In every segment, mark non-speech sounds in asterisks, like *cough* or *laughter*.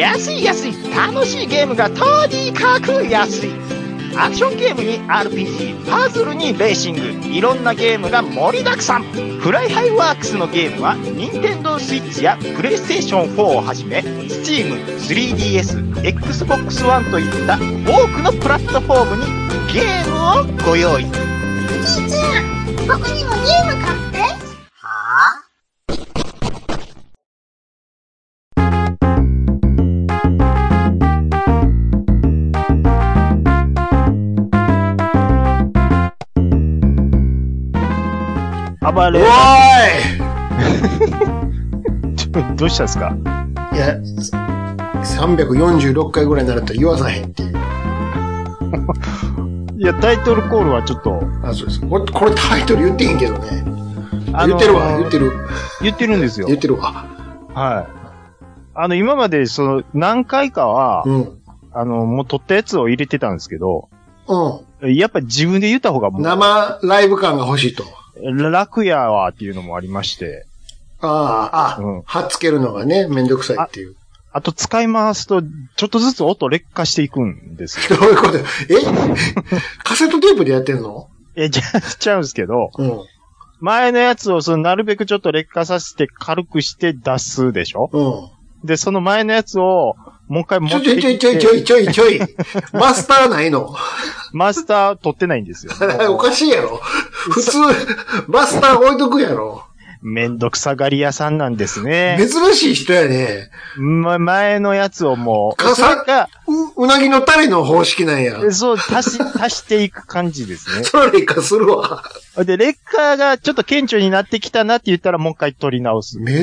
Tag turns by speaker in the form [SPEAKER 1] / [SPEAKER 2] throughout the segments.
[SPEAKER 1] 安い安い楽しいゲームがとにかく安いアクションゲームに RPG パズルにレーシングいろんなゲームが盛りだくさんフライハイワークスのゲームは NintendoSwitch や PlayStation4 をはじめ Steam3DSXbox One といった多くのプラットフォームにゲームをご用意
[SPEAKER 2] じいちゃん、僕にもゲーム買って。
[SPEAKER 3] 暴
[SPEAKER 4] お
[SPEAKER 3] れ。
[SPEAKER 4] ー
[SPEAKER 3] ちょどうしたんですか
[SPEAKER 4] いいや、346回ぐらいになると言わさへんっていう。
[SPEAKER 3] いや、タイトルコールはちょっと、
[SPEAKER 4] あ、そうです。これ、これタイトル言ってへんけどね。
[SPEAKER 3] あ
[SPEAKER 4] 言
[SPEAKER 3] の
[SPEAKER 4] ってるわ、言ってる。
[SPEAKER 3] 言ってるんですよ
[SPEAKER 4] 言。ってるわ。
[SPEAKER 3] はい。あの、今まで、その、何回かは、
[SPEAKER 4] うん。うん。
[SPEAKER 3] あの、もう撮ったやつを入れてたんですけど、やっぱ自分で言った方がもう
[SPEAKER 4] 生ライブ感が欲しいと。
[SPEAKER 3] 楽やわっていうのもありまして、
[SPEAKER 4] ああ、あ、
[SPEAKER 3] うん
[SPEAKER 4] はっつけるのがね、めんどくさいっていう。
[SPEAKER 3] あと使い回すと、ちょっとずつ音劣化していくんですよ。
[SPEAKER 4] *laughs* どういうことえカセットテープでやってんの
[SPEAKER 3] え、じゃあ、しちゃうんですけど、
[SPEAKER 4] うん。
[SPEAKER 3] 前のやつを、その、なるべくちょっと劣化させて軽くして出すでしょ
[SPEAKER 4] うん。
[SPEAKER 3] で、その前のやつを、もう一回持
[SPEAKER 4] ち
[SPEAKER 3] っ
[SPEAKER 4] ょちょ
[SPEAKER 3] て
[SPEAKER 4] ちょ
[SPEAKER 3] き
[SPEAKER 4] ちょち
[SPEAKER 3] て、
[SPEAKER 4] ょいちょいちょい。マスターないの *laughs*
[SPEAKER 3] マスター取ってないんですよ。
[SPEAKER 4] おかしいやろ。普通、マスター置いとくやろ。
[SPEAKER 3] めんどくさがり屋さんなんです
[SPEAKER 4] *laughs*
[SPEAKER 3] ね。
[SPEAKER 4] 珍しい人やね。
[SPEAKER 3] ま、前のやつをもう、
[SPEAKER 4] か
[SPEAKER 3] それ
[SPEAKER 4] さ
[SPEAKER 3] が、
[SPEAKER 4] う、うなぎのタレの方式なんや。
[SPEAKER 3] そう、足し、 *laughs* 足していく感じです
[SPEAKER 4] それ劣化するわ。
[SPEAKER 3] ね。で、劣化がちょっと顕著になってきたなって言ったらもう一回取り直す。
[SPEAKER 4] 珍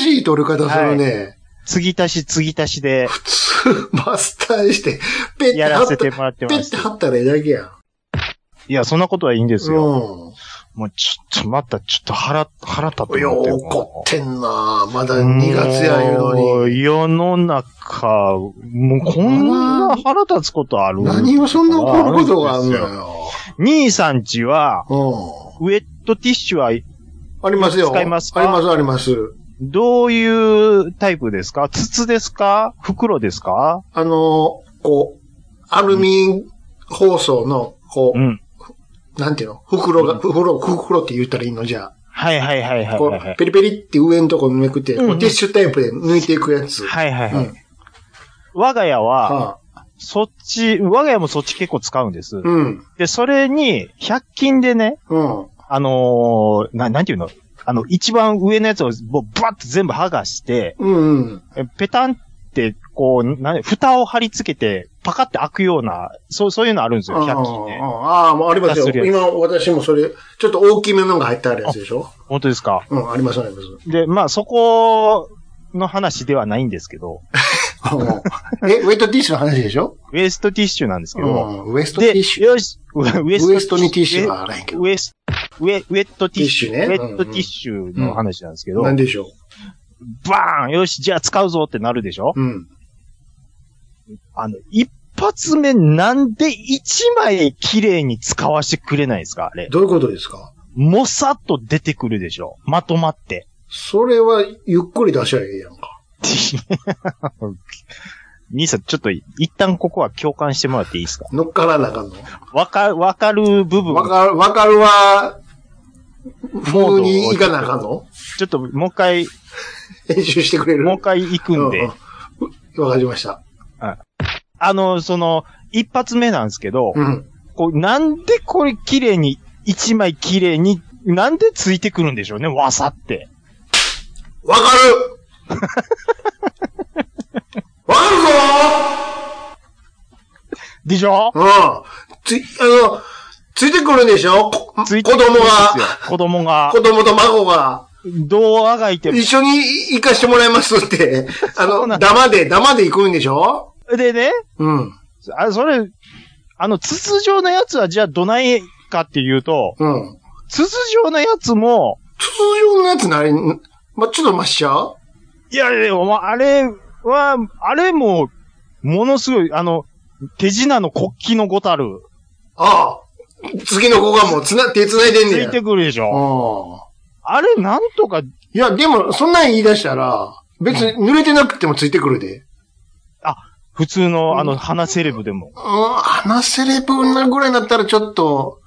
[SPEAKER 4] しい取り方するね。
[SPEAKER 3] 継ぎ足し、継ぎ足しで
[SPEAKER 4] 普通、マスターにして、ペッて
[SPEAKER 3] や
[SPEAKER 4] 貼
[SPEAKER 3] ら
[SPEAKER 4] った
[SPEAKER 3] せてもらって
[SPEAKER 4] ペ
[SPEAKER 3] ま
[SPEAKER 4] ッ
[SPEAKER 3] す
[SPEAKER 4] *laughs* て。貼ったらええだけやん。
[SPEAKER 3] いや、そんなことはいいんですよ。
[SPEAKER 4] う
[SPEAKER 3] もうちょっと、またちょっと腹、腹立って
[SPEAKER 4] ん。よ
[SPEAKER 3] 思
[SPEAKER 4] う
[SPEAKER 3] ってる
[SPEAKER 4] 怒ってんなまだ2月やいうのに。
[SPEAKER 3] に。世の中、もうこんな腹立つことある
[SPEAKER 4] 何をそんな怒ることがあんの
[SPEAKER 3] あ
[SPEAKER 4] よ。
[SPEAKER 3] 兄さんちは、
[SPEAKER 4] う
[SPEAKER 3] ウェットティッシュは
[SPEAKER 4] ん。ありますよ。
[SPEAKER 3] 使いますか
[SPEAKER 4] あります、あります。
[SPEAKER 3] どういうタイプですか筒ですか袋ですか
[SPEAKER 4] あの、こう、アルミ包装の、こう、
[SPEAKER 3] うん。
[SPEAKER 4] なんていうの袋が、袋、袋って言ったらいいのじゃ
[SPEAKER 3] はいはいはいは
[SPEAKER 4] あ。
[SPEAKER 3] い
[SPEAKER 4] こ
[SPEAKER 3] はいは
[SPEAKER 4] う、
[SPEAKER 3] い。
[SPEAKER 4] ペリペリって上のとこめくって、こ
[SPEAKER 3] うんう
[SPEAKER 4] うんティッシュテープで抜いていくやつ。
[SPEAKER 3] はいはいは
[SPEAKER 4] う
[SPEAKER 3] い。
[SPEAKER 4] ん。
[SPEAKER 3] 我が家は、
[SPEAKER 4] ああ
[SPEAKER 3] そっち、我が家もそっち結構使うんです。
[SPEAKER 4] うん。
[SPEAKER 3] で、それに、100均でね、
[SPEAKER 4] うん。
[SPEAKER 3] あのー、な、なんていうのあの、一番上のやつを、もう、バッと全部剥がして、
[SPEAKER 4] うんうん。
[SPEAKER 3] えペタンって、こう、な、蓋を貼り付けて、パカって開くような、そう、そういうのあるんですよ、100均で
[SPEAKER 4] あ。あああ、もうあります
[SPEAKER 3] 出
[SPEAKER 4] よ。
[SPEAKER 3] するやつ
[SPEAKER 4] 今、私もそれ、ちょっと大きめのが入ってあるやつでしょ
[SPEAKER 3] 本当ですか
[SPEAKER 4] うん、あります、あります。
[SPEAKER 3] で、まあ、そこの話ではないんですけど、
[SPEAKER 4] うんえ、ウェットティッシュの話でしょ
[SPEAKER 3] ウエストティッシュなんですけ
[SPEAKER 4] う
[SPEAKER 3] ど、
[SPEAKER 4] ん。ウエストテ
[SPEAKER 3] で、
[SPEAKER 4] ィッシュ。
[SPEAKER 3] よし、ウエ
[SPEAKER 4] ウエストにティッシュがあらへんけど。
[SPEAKER 3] ウエスト、ウエウエットティッシュ、
[SPEAKER 4] ティッシュね
[SPEAKER 3] ウエットティッシュの話なんですけど、
[SPEAKER 4] なんでしょ
[SPEAKER 3] バーンよし、じゃあ使うぞってなるでしょ
[SPEAKER 4] ううん。
[SPEAKER 3] あの、一発目なんで一枚綺麗に使わせてくれないですかあれ。
[SPEAKER 4] どういうことですか
[SPEAKER 3] もさっと出てくるでしょまとまって。 *laughs*
[SPEAKER 4] それは、ゆっくり出しゃええやんか。
[SPEAKER 3] 兄さん、ちょっと一旦ここは共感してもらっていいですか
[SPEAKER 4] 乗っからなあかんの。
[SPEAKER 3] わか、わかる部分。
[SPEAKER 4] わかる、わかるは、
[SPEAKER 3] モード
[SPEAKER 4] 風
[SPEAKER 3] を
[SPEAKER 4] に行かなあかんの
[SPEAKER 3] ちょっともう一回、
[SPEAKER 4] 編集してくれる
[SPEAKER 3] もう一回行くんで。
[SPEAKER 4] ううわかりました。
[SPEAKER 3] あの、その、一発目なんですけど、
[SPEAKER 4] うん。
[SPEAKER 3] こう、なんでこれ綺麗に、一枚綺麗に、なんでついてくるんでしょうね、わさって。
[SPEAKER 4] わかる *laughs* わかるぞー
[SPEAKER 3] でしょ
[SPEAKER 4] うん。つい、あの、ついてくるんでしょこ子
[SPEAKER 3] つい
[SPEAKER 4] 供
[SPEAKER 3] てくるんですよ
[SPEAKER 4] が、。
[SPEAKER 3] 子供が
[SPEAKER 4] 子、供と孫が、
[SPEAKER 3] どうあがいても
[SPEAKER 4] 一。緒に行かしてもらいます
[SPEAKER 3] *laughs*
[SPEAKER 4] って。あ
[SPEAKER 3] そうなん
[SPEAKER 4] の、ダマで、ダマで行くんでしょ
[SPEAKER 3] でね、
[SPEAKER 4] うん。
[SPEAKER 3] あ、それ、あの、筒状のやつはじゃあどないかっていうと、
[SPEAKER 4] うん。
[SPEAKER 3] 筒状のやつも、
[SPEAKER 4] 通常のやつなり、ま、ちょっとマシちゃう
[SPEAKER 3] いや、でもあれは、あれも、ものすごい、あの、手品の国旗のごたる、
[SPEAKER 4] ああ。次の子がもうつな、手繋いでん
[SPEAKER 3] つ
[SPEAKER 4] ね
[SPEAKER 3] い
[SPEAKER 4] ん。
[SPEAKER 3] てくるでしょ。
[SPEAKER 4] ああ。
[SPEAKER 3] あれ、なんとか
[SPEAKER 4] いや、でも、そんなん言い出したら、別に濡れてなくてもついてくるで。
[SPEAKER 3] 普通の、あの、花セレブでも。 *laughs*
[SPEAKER 4] うん、話せればなぐらいになったらちょっと、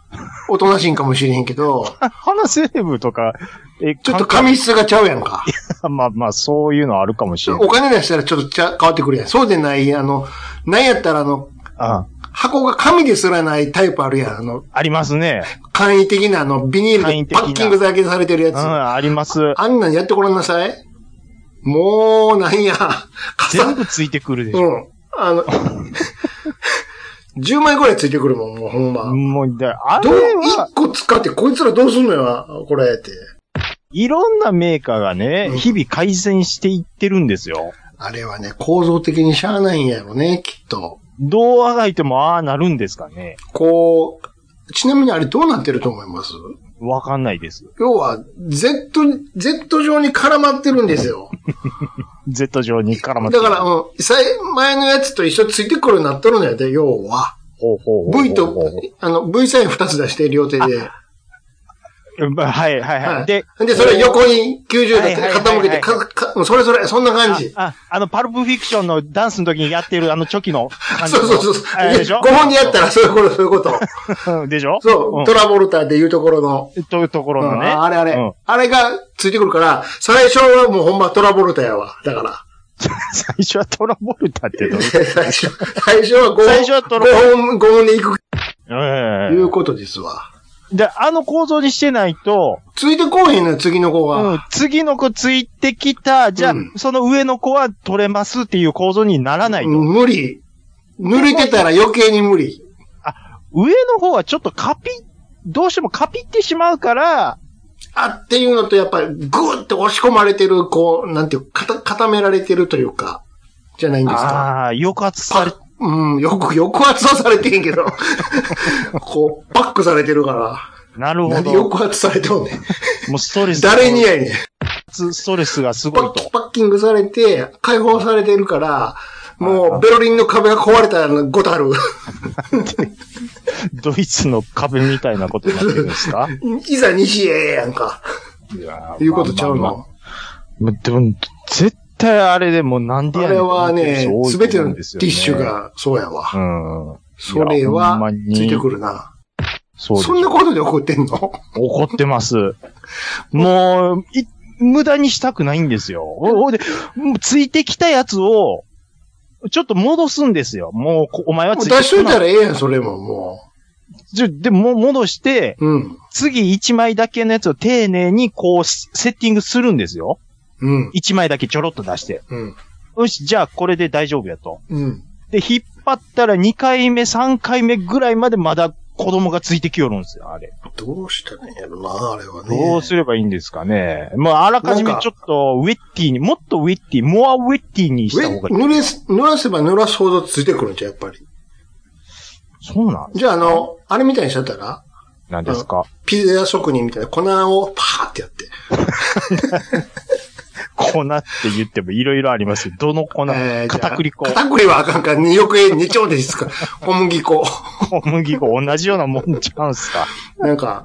[SPEAKER 4] おとなしいんかもしれへん
[SPEAKER 3] *laughs*
[SPEAKER 4] けど、
[SPEAKER 3] 花セレブとか、え、
[SPEAKER 4] ちょっと
[SPEAKER 3] かん
[SPEAKER 4] 髪質がちゃうやんか。
[SPEAKER 3] *laughs* まあまあ、そういうのあるかもしれない。
[SPEAKER 4] お金出したらちょっとちゃ変わってくるやん。そうでない、あの、なんやったらあの、
[SPEAKER 3] あ
[SPEAKER 4] 箱が紙ですらないタイプあるやん。あの、
[SPEAKER 3] ありますね。
[SPEAKER 4] 簡易的なあの、ビニー
[SPEAKER 3] 簡易
[SPEAKER 4] ルで
[SPEAKER 3] 的な
[SPEAKER 4] パッキングだけされてるや
[SPEAKER 3] う
[SPEAKER 4] つ。
[SPEAKER 3] ん、あります。
[SPEAKER 4] あんなんやってごらんなさい。もう、なんや。
[SPEAKER 3] 全部ついてくるでしょ。
[SPEAKER 4] うん。あの、10枚ぐらいついてくるもん、もうほんま。
[SPEAKER 3] もう、だあ
[SPEAKER 4] ど
[SPEAKER 3] れ
[SPEAKER 4] う、
[SPEAKER 3] は
[SPEAKER 4] 1、個使って、こいつらどうすんのよ、これって。
[SPEAKER 3] いろんなメーカーがね
[SPEAKER 4] う、ん
[SPEAKER 3] 日々改善していってるんですよ。
[SPEAKER 4] あれはね、構造的にしゃあないんやろね、きっと。
[SPEAKER 3] どうあがいてもああなるんですかね。
[SPEAKER 4] こう、ちなみにあれどうなってると思います
[SPEAKER 3] わかんないです。
[SPEAKER 4] 要は、Z、Z 上に絡まってるんですよ。
[SPEAKER 3] Z 上に絡まって
[SPEAKER 4] だ
[SPEAKER 3] る。
[SPEAKER 4] から、うん、さい前のやつと一緒ついてくるようになっとるのやで、要は。
[SPEAKER 3] ほうほうほうほう
[SPEAKER 4] V と、あの、V サイン2つ出して、両手で。
[SPEAKER 3] うんまあはいはいは。
[SPEAKER 4] はいい。
[SPEAKER 3] で
[SPEAKER 4] で、、それ横に90
[SPEAKER 3] はいはいはいは
[SPEAKER 4] 度
[SPEAKER 3] い
[SPEAKER 4] 傾けて、か、か、それそれ、そんな感
[SPEAKER 3] あ
[SPEAKER 4] じ。
[SPEAKER 3] あ、あの、パルプフィクションのダンスの時にやってるあのチョキの感じ
[SPEAKER 4] そ
[SPEAKER 3] の。
[SPEAKER 4] うそうそう。
[SPEAKER 3] あれでしょ
[SPEAKER 4] 5本でやったら、そういうこと、そういうこと。
[SPEAKER 3] うんでしょ
[SPEAKER 4] そう、トラボルタでいうところの。
[SPEAKER 3] うん。というところのね。
[SPEAKER 4] あれあれ、
[SPEAKER 3] うん
[SPEAKER 4] あれがついてくるから、最初はもうほんまトラボルタやわ。
[SPEAKER 3] *laughs*
[SPEAKER 4] だから。
[SPEAKER 3] *laughs* 最初はトラボルタってど
[SPEAKER 4] *laughs*
[SPEAKER 3] ういう
[SPEAKER 4] 最初、最初は5本。
[SPEAKER 3] 最初はトラ
[SPEAKER 4] 5本、5本で行く、
[SPEAKER 3] え
[SPEAKER 4] いうことですわ。
[SPEAKER 3] えで、あの構造にしてないと、
[SPEAKER 4] ついてこうへんのよ、次の子が。
[SPEAKER 3] うん、次の子ついてきた、じゃあ、
[SPEAKER 4] うん
[SPEAKER 3] その上の子は取れますっていう構造にならないと。
[SPEAKER 4] 無理。濡れてたら余計に無理。
[SPEAKER 3] 上の方はちょっとカピ、どうしてもカピってしまうから、
[SPEAKER 4] あっていうのと、やっぱり、ぐーって押し込まれてる、こう、なんていうか、かた固められてるというか、じゃないんですか。
[SPEAKER 3] ああ、抑圧
[SPEAKER 4] パ
[SPEAKER 3] され
[SPEAKER 4] ッ、うん、よく、抑圧はされてへんけど、 *laughs* こう、パックされてるから、
[SPEAKER 3] なる
[SPEAKER 4] な
[SPEAKER 3] ほ
[SPEAKER 4] んで
[SPEAKER 3] ど。
[SPEAKER 4] 抑圧されてんねん。
[SPEAKER 3] もうストレス。
[SPEAKER 4] 誰にやねん。
[SPEAKER 3] ストレスがす
[SPEAKER 4] パ
[SPEAKER 3] ごい
[SPEAKER 4] ッ
[SPEAKER 3] と。
[SPEAKER 4] パッキングされて、解放されてるから、もう、ベルリンの壁が壊れたらご
[SPEAKER 3] *laughs*
[SPEAKER 4] たる。
[SPEAKER 3] ドイツの壁みたいなことになってるんですか
[SPEAKER 4] いざ西へやんか。
[SPEAKER 3] いやー
[SPEAKER 4] いうことちゃう
[SPEAKER 3] まあまあま
[SPEAKER 4] の。
[SPEAKER 3] あまあでも、絶対あれでもなんで
[SPEAKER 4] あ
[SPEAKER 3] やねん
[SPEAKER 4] れは
[SPEAKER 3] って
[SPEAKER 4] ね
[SPEAKER 3] 人、多い
[SPEAKER 4] す
[SPEAKER 3] と
[SPEAKER 4] べて
[SPEAKER 3] 思うん
[SPEAKER 4] のテ
[SPEAKER 3] で
[SPEAKER 4] ィ
[SPEAKER 3] すよね
[SPEAKER 4] ッシュ。が、そうやわ。
[SPEAKER 3] うん。
[SPEAKER 4] それは
[SPEAKER 3] ほんま、に
[SPEAKER 4] ついてくるな。
[SPEAKER 3] そうです
[SPEAKER 4] そんなことで怒ってんの
[SPEAKER 3] 怒ってます。もう、い、無駄にしたくないんですよ。おおで、もうついてきたやつを、ちょっと戻すんですよ。もうこ、お前は
[SPEAKER 4] も
[SPEAKER 3] つ
[SPEAKER 4] う
[SPEAKER 3] い
[SPEAKER 4] 出
[SPEAKER 3] て
[SPEAKER 4] し
[SPEAKER 3] き
[SPEAKER 4] と
[SPEAKER 3] た
[SPEAKER 4] いたらええやん、それもも
[SPEAKER 3] ちょでも、戻して、
[SPEAKER 4] う。うん。
[SPEAKER 3] 次1枚だけのやつを丁寧にこう、しセッティングするんですよ。
[SPEAKER 4] うん。
[SPEAKER 3] 1枚だけちょろっと出して。
[SPEAKER 4] うん。
[SPEAKER 3] よし、じゃあこれで大丈夫やと。
[SPEAKER 4] うん。
[SPEAKER 3] で、引っ張ったら2回目、3回目ぐらいまでまだ子供がついてきよるんですよ、あれ。
[SPEAKER 4] どうしたらええんやろな、あれはね。
[SPEAKER 3] どうすればいいんですかね。まあ、あらかじめちょっと、ウェッティに、もっとウェッティ、モアウェッティにした方がいい。
[SPEAKER 4] 濡れす、濡らせば濡らすほどついてくるんじゃう、やっぱり。
[SPEAKER 3] そうなん
[SPEAKER 4] じゃあ、あの、あれみたいにしちゃったら
[SPEAKER 3] なんですか。
[SPEAKER 4] ピザ職人みたいな粉をパーってやって。
[SPEAKER 3] 粉って言ってもいろいろありますよ。どの粉、
[SPEAKER 4] えーじゃあ
[SPEAKER 3] 片栗粉、
[SPEAKER 4] 片栗はあかんから、ね、翌夜2丁でいいですか。 *laughs* 小麦粉。
[SPEAKER 3] 小麦粉、同じようなもんちゃうん *laughs* すか。
[SPEAKER 4] なんか、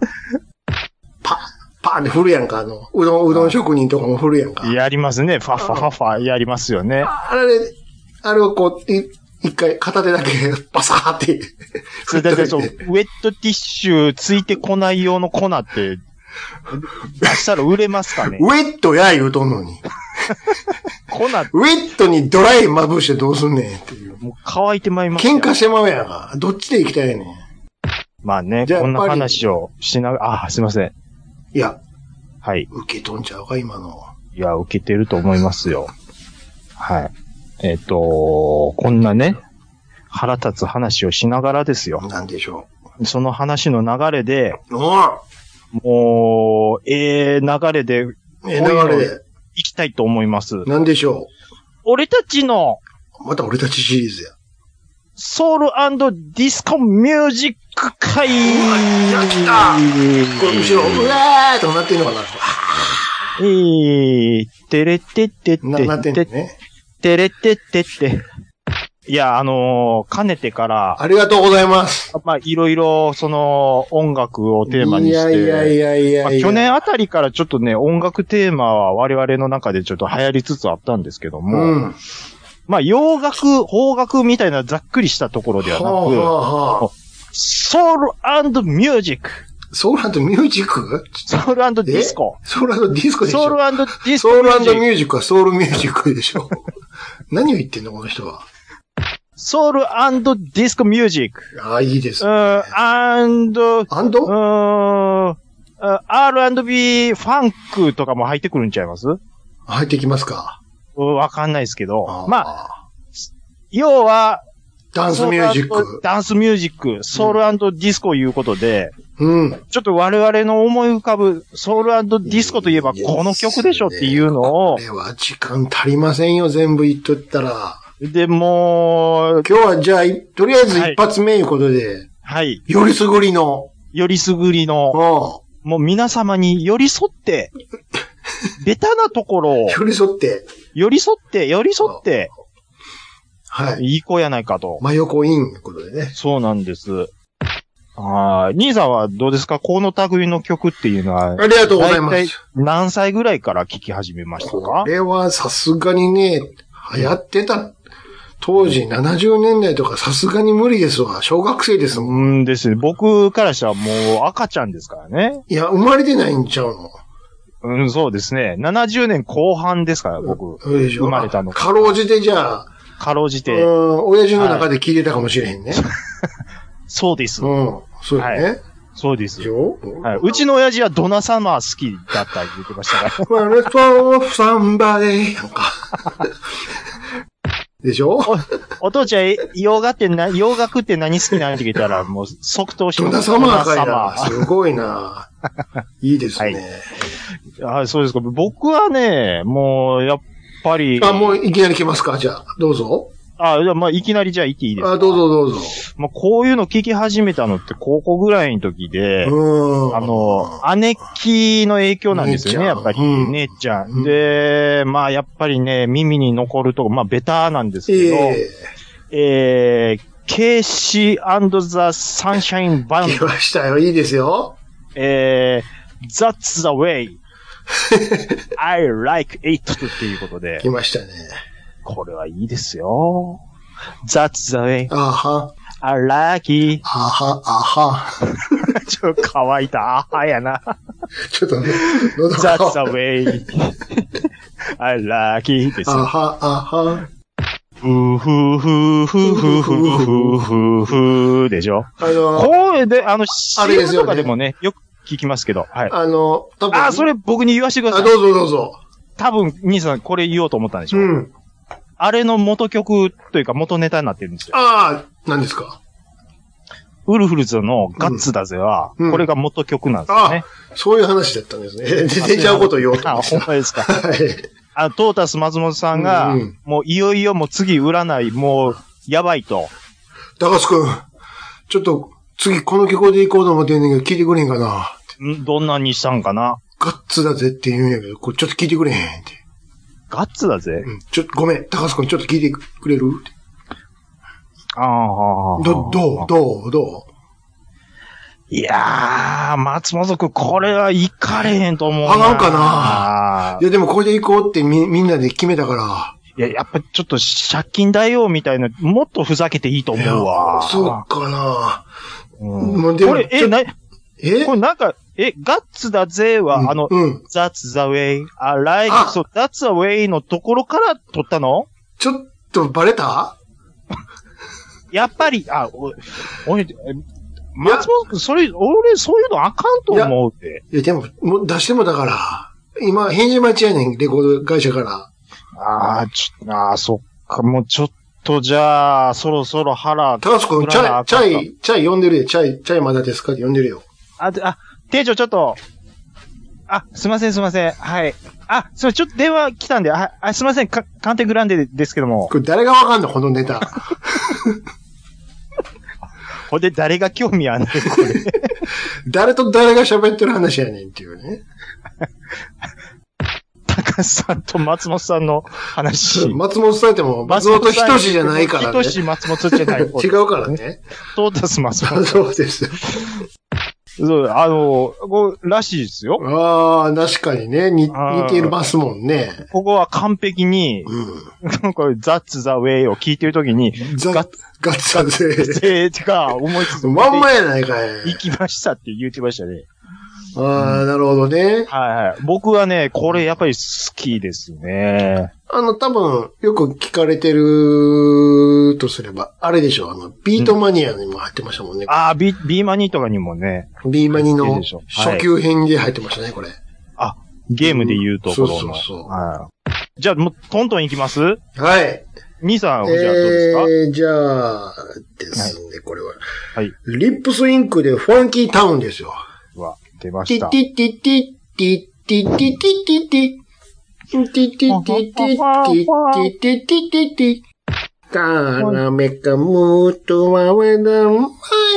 [SPEAKER 4] パ、パーって振るやんか、あの、うどん、うどん職人とかも振るやんか。
[SPEAKER 3] やりますね。ファッファファッファやりますよね。
[SPEAKER 4] あれ、あれをこう、い一回片手だけバサーって。
[SPEAKER 3] それだ
[SPEAKER 4] *laughs*
[SPEAKER 3] ってそう、ウェットティッシュついてこない用の粉って、出したら売れますかね。
[SPEAKER 4] ウェットや言うとんのに。
[SPEAKER 3] 粉、
[SPEAKER 4] ウェットにドライまぶしてどうすんねんっていう。
[SPEAKER 3] もう乾いてまいりますよ
[SPEAKER 4] 喧嘩してまうやんか。どっちで行きたいね
[SPEAKER 3] まあね、
[SPEAKER 4] じゃあ
[SPEAKER 3] こんな
[SPEAKER 4] やっぱり
[SPEAKER 3] 話をしながら、あ、すいません。
[SPEAKER 4] ん。いや、
[SPEAKER 3] はい。
[SPEAKER 4] 受け取んちゃうか、今の。
[SPEAKER 3] いや、受けてると思いますよ。はい。えっ、とこんなね、腹立つ話をしながらですよ。
[SPEAKER 4] なんでしょ
[SPEAKER 3] その話の流れで、
[SPEAKER 4] う。おぉ
[SPEAKER 3] もう、ええ流れで
[SPEAKER 4] え、流れで。
[SPEAKER 3] 行きたいと思います。
[SPEAKER 4] なんでしょ
[SPEAKER 3] 俺たちの
[SPEAKER 4] う。また俺たちシリーズや。
[SPEAKER 3] ソウルディスコミュージック会
[SPEAKER 4] やったこれ後ろ、うわーっとなってんのかな
[SPEAKER 3] えー、てれてってって
[SPEAKER 4] な、なってんの
[SPEAKER 3] て、
[SPEAKER 4] ね。
[SPEAKER 3] てれてってって。いや、あのーかねてから、
[SPEAKER 4] ありがとうございます。
[SPEAKER 3] まあ、いろいろ、その、音楽をテーマに
[SPEAKER 4] い
[SPEAKER 3] し
[SPEAKER 4] や
[SPEAKER 3] て、
[SPEAKER 4] いやいやい
[SPEAKER 3] ま
[SPEAKER 4] や
[SPEAKER 3] あ
[SPEAKER 4] いや。
[SPEAKER 3] 去年あたりからちょっとね、音楽テーマは我々の中でちょっと流行りつつあったんですけども、
[SPEAKER 4] うん。
[SPEAKER 3] まあ洋楽、邦楽みたいなざっくりしたところでは
[SPEAKER 4] はあは
[SPEAKER 3] な
[SPEAKER 4] あはあ。
[SPEAKER 3] く、ソウルミュージック、
[SPEAKER 4] ソウルミュージック
[SPEAKER 3] ソウルディスコ。
[SPEAKER 4] ソウルディスコでしょ
[SPEAKER 3] ソウルディスコ
[SPEAKER 4] ソウ
[SPEAKER 3] ミュージ
[SPEAKER 4] ル
[SPEAKER 3] ッ
[SPEAKER 4] ミ
[SPEAKER 3] ク。
[SPEAKER 4] ュージックはソウルミュージックでしょ。 *laughs* 何を言ってんの、この人は。
[SPEAKER 3] ソウルディスコミュージック。
[SPEAKER 4] ああ、いいです
[SPEAKER 3] う。ん、アンド、う
[SPEAKER 4] アンド
[SPEAKER 3] ーん、R&B ファンクとかも入ってくるんちゃいます
[SPEAKER 4] 入ってきますか。
[SPEAKER 3] うんわかんないですけど。まあ、
[SPEAKER 4] あ。
[SPEAKER 3] 要は、
[SPEAKER 4] ダンスミュージッ
[SPEAKER 3] ソル
[SPEAKER 4] ク。
[SPEAKER 3] ダンスミュージック、ソウルディスコいうことで、
[SPEAKER 4] うん。
[SPEAKER 3] ちょっと我々の思い浮かぶソウルディスコといえばこの曲でしょっていうの
[SPEAKER 4] こ
[SPEAKER 3] を、
[SPEAKER 4] れは時間足りませんよ、全部言っとったら。
[SPEAKER 3] で、もう、
[SPEAKER 4] 今日はじゃあ、いとりあえず一発目いうことで、
[SPEAKER 3] はい、
[SPEAKER 4] よりすぐりの、
[SPEAKER 3] よりすぐり
[SPEAKER 4] うん
[SPEAKER 3] の、もう皆様に寄り添
[SPEAKER 4] *laughs*
[SPEAKER 3] って、ベタなところを
[SPEAKER 4] 寄り添って、
[SPEAKER 3] 寄り添って、寄り添って、
[SPEAKER 4] はい。
[SPEAKER 3] いい子やないかと。
[SPEAKER 4] 真横インいうことでね。
[SPEAKER 3] そうなんです。ああ、兄さんはどうですかこの類の曲っていうのは
[SPEAKER 4] あ、りがとうございま
[SPEAKER 3] 大体
[SPEAKER 4] す。
[SPEAKER 3] 何歳ぐらいから聴き始めましたか
[SPEAKER 4] これはさすがにね、流行ってた。当時70年代とかさすがに無理ですわ。小学生ですもん。
[SPEAKER 3] うんですね。僕からしたらもう赤ちゃんですからね。
[SPEAKER 4] いや、生まれてないんちゃうの。
[SPEAKER 3] うん、そうですね。70年後半ですから、僕。
[SPEAKER 4] そうでしょ
[SPEAKER 3] 生まれたの
[SPEAKER 4] あかろうじてじゃあ、
[SPEAKER 3] かろうじ
[SPEAKER 4] う
[SPEAKER 3] て。
[SPEAKER 4] ん、親父の中で聞いてたかもしれへんね。
[SPEAKER 3] *laughs* そうです
[SPEAKER 4] う。ん、そうだね。
[SPEAKER 3] そうです
[SPEAKER 4] でし。ょ
[SPEAKER 3] はい、うちの親父はドナサマー好きだった言ってましたから。
[SPEAKER 4] ワルフォーサンバデーなん
[SPEAKER 3] *laughs*
[SPEAKER 4] か。でしょ
[SPEAKER 3] お父ちゃん、洋楽ってな、洋楽って何好きなんって聞いたら、もう即答し
[SPEAKER 4] ド
[SPEAKER 3] ま
[SPEAKER 4] ナ
[SPEAKER 3] す。
[SPEAKER 4] 様かい
[SPEAKER 3] ドナ
[SPEAKER 4] な。
[SPEAKER 3] サ
[SPEAKER 4] すご
[SPEAKER 3] *laughs*
[SPEAKER 4] いな。いいですね。
[SPEAKER 3] マーあそうですか。僕はね、もう、やっぱり。
[SPEAKER 4] あ、もういきなり来ますかじゃあ、どうぞ。
[SPEAKER 3] あ、じゃあまあ、いきなりじゃあ言っていいですか
[SPEAKER 4] あ、どうぞどうぞ。
[SPEAKER 3] まあ、こういうの聞き始めたのって高校ぐらいの時で、
[SPEAKER 4] うーん。
[SPEAKER 3] あの、、姉貴の影響なんですよね、
[SPEAKER 4] 姉ち
[SPEAKER 3] や
[SPEAKER 4] ゃん
[SPEAKER 3] っぱり。
[SPEAKER 4] うん
[SPEAKER 3] 姉ちゃ
[SPEAKER 4] うん
[SPEAKER 3] ん。で、まあ、やっぱりね、耳に残るとこ、まあ、ベターなんです
[SPEAKER 4] え
[SPEAKER 3] けど、
[SPEAKER 4] え
[SPEAKER 3] えー、ケーシーザ・サンシャイン・バン
[SPEAKER 4] 来
[SPEAKER 3] ド、
[SPEAKER 4] ましたよ。いいですよ。
[SPEAKER 3] えー、That's the way. I like it っていうことで
[SPEAKER 4] 来、ましたね。
[SPEAKER 3] これはいいですよ。That's the way.
[SPEAKER 4] あは、
[SPEAKER 3] I like it.
[SPEAKER 4] あは、あは。 *laughs*
[SPEAKER 3] ちょっと乾いた。あはやな。
[SPEAKER 4] ちょっとね、喉が。
[SPEAKER 3] That's the way. I like it です
[SPEAKER 4] あ
[SPEAKER 3] よ。
[SPEAKER 4] は、あは。
[SPEAKER 3] ふーふーふーふーふーふーふーふーでしょ。
[SPEAKER 4] あの、
[SPEAKER 3] 声で、あの、
[SPEAKER 4] あれで
[SPEAKER 3] CM
[SPEAKER 4] すよね
[SPEAKER 3] とかでもね、よく聞きますけど。はい。
[SPEAKER 4] あの、多分
[SPEAKER 3] あ、それ僕に言わせてくだ
[SPEAKER 4] あ、
[SPEAKER 3] さ
[SPEAKER 4] ど
[SPEAKER 3] い。
[SPEAKER 4] うぞどうぞ。
[SPEAKER 3] 多分、兄さんこれ言おうと思ったんでしょ。
[SPEAKER 4] うん。
[SPEAKER 3] あれの元曲というか元ネタになってるんですよ。
[SPEAKER 4] ああ、何ですか。
[SPEAKER 3] ウルフルズのガッツだぜは、
[SPEAKER 4] うん
[SPEAKER 3] これが元曲なんですよ
[SPEAKER 4] あ
[SPEAKER 3] ね。
[SPEAKER 4] そういう話だったんです *laughs* ね。出ちゃうこと言おうと
[SPEAKER 3] あ、
[SPEAKER 4] 思って
[SPEAKER 3] ほん
[SPEAKER 4] た。
[SPEAKER 3] まですか。
[SPEAKER 4] はい。
[SPEAKER 3] あトータス松本さんが、
[SPEAKER 4] うん
[SPEAKER 3] もういよいよもう次占い、もう、やばいと。
[SPEAKER 4] 高須くん、ちょっと次この曲で行こうと思ってんねんけど、聞いてくれへんかな。
[SPEAKER 3] んどんなにしたんかな
[SPEAKER 4] ガッツだぜって言うんやけど、これちょっと聞いてくれへんって。
[SPEAKER 3] ガッツだぜ。
[SPEAKER 4] うん、ちょっとごめん、高須くんちょっと聞いてくれるって
[SPEAKER 3] ああ。
[SPEAKER 4] ど、どう、どう、どう
[SPEAKER 3] いやー、松本くん、これはいかれへんと思うな。
[SPEAKER 4] あなんかないいやでもこれで行こうってみみんなで決めたから。
[SPEAKER 3] いや、やっぱちょっと借金大王みたいな、もっとふざけていいと思
[SPEAKER 4] いや
[SPEAKER 3] うわ。
[SPEAKER 4] そうかな。
[SPEAKER 3] うん
[SPEAKER 4] もうでも
[SPEAKER 3] これ、
[SPEAKER 4] ち
[SPEAKER 3] え、
[SPEAKER 4] ょ
[SPEAKER 3] な、
[SPEAKER 4] え
[SPEAKER 3] これなんか、え、ガッツだぜは、あの、
[SPEAKER 4] うん。
[SPEAKER 3] that's the way, I like,
[SPEAKER 4] あ
[SPEAKER 3] so that's the way のところから取ったの
[SPEAKER 4] ちょっとバレた
[SPEAKER 3] やっぱり、あ、お、おい、え松本くん、それ、俺、そういうのあかんと思うって。
[SPEAKER 4] いやでも、もう出してもだから、今、返事待ちやねん、レコード会社から。
[SPEAKER 3] ああ、ちょ、ああ、そっか、もうちょっと、じゃあ、そろそろ腹、
[SPEAKER 4] 高須君、チャイ、チャイ、チャイ呼んでるよ。チャイ、チャイまだですかって呼んでるよ。
[SPEAKER 3] あ、であ、店長ちょっと、あ、すいません、すいません、はい。あ、すいません、ちょっと電話来たんで、あ、あすいません、か、鑑定グランデですけども。
[SPEAKER 4] これ誰がわかんのこのネタ。 *laughs*
[SPEAKER 3] ほんで、誰が興味あんのこれ。
[SPEAKER 4] 誰と誰が喋ってる話やねんっていうね。
[SPEAKER 3] *laughs* 高橋さんと松本さんの話。
[SPEAKER 4] 松本さんっても、松本人志じゃないからね。 *laughs*
[SPEAKER 3] ひとし松本じゃない。 *laughs*
[SPEAKER 4] 違うからね。
[SPEAKER 3] トータス松
[SPEAKER 4] あ
[SPEAKER 3] 本。
[SPEAKER 4] そうです。
[SPEAKER 3] そう、あの、こう、らしいですよ。
[SPEAKER 4] ああ、確かにね。に
[SPEAKER 3] あー
[SPEAKER 4] 似てるますもんね。
[SPEAKER 3] ここは完璧に、
[SPEAKER 4] う
[SPEAKER 3] これ、that's the way を聞いてるときに、
[SPEAKER 4] ん。ザ
[SPEAKER 3] ガッ
[SPEAKER 4] ッ、ガッツァ
[SPEAKER 3] *laughs* えー、か、思いつつ、
[SPEAKER 4] で。まんまやないかい。
[SPEAKER 3] 行きましたって言ってましたね。
[SPEAKER 4] ああ、なるほどね。
[SPEAKER 3] はいはい。僕はね、これやっぱり好きですね。
[SPEAKER 4] あの、多分、よく聞かれてるとすれば、あれでしょ、あの、ビートマニアにも入ってましたもんね。
[SPEAKER 3] ああ、ビ、ビーマニとかにもね、
[SPEAKER 4] ビーマニ
[SPEAKER 3] 入って
[SPEAKER 4] の
[SPEAKER 3] るでしょはい
[SPEAKER 4] 初級編で入ってましたね、これ。
[SPEAKER 3] ゲームで言うところの。
[SPEAKER 4] うんそうそうそう
[SPEAKER 3] はい。じゃあ、もう、トントン行きます
[SPEAKER 4] はい。
[SPEAKER 3] 兄さん、じゃあどうですか、
[SPEAKER 4] えー、じゃあ、ですね、これは。
[SPEAKER 3] はい。
[SPEAKER 4] リップスインクでファンキータウンですよ。
[SPEAKER 3] うわ、出ま
[SPEAKER 4] テ
[SPEAKER 3] し
[SPEAKER 4] ィ
[SPEAKER 3] た。
[SPEAKER 4] ティティティティティティティティティティティティティティティティティティティカラメカムートワウェダンマ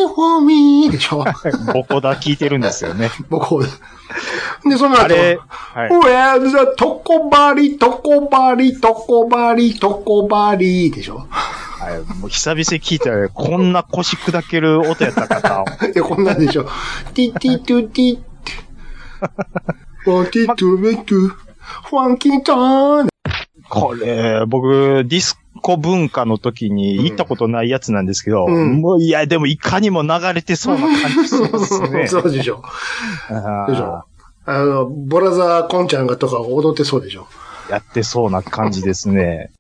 [SPEAKER 4] イホミーでしょ。
[SPEAKER 3] ボコダ聞いてるんですよ
[SPEAKER 4] *laughs*
[SPEAKER 3] ね。
[SPEAKER 4] 僕を。で、その後、
[SPEAKER 3] あれ、はい。
[SPEAKER 4] Where's the トコバリ、トコバリ、トコバリ、トコバリでしょ。
[SPEAKER 3] はい、もう久々に聞いたら、こんな腰砕ける音やったか
[SPEAKER 4] いや、こんなんでしょ。ティティトゥティティ。ワンティトゥメトゥ。ファンキーターン。
[SPEAKER 3] と。これ、僕、ディスコ文化の時に行ったことないやつなんですけど、
[SPEAKER 4] うん。
[SPEAKER 3] もういや、でもいかにも流れてそうな感じしますね
[SPEAKER 4] *laughs* そうでしょ。
[SPEAKER 3] あー
[SPEAKER 4] でしょ。あの、ボラザーコンちゃんがとか踊ってそうでしょ。
[SPEAKER 3] やってそうな感じですね。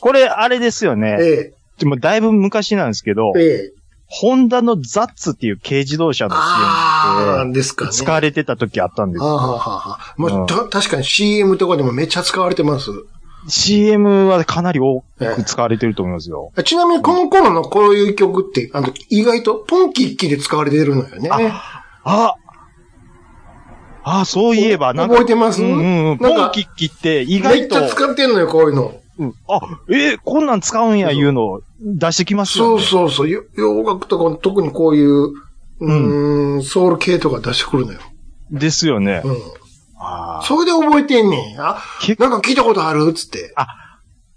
[SPEAKER 3] これ、あれですよね。
[SPEAKER 4] え
[SPEAKER 3] でもだいぶ昔なんですけど
[SPEAKER 4] え、、ええ。
[SPEAKER 3] ホンダのザッツっていう軽自動車の CM
[SPEAKER 4] あ
[SPEAKER 3] で
[SPEAKER 4] あ、ですかね。
[SPEAKER 3] 使われてた時あったんです
[SPEAKER 4] はあ
[SPEAKER 3] よ。
[SPEAKER 4] はあはあはあ。もう、た確かに CM とかでもめっちゃ使われてます。
[SPEAKER 3] CM はかなり多く使われてると思いますよ。
[SPEAKER 4] ちなみにこの頃のこういう曲って、あの、意外とポンキッキで使われてるのよね。
[SPEAKER 3] あああ、そういえば、なんか。
[SPEAKER 4] 覚えてます
[SPEAKER 3] うんうんうん。
[SPEAKER 4] なんか
[SPEAKER 3] ポンキッキって意
[SPEAKER 4] め
[SPEAKER 3] 外
[SPEAKER 4] っ
[SPEAKER 3] と
[SPEAKER 4] ち。ゃ使ってんのよ、こういうの。
[SPEAKER 3] うんあ、えーこんなん使うんや、いうのを出してきます
[SPEAKER 4] そ
[SPEAKER 3] よ
[SPEAKER 4] う
[SPEAKER 3] ね。
[SPEAKER 4] そうそう。よ洋楽とか特にこういう、うーん、ソウル系とか出してくるのよ。
[SPEAKER 3] ですよね。
[SPEAKER 4] うん。
[SPEAKER 3] あー
[SPEAKER 4] それで覚えてんねん。あ、
[SPEAKER 3] 結
[SPEAKER 4] なんか聞いたことあるっつって。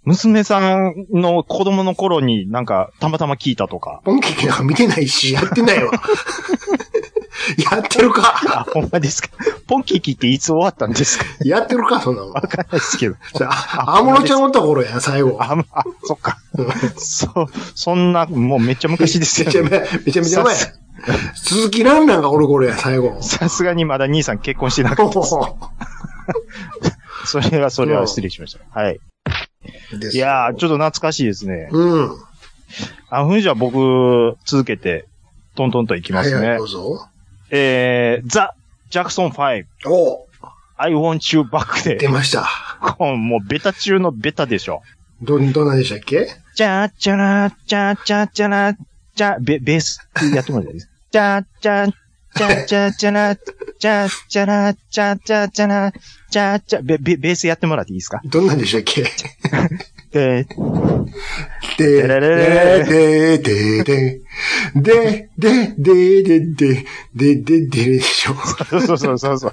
[SPEAKER 3] 娘さんの子供の頃になんか、たまたま聞いたとか。
[SPEAKER 4] ポンキッキなんか見てないし、やってないわ。やってるか。
[SPEAKER 3] あ、ほんまですか。ポンキッキっていつ終わったんですか *laughs*
[SPEAKER 4] やってるか、そんなもん。
[SPEAKER 3] わかんないですけど。
[SPEAKER 4] じゃあ、アムロちゃんおった頃やん、最後。
[SPEAKER 3] あ、まあ、そっか。そう、そんな、もうめっちゃ昔です
[SPEAKER 4] め
[SPEAKER 3] よ
[SPEAKER 4] ちゃめ
[SPEAKER 3] ね。
[SPEAKER 4] ちゃ、めちゃめちゃ前
[SPEAKER 3] さ。
[SPEAKER 4] 鈴木蘭蘭がおる頃や、最後。
[SPEAKER 3] さすがにまだ兄さん結婚してなかったです。それは、それは失礼しました。はい。いやー、ち
[SPEAKER 4] ょ
[SPEAKER 3] ょっと懐かしいですね。
[SPEAKER 4] うん。
[SPEAKER 3] あ、ふんじゃあ僕、続けて、トントンといきま
[SPEAKER 4] はい
[SPEAKER 3] すね。
[SPEAKER 4] はい、どうぞ。
[SPEAKER 3] えー、ザ・ジャクソン5、
[SPEAKER 4] お
[SPEAKER 3] I want you back
[SPEAKER 4] 出
[SPEAKER 3] で、
[SPEAKER 4] ました。
[SPEAKER 3] こうもうベタ中のベタでしょ。
[SPEAKER 4] ど、どんなんでしたっけ
[SPEAKER 3] チャーチャラチャーチャーチャラチャー、ベ、ベース、やってもらっていいですかチャーチャーチャーチャーチャラチャーチャラチャーチャーチャラチャーチャー、ベ、ベ、ベースやってもらっていいですか
[SPEAKER 4] どんなんでしたっけ
[SPEAKER 3] えー、
[SPEAKER 4] で、で、
[SPEAKER 3] れれれ
[SPEAKER 4] で、で、で、で、で、で、で、で、で、で、ででしょ。
[SPEAKER 3] そうそうそうそうそう。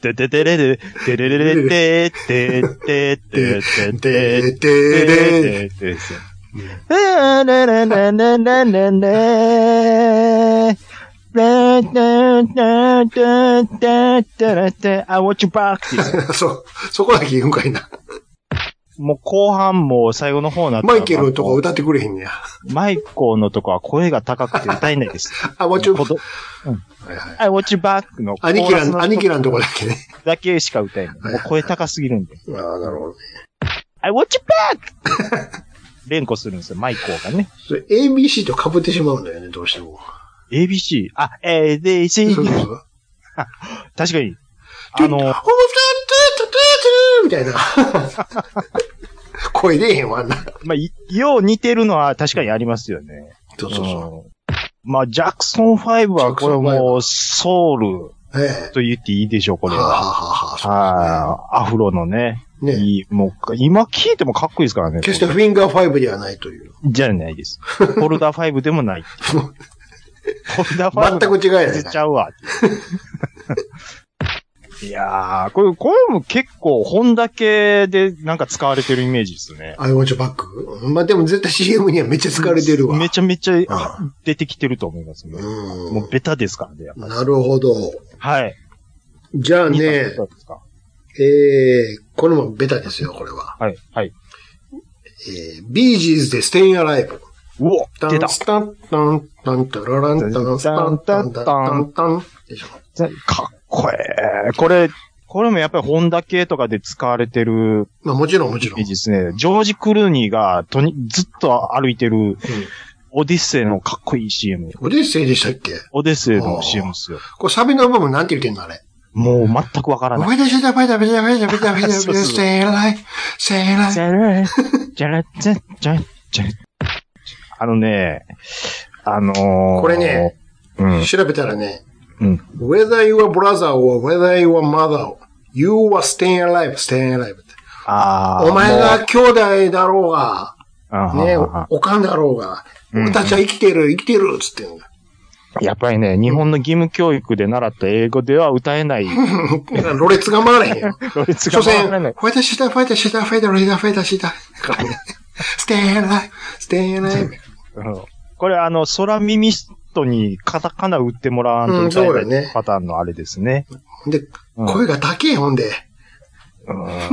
[SPEAKER 3] てててれれ、てれれれれ、て、て、て、て、て、て、
[SPEAKER 4] で、で、で、で、
[SPEAKER 3] I want you back.
[SPEAKER 4] そう、そこだけ言うんかいな。
[SPEAKER 3] もう後半も最後の方になった
[SPEAKER 4] マ
[SPEAKER 3] ら
[SPEAKER 4] イケルとか歌ってくれへんねや。
[SPEAKER 3] マイコーのとこは声が高くて歌えないです。
[SPEAKER 4] あ、もうちょっ。
[SPEAKER 3] ことど
[SPEAKER 4] はいはい
[SPEAKER 3] I want you back のコ
[SPEAKER 4] 兄
[SPEAKER 3] ー
[SPEAKER 4] 貴
[SPEAKER 3] ラス
[SPEAKER 4] ら、
[SPEAKER 3] の
[SPEAKER 4] 兄貴らのとこだけね。
[SPEAKER 3] だけしか歌えない。もう声高すぎるんで。
[SPEAKER 4] ああ、なるほど。
[SPEAKER 3] I want you back! *laughs* 連呼するんですよ、マイコーがね。
[SPEAKER 4] それ ABC と被ってしまうんだよね、どうしても。
[SPEAKER 3] ABC。あ、えー、で、
[SPEAKER 4] そう
[SPEAKER 3] 一
[SPEAKER 4] そうそう。
[SPEAKER 3] 確かに。あの、
[SPEAKER 4] みたいな。 *laughs* 声出えへんわ、あんな。
[SPEAKER 3] まあ、いよう似てるのは確かにありますよね。
[SPEAKER 4] そうそうそ
[SPEAKER 3] うんまあ、ジャクソン5はこれ
[SPEAKER 4] ジャクソン
[SPEAKER 3] もうソウル
[SPEAKER 4] う。え
[SPEAKER 3] と言っていいでしょう、こ
[SPEAKER 4] え。は
[SPEAKER 3] れ
[SPEAKER 4] あは
[SPEAKER 3] は。
[SPEAKER 4] あは
[SPEAKER 3] は
[SPEAKER 4] あ。
[SPEAKER 3] い。アフロのね。
[SPEAKER 4] そうですね。ね
[SPEAKER 3] いい、もう、今聞いてもかっこいいですからね。
[SPEAKER 4] 決してフィンガー5ではないという。
[SPEAKER 3] じゃないです。フォルダ5でも
[SPEAKER 4] *laughs*
[SPEAKER 3] ないっていう。フォルダ5。
[SPEAKER 4] 全く違いない
[SPEAKER 3] ちゃうわ。 *laughs* いやー、これ、これも結構本だけでなんか使われてるイメージですね。
[SPEAKER 4] I want you back. まあでも絶対 CM にはめっちゃ使われてるわ。
[SPEAKER 3] めちゃめちゃ
[SPEAKER 4] う
[SPEAKER 3] 出てきてると思いますね。
[SPEAKER 4] う
[SPEAKER 3] もうベタですからね、やっ
[SPEAKER 4] ん。
[SPEAKER 3] ぱり。
[SPEAKER 4] なるほど。
[SPEAKER 3] はい。
[SPEAKER 4] じゃあね、
[SPEAKER 3] ベ
[SPEAKER 4] え
[SPEAKER 3] タですか
[SPEAKER 4] ー、これもベタですよ、これは。
[SPEAKER 3] はい、はい。
[SPEAKER 4] えー、ビージーズで Staying Alive。
[SPEAKER 3] うお出た
[SPEAKER 4] スタン、タン、タン、タララン、タン、スタン、タン、タン、タン、タン。でしょ。
[SPEAKER 3] かっこええ。これ、これもやっぱり本田系とかで使われてる
[SPEAKER 4] まあもちろんもち
[SPEAKER 3] イ
[SPEAKER 4] ろん
[SPEAKER 3] メー。ジですね。ジョージ・クルーニーがとにずっと歩いてるオディッセイのかっこいい CM。
[SPEAKER 4] オデッセイでしたっけ
[SPEAKER 3] オディッセイの CM ですよ。
[SPEAKER 4] これサビの部分なんて言ってんのあれ。
[SPEAKER 3] もう全くわから
[SPEAKER 4] フ
[SPEAKER 3] ない。
[SPEAKER 4] ァイターシャタファイターファイターファイターファイターファイタ
[SPEAKER 3] *laughs*
[SPEAKER 4] ーファイター、ステイライ、ステイライ。
[SPEAKER 3] じゃら、じゃら、じゃ、じゃ、じゃ、あのね、あのー、
[SPEAKER 4] これね、
[SPEAKER 3] うん、
[SPEAKER 4] 調べたらね、
[SPEAKER 3] うん。
[SPEAKER 4] whether you are brother or whether you are mother, you are staying alive, staying alive.
[SPEAKER 3] あー
[SPEAKER 4] お前が兄弟だろうが、
[SPEAKER 3] もう
[SPEAKER 4] ね、
[SPEAKER 3] うんうんうんうん
[SPEAKER 4] おかんだろうが、
[SPEAKER 3] うん
[SPEAKER 4] 俺たちは生きてる、生きてるっつってんだ。
[SPEAKER 3] やっぱりね、日本の義務教育で習った英語では歌えない。
[SPEAKER 4] だから、ろれつが回らへんよ。
[SPEAKER 3] ロレツ
[SPEAKER 4] *laughs* 所
[SPEAKER 3] が
[SPEAKER 4] 詮、
[SPEAKER 3] 回ら
[SPEAKER 4] フ
[SPEAKER 3] な
[SPEAKER 4] ァ
[SPEAKER 3] い
[SPEAKER 4] イ。ターシーター、ファイターシーター、ファイターシーター、ファイターシーター。
[SPEAKER 3] *laughs*
[SPEAKER 4] だからねステイライ、ステイライ。
[SPEAKER 3] うんこれあの、空耳ストにカタカナ打ってもらわん
[SPEAKER 4] う
[SPEAKER 3] と
[SPEAKER 4] んそう
[SPEAKER 3] 歌
[SPEAKER 4] よ
[SPEAKER 3] えない
[SPEAKER 4] ね
[SPEAKER 3] パターンのあれですね。
[SPEAKER 4] で、
[SPEAKER 3] うん
[SPEAKER 4] 声が高い、ほんで。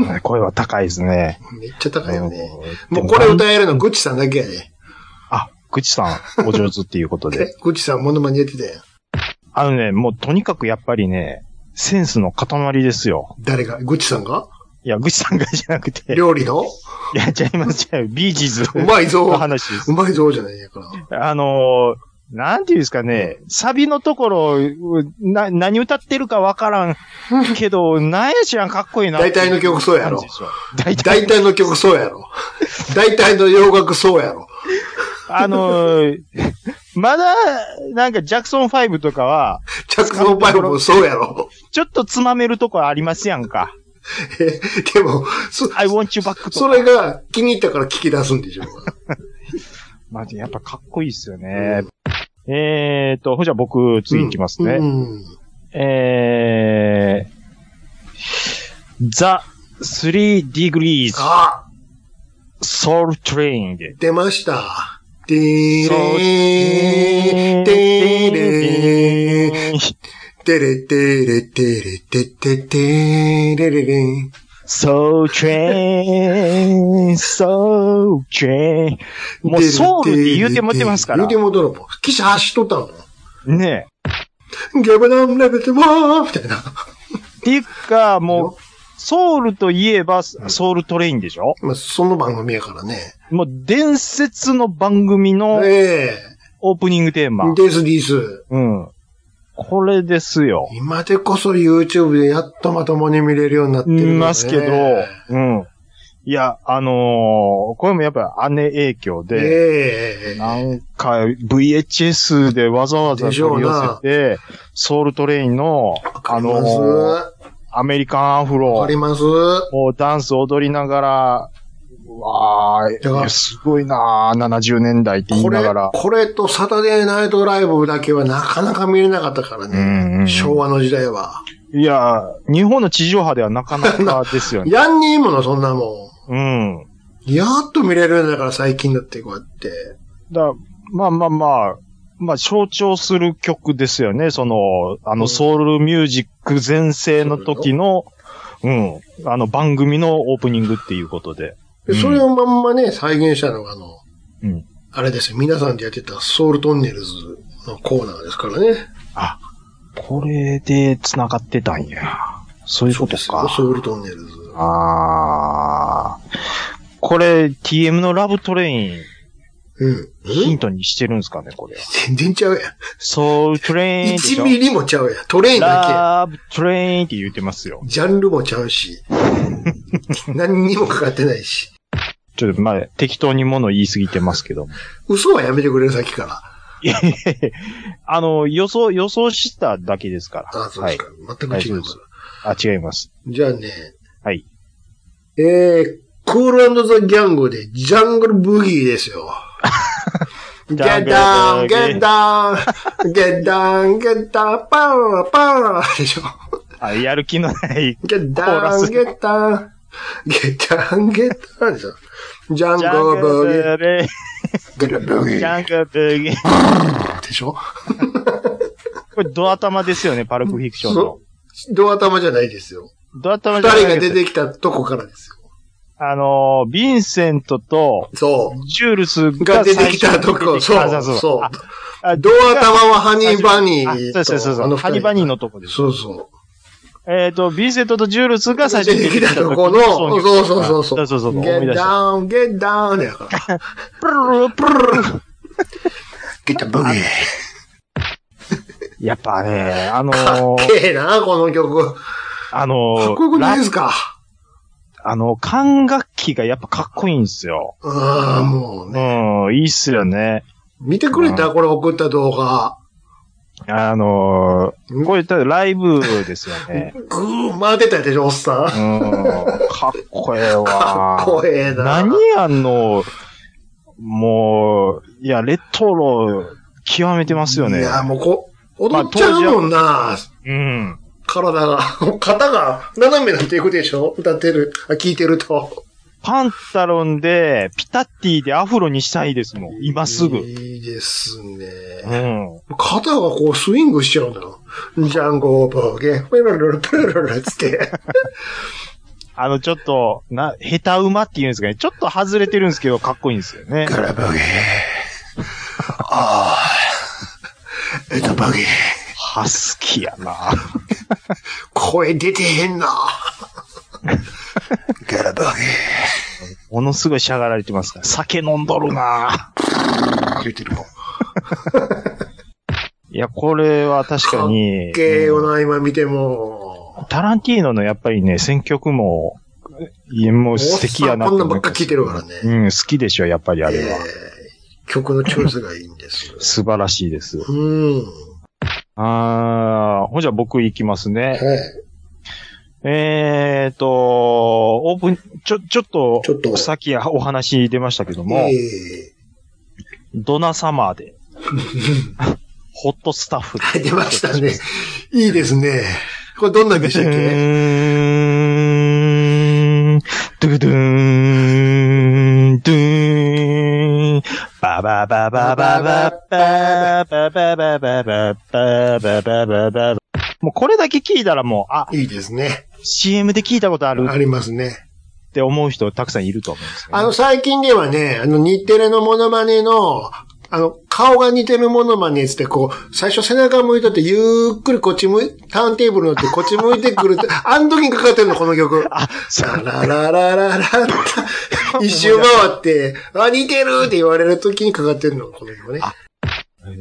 [SPEAKER 3] うん声は高いですね。
[SPEAKER 4] めっちゃ高いよね。
[SPEAKER 3] うん
[SPEAKER 4] もうこれ歌えるの、グッチさんだけやで。
[SPEAKER 3] あ、口さん、お上手っていうことで。
[SPEAKER 4] グッチさん、モノマネやってたやん。
[SPEAKER 3] あのね、もうとにかくやっぱりね、センスの塊ですよ。
[SPEAKER 4] 誰がグッチさんが
[SPEAKER 3] いや、口さんがじゃなくて、い
[SPEAKER 4] 料理の
[SPEAKER 3] や、ちゃいます、ちゃいますビージーズ
[SPEAKER 4] うまい
[SPEAKER 3] *laughs*
[SPEAKER 4] ぞ
[SPEAKER 3] の話です
[SPEAKER 4] う。まいぞ、じゃないやから。
[SPEAKER 3] あのーなんていうんですかね、サビのところ、うな、何歌ってるかわからんけど、なんやしらんかっこいいな。
[SPEAKER 4] 大体の曲そうやろ。
[SPEAKER 3] 大体、
[SPEAKER 4] 大体の曲そうやろ。大体の洋楽そうやろ。
[SPEAKER 3] あのーまだ、なんかジャクソン5とかは、
[SPEAKER 4] チャックソンパイプもそうやろ。
[SPEAKER 3] ちょっとつまめるとこありますやんか。
[SPEAKER 4] えでも、そ、
[SPEAKER 3] I want you back と
[SPEAKER 4] そ
[SPEAKER 3] か。
[SPEAKER 4] れが気に入ったから聞き出すん
[SPEAKER 3] *laughs*
[SPEAKER 4] でしょうか。
[SPEAKER 3] まあ、やっぱかっこいいっすよね。えーと、ほんじゃ僕、次行きますね。
[SPEAKER 4] うん。
[SPEAKER 3] えー、ザ・スリー・ディグリーズ・
[SPEAKER 4] あ
[SPEAKER 3] ソウル・トレインで。
[SPEAKER 4] 出ました。てーれー、てーれー、てれてれてれてててれれれん。
[SPEAKER 3] ソウル・トレイン、ソウル・トレイン。もうソウルって言うてもってますから
[SPEAKER 4] 言う。てもとるもん。記者走っとったもん。
[SPEAKER 3] ねえ。
[SPEAKER 4] ゲブダムレベルワーみたいな。
[SPEAKER 3] っていうか、もう、ソウルといえば、ソウルトレインでしょ
[SPEAKER 4] まあ、その番組やからね。
[SPEAKER 3] もう、伝説の番組の
[SPEAKER 4] ええ
[SPEAKER 3] オープニングテーマ。
[SPEAKER 4] ですです。
[SPEAKER 3] うん。これですよ。
[SPEAKER 4] 今でこそ YouTube でやっとまともに見れるようになってる、
[SPEAKER 3] 見ますけど、うん。いや、あのーこれもやっぱり姉影響
[SPEAKER 4] ええ
[SPEAKER 3] で、
[SPEAKER 4] ええええ
[SPEAKER 3] なんか VHS でわざわざ
[SPEAKER 4] でしょ
[SPEAKER 3] 取
[SPEAKER 4] う
[SPEAKER 3] り
[SPEAKER 4] な
[SPEAKER 3] 寄せて、ソウルトレインの、あの
[SPEAKER 4] わかります
[SPEAKER 3] ーアメリカンアフロ
[SPEAKER 4] わかります
[SPEAKER 3] をダンス踊りながら、うわあ、い
[SPEAKER 4] だから
[SPEAKER 3] やすごいなあ、70年代って言い
[SPEAKER 4] こ
[SPEAKER 3] な
[SPEAKER 4] れ
[SPEAKER 3] がら、。
[SPEAKER 4] これとサタデーナイトライブだけはなかなか見れなかったからね。
[SPEAKER 3] うんうんうん
[SPEAKER 4] 昭和の時代は。
[SPEAKER 3] いや、日本の地上波ではなかなかです
[SPEAKER 4] *laughs*
[SPEAKER 3] よね。
[SPEAKER 4] やんにいいもの、そんなも
[SPEAKER 3] うん。
[SPEAKER 4] ん。やっと見れるんだから、最近だってこうやって。
[SPEAKER 3] だまあまあまあ、まあ象徴する曲ですよね。その、あ
[SPEAKER 4] う
[SPEAKER 3] の
[SPEAKER 4] ん
[SPEAKER 3] ソウルミュージック全盛の時の、うん、あの番組のオープニングっていうことで。
[SPEAKER 4] で
[SPEAKER 3] うん
[SPEAKER 4] それをまんまね、再現したのが、あの、
[SPEAKER 3] うん。
[SPEAKER 4] あれですよ。皆さんでやってたソウルトンネルズのコーナーですからね。
[SPEAKER 3] あ、これで繋がってたんや。そういうこと
[SPEAKER 4] ですよ
[SPEAKER 3] か。
[SPEAKER 4] ソウルトンネルズ。
[SPEAKER 3] あー。これ、TM のラブトレイン、
[SPEAKER 4] うん。
[SPEAKER 3] ヒントにしてるんですかね、これは。
[SPEAKER 4] 全然ちゃうや
[SPEAKER 3] ソウルトレインで
[SPEAKER 4] ん。
[SPEAKER 3] し
[SPEAKER 4] 1
[SPEAKER 3] ょ
[SPEAKER 4] ミリもちゃうやん。トレインだ
[SPEAKER 3] ラブトレインって言ってますよ
[SPEAKER 4] け。。ジャンルもちゃうし。 *laughs* 何にもかかってないし。
[SPEAKER 3] ちょっと、まあ、適当にもの言い過ぎてますけども。
[SPEAKER 4] 嘘はやめてくれる、さっきから。
[SPEAKER 3] あの、予想、予想しただけですから。
[SPEAKER 4] あ、そうですか。全く
[SPEAKER 3] はい
[SPEAKER 4] 違うか
[SPEAKER 3] そうはい。あ、違います。
[SPEAKER 4] ら。じゃあね。
[SPEAKER 3] はい。
[SPEAKER 4] えー、クールザ・ギャングで、ジャングル・ブギーですよ。
[SPEAKER 3] *laughs* ジ
[SPEAKER 4] Get
[SPEAKER 3] ャングル
[SPEAKER 4] down,
[SPEAKER 3] ブギー
[SPEAKER 4] get down, get down, get down, パー、パーでしょ。
[SPEAKER 3] あやる気のない。
[SPEAKER 4] ゲッタ
[SPEAKER 3] コーラ
[SPEAKER 4] ン、
[SPEAKER 3] ス
[SPEAKER 4] ゲッタン。ゲッタン、ゲッタンでしょ。ジャン
[SPEAKER 3] ジャン
[SPEAKER 4] ゴ
[SPEAKER 3] グ
[SPEAKER 4] ブー
[SPEAKER 3] ルブーギ
[SPEAKER 4] ギー。ジャンゴブー
[SPEAKER 3] ー、
[SPEAKER 4] ギ
[SPEAKER 3] ジ
[SPEAKER 4] ー
[SPEAKER 3] ャングルブーギー。
[SPEAKER 4] でしょ
[SPEAKER 3] これドア玉ですよね、パルプフィクションの
[SPEAKER 4] そ。ドア玉じゃないですよ。
[SPEAKER 3] ドア玉
[SPEAKER 4] 二
[SPEAKER 3] じゃない
[SPEAKER 4] 人が
[SPEAKER 3] け
[SPEAKER 4] 出
[SPEAKER 3] ど
[SPEAKER 4] てきたとこからですよ。
[SPEAKER 3] あのー、ヴィンセントと、
[SPEAKER 4] そ
[SPEAKER 3] ジュールス
[SPEAKER 4] う。
[SPEAKER 3] が
[SPEAKER 4] が出てきたと
[SPEAKER 3] 最初に出
[SPEAKER 4] こ。
[SPEAKER 3] てきた
[SPEAKER 4] そう。そ
[SPEAKER 3] あ
[SPEAKER 4] う。
[SPEAKER 3] あ
[SPEAKER 4] ドア玉はハニーバニ
[SPEAKER 3] あ
[SPEAKER 4] ー
[SPEAKER 3] そう
[SPEAKER 4] と。
[SPEAKER 3] そうそうそ
[SPEAKER 4] あ
[SPEAKER 3] う。
[SPEAKER 4] の
[SPEAKER 3] ハニバニー
[SPEAKER 4] の。
[SPEAKER 3] のとこです。
[SPEAKER 4] そうそ
[SPEAKER 3] えっ、と、ビンセントとジュールスが
[SPEAKER 4] う。出
[SPEAKER 3] 最初に
[SPEAKER 4] てきたとこの、 *laughs* そうそうそうそう。
[SPEAKER 3] そうそうそう。
[SPEAKER 4] ゲ
[SPEAKER 3] 思い
[SPEAKER 4] ッ
[SPEAKER 3] 出し
[SPEAKER 4] ダ
[SPEAKER 3] た。
[SPEAKER 4] ウン、ゲッダウンだから。
[SPEAKER 3] プルルプルル
[SPEAKER 4] ゲッタブーギー。
[SPEAKER 3] やっぱね、あの
[SPEAKER 4] かっ
[SPEAKER 3] ー、
[SPEAKER 4] けえな、この曲。
[SPEAKER 3] あの
[SPEAKER 4] かっこ
[SPEAKER 3] ー、
[SPEAKER 4] よくな
[SPEAKER 3] ラ
[SPEAKER 4] いですか
[SPEAKER 3] あの、管楽器がやっぱかっこいいんですよ。
[SPEAKER 4] ああ、もう
[SPEAKER 3] う
[SPEAKER 4] ね。
[SPEAKER 3] ん、いいっすよね。
[SPEAKER 4] 見てくれたこれ送った動画。
[SPEAKER 3] あのー、これ多分ライブですよね。
[SPEAKER 4] ぐー回ってたやつでしょ、おっさ。
[SPEAKER 3] うんん、かっこええわ。
[SPEAKER 4] かっこええな。
[SPEAKER 3] 何あの、もう、いや、レトロ、極めてますよね。
[SPEAKER 4] いや、もうこ、踊っちゃうもんな。
[SPEAKER 3] うん。
[SPEAKER 4] 体が。 *laughs* もう肩が斜めになっていくでしょ歌ってる。あ、聞いてると。
[SPEAKER 3] パンタロンで、ピタッティでアフロにしたいですもん。今すぐ。
[SPEAKER 4] いいですね。
[SPEAKER 3] うん。
[SPEAKER 4] 肩がこうスイングしちゃうんだよ。ジャンゴーボーゲー、プルルルプルルルつ *laughs* って。
[SPEAKER 3] あの、ちょっと、な、下手馬っていうんですかね。ちょっと外れてるんですけど、かっこいいんですよね。
[SPEAKER 4] ラボゲー。ああ。エタボゲー。
[SPEAKER 3] ハスキーやな。
[SPEAKER 4] 声出てへんな。 *laughs* ガラバ
[SPEAKER 3] ものすごいしゃがられてますから。酒飲んどるな。
[SPEAKER 4] ー言ってるもん。
[SPEAKER 3] いや、これは確かに。
[SPEAKER 4] ゲーよ
[SPEAKER 3] うん
[SPEAKER 4] な、今見ても。
[SPEAKER 3] タランティーノのやっぱりね、選曲も、いや、もう素敵やなと思います
[SPEAKER 4] おっさんこんなんばっか聞いてるからね
[SPEAKER 3] うん、好きでしょ、やっぱりあれは。
[SPEAKER 4] えー曲のチョイスがいいんです。
[SPEAKER 3] 素晴らしいです。
[SPEAKER 4] うん。
[SPEAKER 3] あー、ほんじゃ僕行きますね。
[SPEAKER 4] はい。
[SPEAKER 3] えーと、オープン、ちょ、ちょっと、
[SPEAKER 4] ちょっと
[SPEAKER 3] さっきお話出ましたけども、
[SPEAKER 4] え
[SPEAKER 3] ドナサマーで、ホットスタッフで。
[SPEAKER 4] ー、出ましたね。いいですね。これどんなでしたっ
[SPEAKER 3] ドゥ
[SPEAKER 4] け
[SPEAKER 3] ーン、ドゥドゥーン、ドゥーン、バババババババババババババババババもうこれだけ聞いたらもう、あ、
[SPEAKER 4] いいですね。
[SPEAKER 3] CM で聞いたことある
[SPEAKER 4] ありますね。
[SPEAKER 3] って思う人たくさんいると思うんですよね
[SPEAKER 4] あの、最近ではね、あの、日テレのモノマネの、あの、顔が似てるモノマネつって、こう、最初背中向いとって、ゆっくりこっち向い、ターンテーブル乗ってこっち向いてくるって、
[SPEAKER 3] *laughs*
[SPEAKER 4] あの時にかかってるの、この曲。
[SPEAKER 3] あ、そう
[SPEAKER 4] ララララララ一周回って、あ、似てるって言われる時にかかってるの、この曲ね。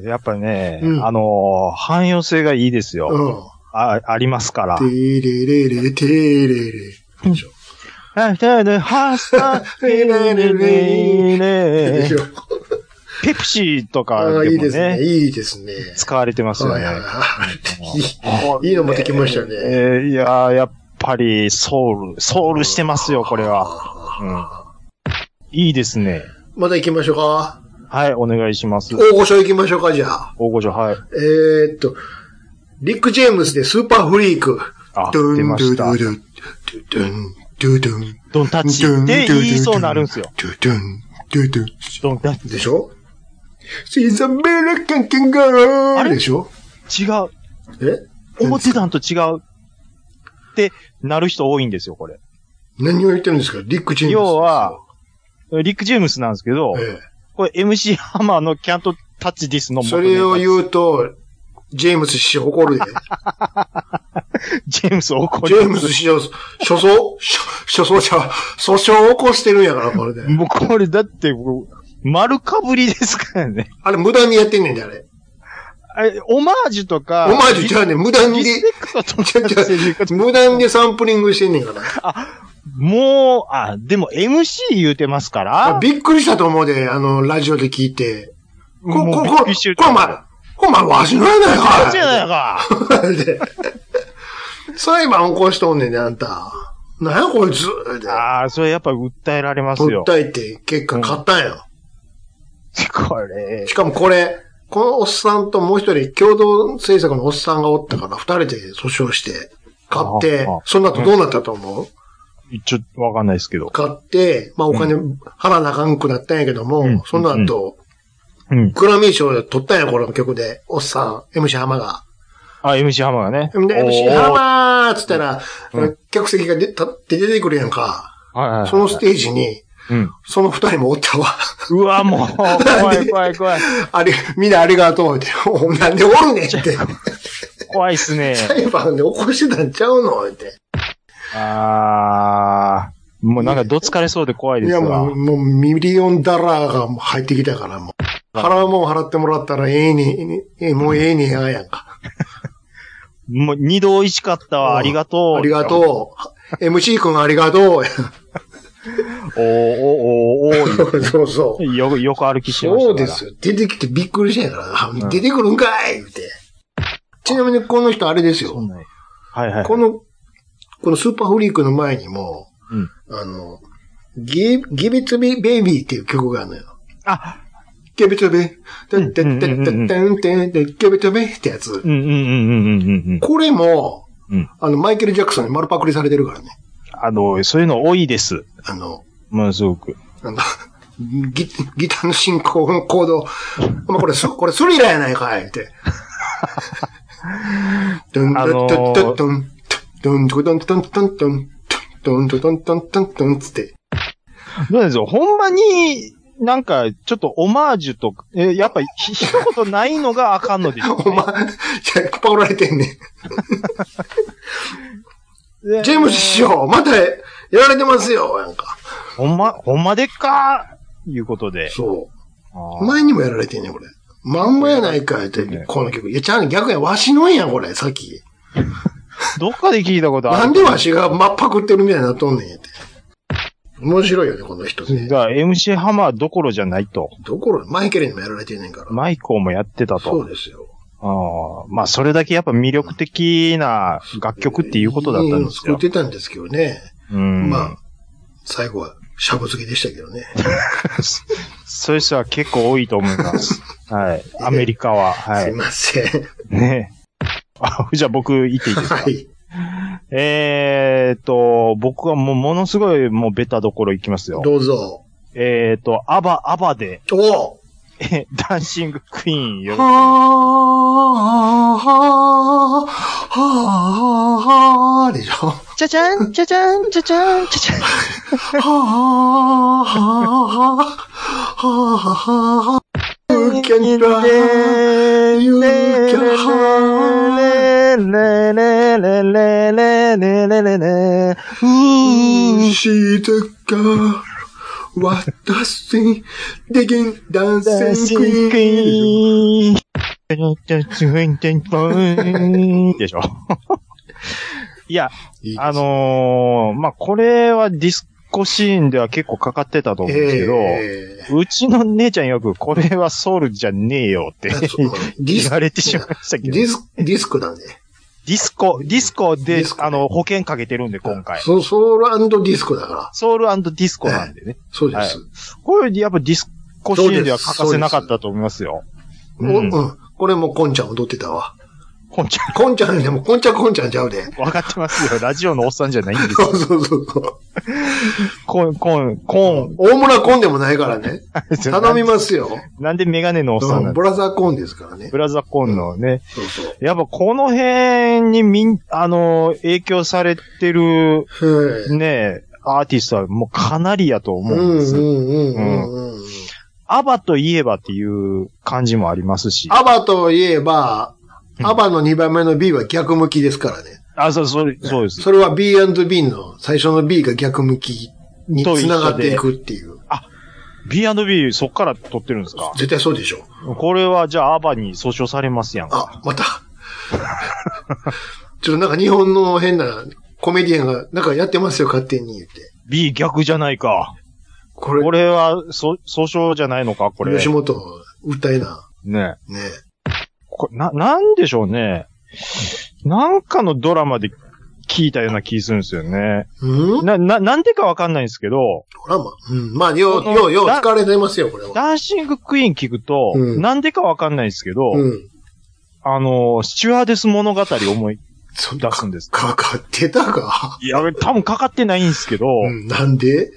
[SPEAKER 3] やっぱね、
[SPEAKER 4] うん
[SPEAKER 3] あのー汎用性がいいですよ。
[SPEAKER 4] うん。
[SPEAKER 3] あ、ありますから
[SPEAKER 4] て。れれれ、てれれ。
[SPEAKER 3] あだだハスタ
[SPEAKER 4] ねねねね
[SPEAKER 3] ね
[SPEAKER 4] でしょ
[SPEAKER 3] ペプシーと
[SPEAKER 4] あ
[SPEAKER 3] か
[SPEAKER 4] あ、い
[SPEAKER 3] で
[SPEAKER 4] い
[SPEAKER 3] も
[SPEAKER 4] ですね。
[SPEAKER 3] ね、
[SPEAKER 4] いいですね。
[SPEAKER 3] 使われてますよ
[SPEAKER 4] はい
[SPEAKER 3] ね
[SPEAKER 4] はい。はいいい。いいの持ってきました
[SPEAKER 3] え
[SPEAKER 4] ね。
[SPEAKER 3] ーいやーやっぱりソウル、ソウルしてますよ、これは。うん。いいですね。
[SPEAKER 4] また行きましょうか。
[SPEAKER 3] はい、お願いします。
[SPEAKER 4] 大御所行きましょうか、じゃあ。
[SPEAKER 3] 大御所、はい。
[SPEAKER 4] えーっと、リック・ジェームスでスーパーフリーク。
[SPEAKER 3] あ
[SPEAKER 4] ドゥン
[SPEAKER 3] 出ました
[SPEAKER 4] ドゥドゥドゥン、ドゥドゥン、
[SPEAKER 3] ドンタッチって言いそうになるんですよ。
[SPEAKER 4] ドゥドゥン、ドゥドゥン。
[SPEAKER 3] ドンタッ
[SPEAKER 4] でしょ ?She's a American kangaroo!
[SPEAKER 3] あれ
[SPEAKER 4] でしょ
[SPEAKER 3] チ。違う。
[SPEAKER 4] え
[SPEAKER 3] 思ってたんと違うってなる人多いんですよ、これ。
[SPEAKER 4] 何を言ってるんですかリック・ジェームス。
[SPEAKER 3] 要は、リック・ジェームスなんですけど、
[SPEAKER 4] え
[SPEAKER 3] これ MC ハマーのキャントタッチディスの
[SPEAKER 4] え、それを
[SPEAKER 3] う。
[SPEAKER 4] 言うと、ジェームス氏怒るで。
[SPEAKER 3] ジェームス怒
[SPEAKER 4] ジ
[SPEAKER 3] る。
[SPEAKER 4] ェームス氏を、所相、所相者、訴訟を起こしてるんやから、これで。
[SPEAKER 3] もうこれだって、もう丸かぶりですからね。
[SPEAKER 4] あれ無駄にやってんねんで、
[SPEAKER 3] *laughs*
[SPEAKER 4] あれ。
[SPEAKER 3] あれオマージュとか、
[SPEAKER 4] オマージュちゃうねん無駄に
[SPEAKER 3] リ
[SPEAKER 4] で
[SPEAKER 3] スペクトと
[SPEAKER 4] ちょ
[SPEAKER 3] かしてる
[SPEAKER 4] ちょ無駄にサンプリングしてんねんから。
[SPEAKER 3] もう、あ、でも MC 言うてますから、
[SPEAKER 4] びっくりしたと思うで、あの、ラジオで聞いて。こ、こ、
[SPEAKER 3] もう
[SPEAKER 4] こ、
[SPEAKER 3] び
[SPEAKER 4] こ
[SPEAKER 3] っくりしてると
[SPEAKER 4] れお
[SPEAKER 3] 思う
[SPEAKER 4] 前、これお前、わしのやない
[SPEAKER 3] こ
[SPEAKER 4] か
[SPEAKER 3] っち
[SPEAKER 4] い
[SPEAKER 3] じゃないか。
[SPEAKER 4] で *laughs* 裁判起こしとんねんね、あんた。なんやこいつ。で
[SPEAKER 3] ああ、それやっぱ訴えられますよ。
[SPEAKER 4] 訴えて、結果買ったんや。
[SPEAKER 3] これ
[SPEAKER 4] し、かもこれ、このおっさんともう一人、共同制作のおっさんがおったから、二人で訴訟して。買って
[SPEAKER 3] あああ、
[SPEAKER 4] その後どうなったと思う
[SPEAKER 3] ちょっとわかんないですけど。
[SPEAKER 4] 買って、まあお金払わなあかんくなったんやけども、
[SPEAKER 3] うん
[SPEAKER 4] その後、
[SPEAKER 3] うん。
[SPEAKER 4] グラミー賞で取ったんや、この曲で。おっさん、MC 浜が。
[SPEAKER 3] あ、MC ハマがね。
[SPEAKER 4] で、MC
[SPEAKER 3] が
[SPEAKER 4] 浜ーっつったら、
[SPEAKER 3] うん
[SPEAKER 4] 客席が出た出てくるやんか。
[SPEAKER 3] はいはいはい。
[SPEAKER 4] そのステージに、
[SPEAKER 3] うん。
[SPEAKER 4] その二人もおったわ。 *laughs*
[SPEAKER 3] うわ、もう、怖い怖い怖い。
[SPEAKER 4] あれ、みんなありがとうって。おなんでおるねんって。
[SPEAKER 3] 怖いっすね。
[SPEAKER 4] 裁判で起こしてたんちゃうのって。
[SPEAKER 3] あー。もうなんかどつかれそうで怖い
[SPEAKER 4] い
[SPEAKER 3] です
[SPEAKER 4] や、
[SPEAKER 3] わ。
[SPEAKER 4] もう、もうミリオンダラーがもう入ってきたから、もう。払うもん払ってもらったらええに、ええもうええにややんか。
[SPEAKER 3] もう二度美味しかった
[SPEAKER 4] うん
[SPEAKER 3] わ。ありがとう。
[SPEAKER 4] ありがとう。MC 君ありがとう。
[SPEAKER 3] う。おーおーおー
[SPEAKER 4] *laughs* そうそ
[SPEAKER 3] おー。よ、よく歩き
[SPEAKER 4] う。
[SPEAKER 3] しました
[SPEAKER 4] そう
[SPEAKER 3] から。
[SPEAKER 4] ですよ。出てきてびっくりしたんやから、
[SPEAKER 3] ん
[SPEAKER 4] 出てくるんかいって。ちなみにこの人あれです
[SPEAKER 3] そ
[SPEAKER 4] よ
[SPEAKER 3] ん。なに。はい *laughs* はい。
[SPEAKER 4] この、このスーパーフリークの前にも、
[SPEAKER 3] うん
[SPEAKER 4] あの、ギ、ギビツビベイビーっていう曲があるのよ。
[SPEAKER 3] あ、
[SPEAKER 4] ギビツビ、てんてんて
[SPEAKER 3] うんん
[SPEAKER 4] てんてんてんてん、ギビツビってやつ
[SPEAKER 3] う。んうんうんうんうんうんうん。
[SPEAKER 4] これも、
[SPEAKER 3] うん
[SPEAKER 4] あの、マイケル・ジャクソンに丸パクリされてるからね。
[SPEAKER 3] あの、そういうの多いです。
[SPEAKER 4] あの、
[SPEAKER 3] ものすごく。
[SPEAKER 4] あの、ギギターの進行のコード、お前これス、これスリラーやないかいって。ドン
[SPEAKER 3] あのー
[SPEAKER 4] ドンドンドンドンドンドンドンドンドンドンドンドンドンドンドンつって。
[SPEAKER 3] そうですよ。ほんまに、なんか、ちょっとオマージュとか、え、やっぱ、ひ一言ないのがあかんの
[SPEAKER 4] *laughs*
[SPEAKER 3] でしょ
[SPEAKER 4] お前、じゃあパクられてんねん。
[SPEAKER 3] うね。
[SPEAKER 4] ジェームズ師匠、またやられてますよ、なんか。
[SPEAKER 3] ほんま、ほんまでっかいうことで。
[SPEAKER 4] そ
[SPEAKER 3] あ
[SPEAKER 4] う。前にもやられてんねん、これ。まんまやないかいって、この曲。いや、ちゃうねん逆や、わしのんや、これ、さっき。
[SPEAKER 3] ーどっかで聞いたことある。
[SPEAKER 4] なんでわしがまっぱくってるみたいになっとんねんやって。面白いよね、この人ね
[SPEAKER 3] だ。から MC ハマーどころじゃないと。
[SPEAKER 4] どころ、マイケルにもやられてんねんから。
[SPEAKER 3] マイコーもやってた
[SPEAKER 4] そ
[SPEAKER 3] と。
[SPEAKER 4] うですよ。
[SPEAKER 3] あーまあ、それだけやっぱ魅力的な楽曲っていうことだったんです
[SPEAKER 4] う
[SPEAKER 3] よ
[SPEAKER 4] ん作っ。てたんですけどね。
[SPEAKER 3] うん。
[SPEAKER 4] まあ、最後は、シャブ付きでしたけどね。
[SPEAKER 3] *laughs* そういう人は結構多いと思い
[SPEAKER 4] *laughs*
[SPEAKER 3] ます。はい。アメリカは。は
[SPEAKER 4] すい
[SPEAKER 3] い。
[SPEAKER 4] ません。
[SPEAKER 3] ねあ、じゃあ僕、行っていい
[SPEAKER 4] *laughs*
[SPEAKER 3] ですか
[SPEAKER 4] はい。
[SPEAKER 3] えーっと、僕はもうものすごいもうベタどころ行きますよ。
[SPEAKER 4] どうぞ。
[SPEAKER 3] えーっと、アバ、アバで、
[SPEAKER 4] おう
[SPEAKER 3] えダンシングクイーンよ
[SPEAKER 4] は
[SPEAKER 3] ろ
[SPEAKER 4] あ、はあ、はあ、はあ、でしょ。は
[SPEAKER 3] しく。ちゃちゃん、ちゃちゃん、ちゃちゃん、ちゃちゃん。
[SPEAKER 4] あ、はあ、はあ、はあ、はあ、You can try. してか、私に、できん、ダンセンクイーン。
[SPEAKER 3] でしょ。いや、
[SPEAKER 4] いいです
[SPEAKER 3] あ、のー、まあ、これはディスコシーンでは結構かかってたと思うんですけど、
[SPEAKER 4] え
[SPEAKER 3] うちの姉ちゃんよく、これはソウルじゃねえよって
[SPEAKER 4] えそうディ
[SPEAKER 3] 言
[SPEAKER 4] ス
[SPEAKER 3] われてしまいましたけど、
[SPEAKER 4] デ
[SPEAKER 3] デ
[SPEAKER 4] ィスディスクだね。
[SPEAKER 3] ィスコ、ディスコ
[SPEAKER 4] ディ
[SPEAKER 3] で
[SPEAKER 4] ス、コね
[SPEAKER 3] あの、保険かけてるんで、今回。
[SPEAKER 4] そう、ソウルディスクだから。
[SPEAKER 3] ソウルディスコなんでね。
[SPEAKER 4] そうです。
[SPEAKER 3] これ、やっぱディスコシーンでは欠かせなかったと思いますよ。
[SPEAKER 4] お
[SPEAKER 3] う
[SPEAKER 4] うんん。これもコンちゃん踊ってたわ。
[SPEAKER 3] こんちゃ
[SPEAKER 4] コンちゃんでも、コンちゃんコンちゃんちゃうで。
[SPEAKER 3] ん、わかってますよ。ラジオのおっさんじゃないんです
[SPEAKER 4] *laughs* そ
[SPEAKER 3] よ。
[SPEAKER 4] うそうそうそう。
[SPEAKER 3] こん、こん、こん。
[SPEAKER 4] 大村コンでもないから
[SPEAKER 3] *laughs*
[SPEAKER 4] ね。頼み
[SPEAKER 3] ま
[SPEAKER 4] ますよ。
[SPEAKER 3] なんでメガネのおっさん
[SPEAKER 4] う
[SPEAKER 3] なんんだ
[SPEAKER 4] ブラザーコンですからね
[SPEAKER 3] ブ。ラザーコーンのね、
[SPEAKER 4] そうそう。
[SPEAKER 3] やっぱこの辺にみん、あの、影響されてる
[SPEAKER 4] はい。
[SPEAKER 3] ね、アーティストはもうかなりやと思
[SPEAKER 4] う
[SPEAKER 3] うん
[SPEAKER 4] ん
[SPEAKER 3] です。
[SPEAKER 4] うんうんうんうん。
[SPEAKER 3] アバといえばっていう感じもありますし。あ、
[SPEAKER 4] アバといえば、
[SPEAKER 3] うん
[SPEAKER 4] アバの2番目の B は逆向きですからね。
[SPEAKER 3] そう、そう、そうです。
[SPEAKER 4] それは B&B の最初の B が逆向きに繋がっていくっていう。
[SPEAKER 3] B&B そっから撮ってるんですか
[SPEAKER 4] 絶対そうでしょ。
[SPEAKER 3] これはじゃあアバに訴訟されますやんか。
[SPEAKER 4] あ、また。 *laughs* ちょっとなんか日本の変なコメディアンがなんかやってますよ、勝手に言って。
[SPEAKER 3] B 逆じゃないか。
[SPEAKER 4] これ、
[SPEAKER 3] これは、そ、訴訟じゃないのかこれ。
[SPEAKER 4] 吉本歌えな。
[SPEAKER 3] ね。
[SPEAKER 4] ね
[SPEAKER 3] こな、なんでしょうね。なんかのドラマで聞いたような気するんですよね。
[SPEAKER 4] うん
[SPEAKER 3] な、な、なんでかわかんないんですけど、
[SPEAKER 4] ドラマうん。まあ、よう、
[SPEAKER 3] この
[SPEAKER 4] よう、よう、
[SPEAKER 3] だ
[SPEAKER 4] 疲れてますよ、これは。
[SPEAKER 3] ダンシングクイーン聞くと、
[SPEAKER 4] うん
[SPEAKER 3] なんでかわかんないですけど、
[SPEAKER 4] うん。
[SPEAKER 3] あの、スチュアーデス物語思い
[SPEAKER 4] そ
[SPEAKER 3] 出すんです。
[SPEAKER 4] かかってたか。
[SPEAKER 3] いや、多分かかってないんですけど、
[SPEAKER 4] うん、なんで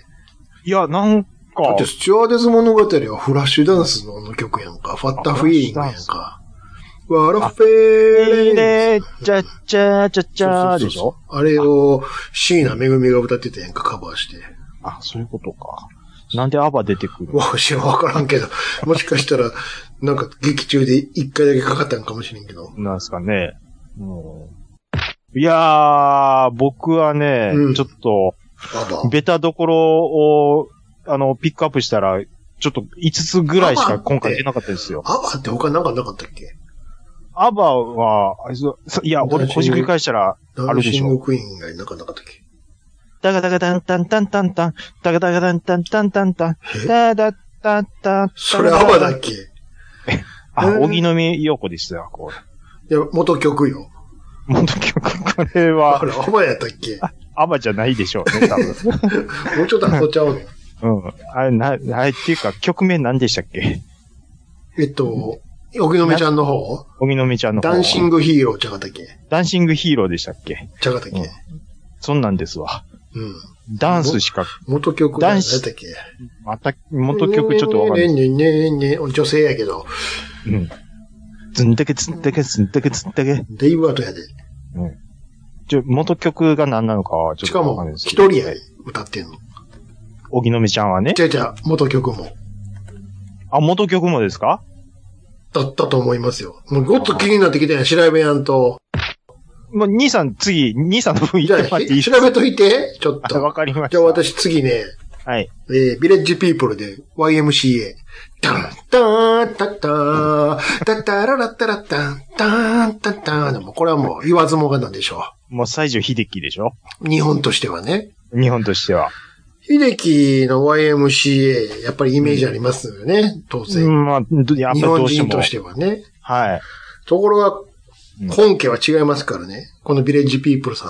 [SPEAKER 3] いや、なんか、
[SPEAKER 4] だって、スチュワーデス物語はフラッシュダンスのあの曲やんか。ファッタフィーリングやんか。ワラフェーレ
[SPEAKER 3] レー、ちゃちゃちゃちゃでしょ
[SPEAKER 4] あれを、椎名めぐみが歌ってたやんか、カバーして。
[SPEAKER 3] あ、そういうことか。なんでアバ出てくるの
[SPEAKER 4] わしはわからんけど、もしかしたら、なんか劇中で一回だけかかったんかもしれんけど。
[SPEAKER 3] なんですかね。うん、いやー、僕はね、
[SPEAKER 4] うん
[SPEAKER 3] ちょっと、
[SPEAKER 4] アバ。
[SPEAKER 3] ベタどころを、あの、ピックアップしたら、ちょっと5つぐらいしか今回出なかったですよ。
[SPEAKER 4] アバって他なんかなかったっけ
[SPEAKER 3] アバは、あいついや、俺、こじくり返したら、
[SPEAKER 4] あ
[SPEAKER 3] あるでしょ
[SPEAKER 4] シングクイーン以外なんかなかったっけ
[SPEAKER 3] ダガダガダンタンタンタンタン、ダガダガダンタンタンタンタン、ダダダダン
[SPEAKER 4] それアバだっけい
[SPEAKER 3] あ、
[SPEAKER 4] うん
[SPEAKER 3] 小木のみよこでしたよ、こう。
[SPEAKER 4] や、元曲よ。
[SPEAKER 3] 元曲、これ
[SPEAKER 4] あ
[SPEAKER 3] は、
[SPEAKER 4] れ、アバやったっけ
[SPEAKER 3] アバじゃないでしょうね、多分。
[SPEAKER 4] *laughs* もうちょっと遊っちゃうの。
[SPEAKER 3] うん。あれ、な、あれっていうか、曲名何でしたっけ
[SPEAKER 4] えっと、荻野目ちゃんの方
[SPEAKER 3] 小木のみちゃんの方
[SPEAKER 4] ダンシングヒーローちゃかったっけ
[SPEAKER 3] ダンシングヒーローでしたっけ
[SPEAKER 4] ちゃかったっけ
[SPEAKER 3] うんそんなんですわ。
[SPEAKER 4] うん。
[SPEAKER 3] ダンスしか、
[SPEAKER 4] 元曲
[SPEAKER 3] ダ
[SPEAKER 4] 何
[SPEAKER 3] ンシ
[SPEAKER 4] だったっけ
[SPEAKER 3] また、元曲ちょっとわかんない。
[SPEAKER 4] ねねねねねね女性やけど、
[SPEAKER 3] うん。ずんだけずんだけずんだけずんだけ。
[SPEAKER 4] デイブアートやで。
[SPEAKER 3] ちょ、元曲が何なのかはちょ
[SPEAKER 4] し
[SPEAKER 3] っと
[SPEAKER 4] か
[SPEAKER 3] わかん
[SPEAKER 4] も
[SPEAKER 3] ない、ですけ
[SPEAKER 4] 一
[SPEAKER 3] ど。
[SPEAKER 4] 人やで歌ってんの。
[SPEAKER 3] 小木のみちゃんはね。
[SPEAKER 4] じゃじゃ元曲も。
[SPEAKER 3] あ、元曲もですか
[SPEAKER 4] だったと思いますよ。もうごっと気になってきたやん、調べやんと。
[SPEAKER 3] もう、兄さん、次、兄さんの分
[SPEAKER 4] じ
[SPEAKER 3] 言っ
[SPEAKER 4] ゃあ、
[SPEAKER 3] てもらっていい
[SPEAKER 4] ひ
[SPEAKER 3] です
[SPEAKER 4] 調べといて、ちょっ
[SPEAKER 3] か *laughs* わ
[SPEAKER 4] と。
[SPEAKER 3] かりました。
[SPEAKER 4] じゃあ私次ね、
[SPEAKER 3] はい。
[SPEAKER 4] えー、ビレッジピープルで YMCA。タン、タン、タッタン、タッタララッタラッタン、タン、タッタン。でもこれはもう言わずもがなんでしょ
[SPEAKER 3] もう、西城秀樹でしょ
[SPEAKER 4] う。日本としてはね。
[SPEAKER 3] 日本としては。
[SPEAKER 4] 秀樹の YMCA、やっぱりイメージありますよね、当
[SPEAKER 3] う
[SPEAKER 4] 然。
[SPEAKER 3] ん、まあ、どやっぱり
[SPEAKER 4] 日
[SPEAKER 3] ど
[SPEAKER 4] 本
[SPEAKER 3] うして
[SPEAKER 4] 人
[SPEAKER 3] も
[SPEAKER 4] とし。てはね。
[SPEAKER 3] はい。
[SPEAKER 4] ところが
[SPEAKER 3] うん、
[SPEAKER 4] 本家は違いますからね。このビレッジピープルさん。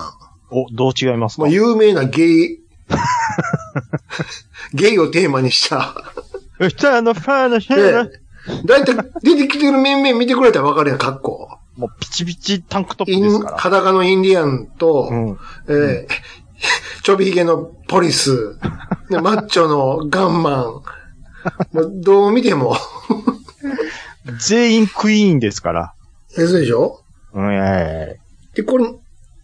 [SPEAKER 3] お、どう違いますか
[SPEAKER 4] もう有名なゲ
[SPEAKER 3] *laughs*
[SPEAKER 4] イ、ゲイをテーマにした。
[SPEAKER 3] うたのファンの人
[SPEAKER 4] で
[SPEAKER 3] の、
[SPEAKER 4] だいたい出てきてる面々見てくれたらわかるやん、格好。
[SPEAKER 3] もうピチピチタンクトッ
[SPEAKER 4] イ
[SPEAKER 3] プです
[SPEAKER 4] ン、
[SPEAKER 3] から。
[SPEAKER 4] 裸のインディアンと、
[SPEAKER 3] うん。
[SPEAKER 4] えーちょびひげのポリス、
[SPEAKER 3] *laughs*
[SPEAKER 4] でマッチョのガンマン、もうどう見ても、
[SPEAKER 3] 全員クイーンですから。
[SPEAKER 4] え、そうでしょ
[SPEAKER 3] うん、ええ
[SPEAKER 4] で、これ、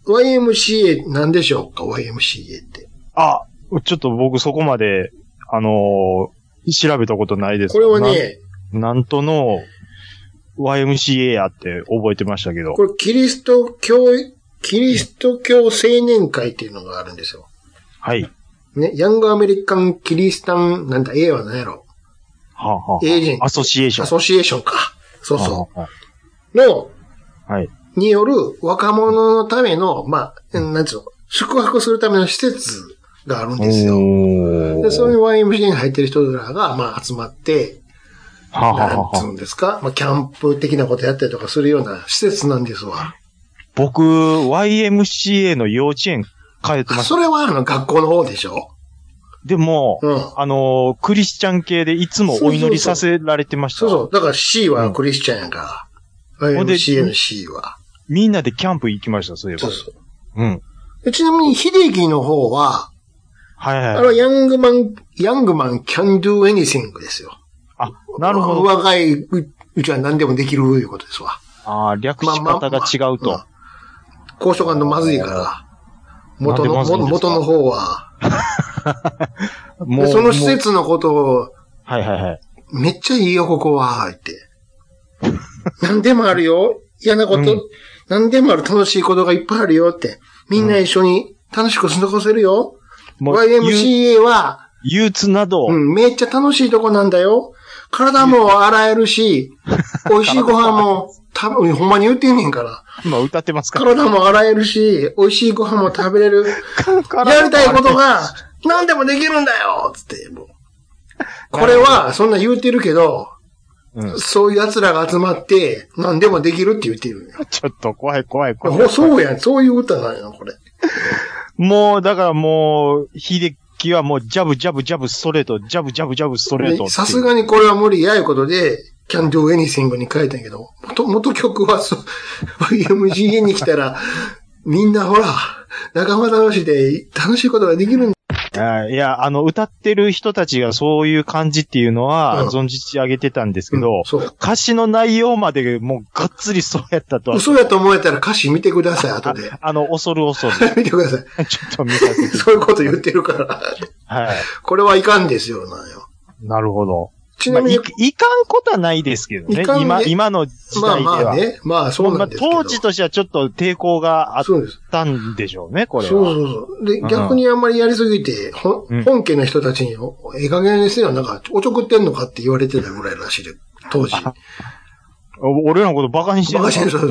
[SPEAKER 4] YMCA なんでしょうか ?YMCA って。
[SPEAKER 3] あ、ちょっと僕そこまで、あのー調べたことないです
[SPEAKER 4] これは、ね、
[SPEAKER 3] なんなんとの YMCA やって覚えてましたけど。
[SPEAKER 4] これキリスト教、キリスト教青年会っていうのがあるんですよ。
[SPEAKER 3] はい。
[SPEAKER 4] ね、ヤングアメリカン・キリスタン、なんだ、A は何やろ
[SPEAKER 3] はあ、はあ、
[SPEAKER 4] エージェント
[SPEAKER 3] アソシエーション。
[SPEAKER 4] アソシエーションか。そうそ
[SPEAKER 3] はあは
[SPEAKER 4] う。の、
[SPEAKER 3] あはい。
[SPEAKER 4] による若者のための、まあ、なんつうの、宿泊するための施設があるんですよ。
[SPEAKER 3] おー
[SPEAKER 4] で、そういう YMCA に入ってる人らが、まあ、集まって、
[SPEAKER 3] はあ、はあ
[SPEAKER 4] なん
[SPEAKER 3] はあ
[SPEAKER 4] つうんですか、まあ、キャンプ的なことやったりとかするような施設なんですわ。
[SPEAKER 3] 僕、YMCA の幼稚園通ってま
[SPEAKER 4] あ
[SPEAKER 3] した。
[SPEAKER 4] それは、あの、学校の方でしょ
[SPEAKER 3] でも、
[SPEAKER 4] うん。
[SPEAKER 3] あのークリスチャン系でいつもお祈りさせられてました。
[SPEAKER 4] そうそう。だから C はクリスチャンやんか。
[SPEAKER 3] ほんで
[SPEAKER 4] YMCA の C は。
[SPEAKER 3] みんなでキャンプ行きました、そういえば。。
[SPEAKER 4] そうそう
[SPEAKER 3] ん。
[SPEAKER 4] う。ちなみに、秀樹の方は、
[SPEAKER 3] はいはい
[SPEAKER 4] あ
[SPEAKER 3] は
[SPEAKER 4] の、
[SPEAKER 3] い。
[SPEAKER 4] ヤングマン、ヤングマン can do anything ですよ。
[SPEAKER 3] あ、なるほど。
[SPEAKER 4] 若いううちは何でもできるということですわ。
[SPEAKER 3] ああ、略し方が違うと。
[SPEAKER 4] まあまあまあ高所感のまずいから、元の、
[SPEAKER 3] なんでまずいんですか
[SPEAKER 4] 元の方は。
[SPEAKER 3] も
[SPEAKER 4] で、その施
[SPEAKER 3] も
[SPEAKER 4] 設のことを、
[SPEAKER 3] うはいはいはい。
[SPEAKER 4] めっちゃいいよ、ここは、って。 *laughs* 何でもあるよ。嫌なこと、
[SPEAKER 3] うん
[SPEAKER 4] 何でもある楽しいことがいっぱいあるよって。みんな一緒に楽しく過ごせるよ。
[SPEAKER 3] もう、憂
[SPEAKER 4] YMCA は、
[SPEAKER 3] 憂鬱など、
[SPEAKER 4] うん、めっちゃ楽しいとこなんだよ。体も洗える *laughs* し、美味しいご飯も、たぶん、ほんまに言ってんねんから。
[SPEAKER 3] 今歌ってますから。
[SPEAKER 4] 体も洗えるし、美味しいご飯も食べれ *laughs* る。
[SPEAKER 3] 体
[SPEAKER 4] やりたいことが、何でもできるんだよつって、 *laughs* もう。これは、そんな言うてるけど、
[SPEAKER 3] うん
[SPEAKER 4] そういう奴らが集まって、何でもできるって言ってるん *laughs* よ。
[SPEAKER 3] *laughs* ちょっと怖い怖い怖
[SPEAKER 4] ほ
[SPEAKER 3] い。
[SPEAKER 4] そうやん、そういう歌なんよ、これ。
[SPEAKER 3] もう、だからもう、秀樹はもう、ジャブジャブジャブストレート、ジャブジャブジャブストレートっていう。
[SPEAKER 4] さすがにこれは無理やいうことで、Can Do Anything に変えたんやけど、元、元曲はそう、YMGA に来たら、 *laughs* みんなほら、仲間同士で楽しいことができるんだ。
[SPEAKER 3] あいや、あの、歌ってる人たちがそういう感じっていうの
[SPEAKER 4] う
[SPEAKER 3] は、
[SPEAKER 4] ん
[SPEAKER 3] 存じ上げてたんですけど、
[SPEAKER 4] そう。
[SPEAKER 3] 歌詞の内容までもうがっつりそうやったとは。
[SPEAKER 4] 嘘やと思えたら歌詞見てく
[SPEAKER 3] *laughs*
[SPEAKER 4] ださい、後で。
[SPEAKER 3] あの、恐る *laughs* 恐
[SPEAKER 4] 見てくださ
[SPEAKER 3] る。ちょっと見させ
[SPEAKER 4] い。
[SPEAKER 3] て。
[SPEAKER 4] そういうこと言ってるから。
[SPEAKER 3] はい。
[SPEAKER 4] これはいかんですよ、なんよ。
[SPEAKER 3] なるほど。
[SPEAKER 4] ち
[SPEAKER 3] ま
[SPEAKER 4] な
[SPEAKER 3] あ、
[SPEAKER 4] み
[SPEAKER 3] い
[SPEAKER 4] に、
[SPEAKER 3] いかんことはないですけどね
[SPEAKER 4] い。かんね
[SPEAKER 3] 今、今の時
[SPEAKER 4] まあ
[SPEAKER 3] 代では。
[SPEAKER 4] まあね。まあそうなんですけど。
[SPEAKER 3] まあ当時としてはちょっと抵抗があっ
[SPEAKER 4] そうです。
[SPEAKER 3] たんでしょうね、これは。
[SPEAKER 4] そうそうそう。で、
[SPEAKER 3] うん
[SPEAKER 4] 逆にあんまりやりすぎて、ほ
[SPEAKER 3] うん
[SPEAKER 4] ん本家の人たちに、おええ加減にせよ、なんか、おちょくってんのかって言われてたぐらいらしいで、当時。バ
[SPEAKER 3] お俺らのことバカにしてる
[SPEAKER 4] カしてる、そうそう。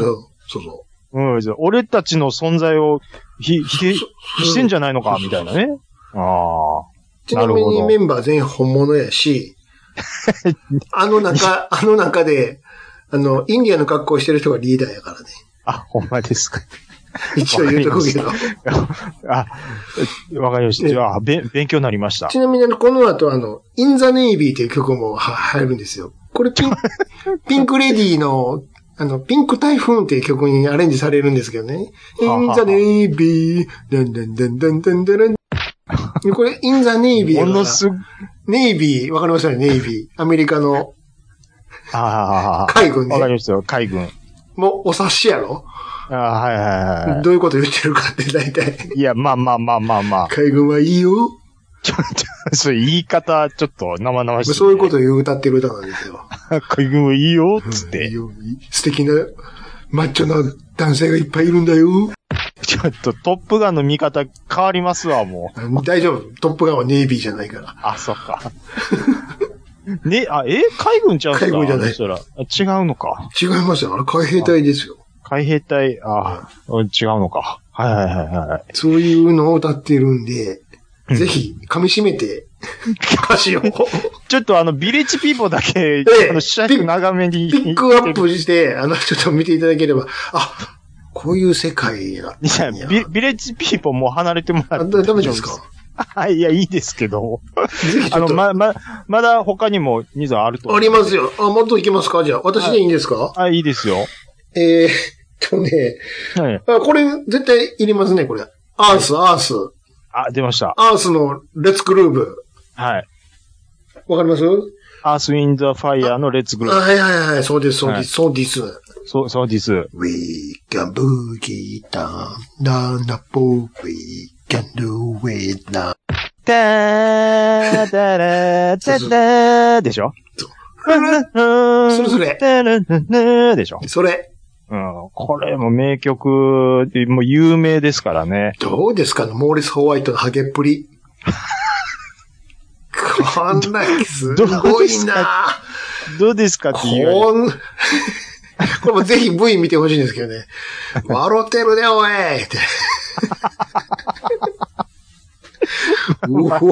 [SPEAKER 4] そうそう。
[SPEAKER 3] うん、じゃあ俺たちの存在をひ、ひ、ひしてんじゃないのか、みたいなね。あ
[SPEAKER 4] ちなみに
[SPEAKER 3] なるほど
[SPEAKER 4] メンバー全員本物
[SPEAKER 3] *laughs*
[SPEAKER 4] やし、あの中、あの中で、あの、インディアンの格好してる人がリーダーやからね。
[SPEAKER 3] あ。あ、ほんまですか。
[SPEAKER 4] 一応言うとくけど。
[SPEAKER 3] あ、えわかりました。じゃあ、べん勉強になりました。
[SPEAKER 4] ちなみにあの、この後あの、インザネイビーっていう曲もは入るんですよ。これピン、ピンクレディーの、あの、ピンクタイフーンっていう曲にアレンジされるんですけどね。イ
[SPEAKER 3] はあは
[SPEAKER 4] ン
[SPEAKER 3] あ
[SPEAKER 4] ザネイビー、ダンダンダンダンダンダン。これ、インザネイビーや
[SPEAKER 3] も
[SPEAKER 4] から
[SPEAKER 3] のすご
[SPEAKER 4] ネイビー、わかりますよね、ネイビー。アメリカの
[SPEAKER 3] ああ、わ
[SPEAKER 4] 海軍ね。
[SPEAKER 3] かりましたよ、海軍。
[SPEAKER 4] もう、お察しやろ
[SPEAKER 3] ああ、はいはいは
[SPEAKER 4] どういうこと言ってるかって大体。
[SPEAKER 3] い。いや、まあまあまあまあまあ。
[SPEAKER 4] 海軍はいいよ。
[SPEAKER 3] ちょ、ちょ、そういう言い方、ちょっと生々しい、
[SPEAKER 4] そういうことを言う歌ってる歌なんですよ。
[SPEAKER 3] 海軍いいよ、つっ
[SPEAKER 4] いい
[SPEAKER 3] て。
[SPEAKER 4] よ素敵な、マッチョな男性がいっぱいいるんだよ。
[SPEAKER 3] ちょっと、トップガンの見方変わりますわ、もう。
[SPEAKER 4] 大丈夫。トップガンはネイビーじゃないから。
[SPEAKER 3] あ、そっか。 *laughs* ね、あ、え海軍ちゃうんすか
[SPEAKER 4] 海軍じゃない
[SPEAKER 3] そしたら。あ違うのか。
[SPEAKER 4] 違いますよ。あれ、海兵隊ですよ。
[SPEAKER 3] 海兵隊、あ、うん違うのか。はいはいはいはい。
[SPEAKER 4] そういうのを歌ってるんで、
[SPEAKER 3] うん
[SPEAKER 4] ぜひ、噛み締め
[SPEAKER 3] *laughs*
[SPEAKER 4] て、歌詞を、
[SPEAKER 3] ちょっとあの、ビレッジピーポーだけ、
[SPEAKER 4] え
[SPEAKER 3] あの、シャイク長めに。
[SPEAKER 4] ピックアップして、あの、ちょっと見ていただければ、あ、こういう世界やっ
[SPEAKER 3] い
[SPEAKER 4] た
[SPEAKER 3] や
[SPEAKER 4] んや。
[SPEAKER 3] ビ、ビレッジピーポーもう離れてもら
[SPEAKER 4] あ
[SPEAKER 3] っ
[SPEAKER 4] だ
[SPEAKER 3] て。
[SPEAKER 4] ダメですか
[SPEAKER 3] はい、いや、いいですけど。
[SPEAKER 4] ぜひち
[SPEAKER 3] あ
[SPEAKER 4] ょっ
[SPEAKER 3] の、
[SPEAKER 4] と、
[SPEAKER 3] ま、ま、まだ他にもニーズあると。
[SPEAKER 4] ありますよ。あ、もっといきますかじゃあ、私でいいんですか、
[SPEAKER 3] あ、いいですよ。
[SPEAKER 4] えーっとね、
[SPEAKER 3] はい。
[SPEAKER 4] あこれ絶対いりますね、これ。アース、アース。
[SPEAKER 3] あ、出ました。
[SPEAKER 4] アースのレッツグルーブ。
[SPEAKER 3] はい。
[SPEAKER 4] わかります
[SPEAKER 3] アース・ウィン・ザ・ファイヤーのレッツグルー
[SPEAKER 4] はいはいはい、そうです、そう
[SPEAKER 3] はい
[SPEAKER 4] です、そうです。
[SPEAKER 3] プ。そう、そうです。
[SPEAKER 4] We can boogie down, down the pool, we can do it now.
[SPEAKER 3] たーだらーただーでしょ
[SPEAKER 4] それそれ
[SPEAKER 3] たらららでしょ
[SPEAKER 4] それ、
[SPEAKER 3] うん。これも名曲、もう有名ですからね。
[SPEAKER 4] どうですかね、モーリス・ホワイトのハゲっぷり。こんな、
[SPEAKER 3] *laughs*
[SPEAKER 4] す
[SPEAKER 3] どう
[SPEAKER 4] ご
[SPEAKER 3] で
[SPEAKER 4] い
[SPEAKER 3] す
[SPEAKER 4] な
[SPEAKER 3] どうですかっていうよ
[SPEAKER 4] こん、これもぜひ V 見てほしいんですけどね。笑ってるね、お
[SPEAKER 3] *laughs*
[SPEAKER 4] いって。うわ
[SPEAKER 3] り。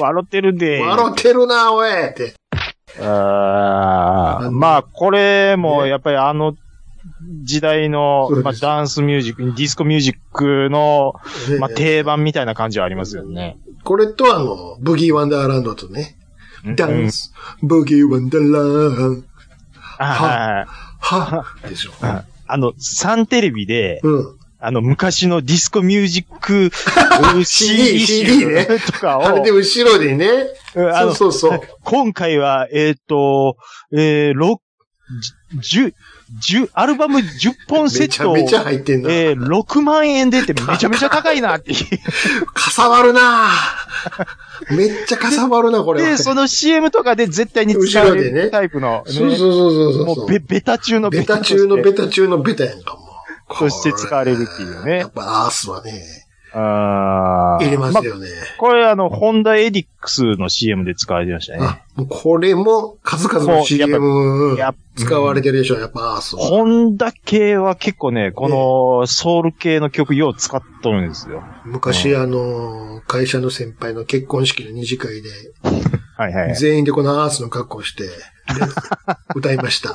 [SPEAKER 3] 笑ってるで。
[SPEAKER 4] 笑ってるな、おいって。
[SPEAKER 3] あーまあ、これも、やっぱりあの時代の
[SPEAKER 4] そう、です
[SPEAKER 3] まあ、ダンスミュージック、ディスコミュージックの、まあ、
[SPEAKER 4] ね
[SPEAKER 3] 定番みたいな感じはありますよね。
[SPEAKER 4] これとあの、ブギーワンダーランドとね、ダンス、ブギーワンダーラン、
[SPEAKER 3] うん。あはいはい。
[SPEAKER 4] は、でしょ。
[SPEAKER 3] あの、サンテレビで、
[SPEAKER 4] うん。
[SPEAKER 3] あの、昔のディスコミュージッ
[SPEAKER 4] *laughs*
[SPEAKER 3] ク
[SPEAKER 4] CD ね
[SPEAKER 3] とかを、
[SPEAKER 4] あれで後ろにね、
[SPEAKER 3] うんあ
[SPEAKER 4] そ
[SPEAKER 3] の
[SPEAKER 4] うそうそう。
[SPEAKER 3] 今回は、えっ、と、えー、6、10、10、アルバム10本セ
[SPEAKER 4] め
[SPEAKER 3] ッ
[SPEAKER 4] ちゃ
[SPEAKER 3] トを、
[SPEAKER 4] めちゃ入ってんな。
[SPEAKER 3] えー、6万円でってめちゃめちゃ高いなって。
[SPEAKER 4] かさばるなめっちゃかさばるな、 *laughs* これは。
[SPEAKER 3] で、その CM とかで絶対に使わ
[SPEAKER 4] 後ろで
[SPEAKER 3] れる
[SPEAKER 4] ね
[SPEAKER 3] タイプの、ね
[SPEAKER 4] そうそうそうそうそう。
[SPEAKER 3] もうベベタ中の
[SPEAKER 4] ベタ中の
[SPEAKER 3] として
[SPEAKER 4] ベタ中のベタやんかも。
[SPEAKER 3] そして使われるっていうね
[SPEAKER 4] やっぱアースはね、
[SPEAKER 3] あー
[SPEAKER 4] 入れます
[SPEAKER 3] ま
[SPEAKER 4] よね。
[SPEAKER 3] これあの、ホンダエディックスの CM で使われてましたね。
[SPEAKER 4] あ、もうこれも数々
[SPEAKER 3] もうやっ
[SPEAKER 4] の
[SPEAKER 3] ぱ
[SPEAKER 4] CM
[SPEAKER 3] やっ
[SPEAKER 4] 使われてるでしょ、やっぱアースは。
[SPEAKER 3] ホンダ系は結構ね、このソウル系の曲よう使っとるんですよ。
[SPEAKER 4] 昔あの、会社の先輩の結婚式の二次会で、
[SPEAKER 3] はいはい。
[SPEAKER 4] 全員でこのアースの格好をし
[SPEAKER 3] *laughs*
[SPEAKER 4] て、で歌いました。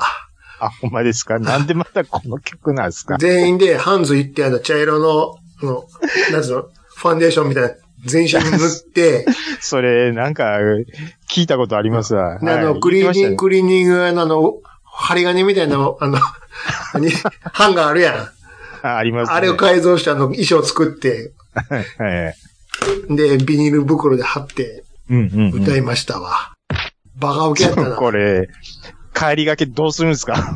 [SPEAKER 3] あ、ほんまですかなんでまたこの曲なんですか
[SPEAKER 4] 全員でハンズ行ってあの茶色の、あの、なんつうの、ファンデーションみたいな、全身
[SPEAKER 3] *laughs*
[SPEAKER 4] 塗って、
[SPEAKER 3] それ、なんか、聞いたことありますわ。
[SPEAKER 4] であ
[SPEAKER 3] は
[SPEAKER 4] の、
[SPEAKER 3] い
[SPEAKER 4] クリーニン
[SPEAKER 3] 言
[SPEAKER 4] グ、
[SPEAKER 3] ってま
[SPEAKER 4] クリー
[SPEAKER 3] *laughs*
[SPEAKER 4] ニング屋のあの、針金みたいな、あの、にハンガーあるやん。
[SPEAKER 3] しあります、ね。
[SPEAKER 4] あれを改造したの衣装作って、
[SPEAKER 3] はい。
[SPEAKER 4] で、ビニール袋で貼って
[SPEAKER 3] うんうん、うん。
[SPEAKER 4] 歌いましたわ。バカウケやったな。
[SPEAKER 3] *laughs* これ、帰りがけどうするんですか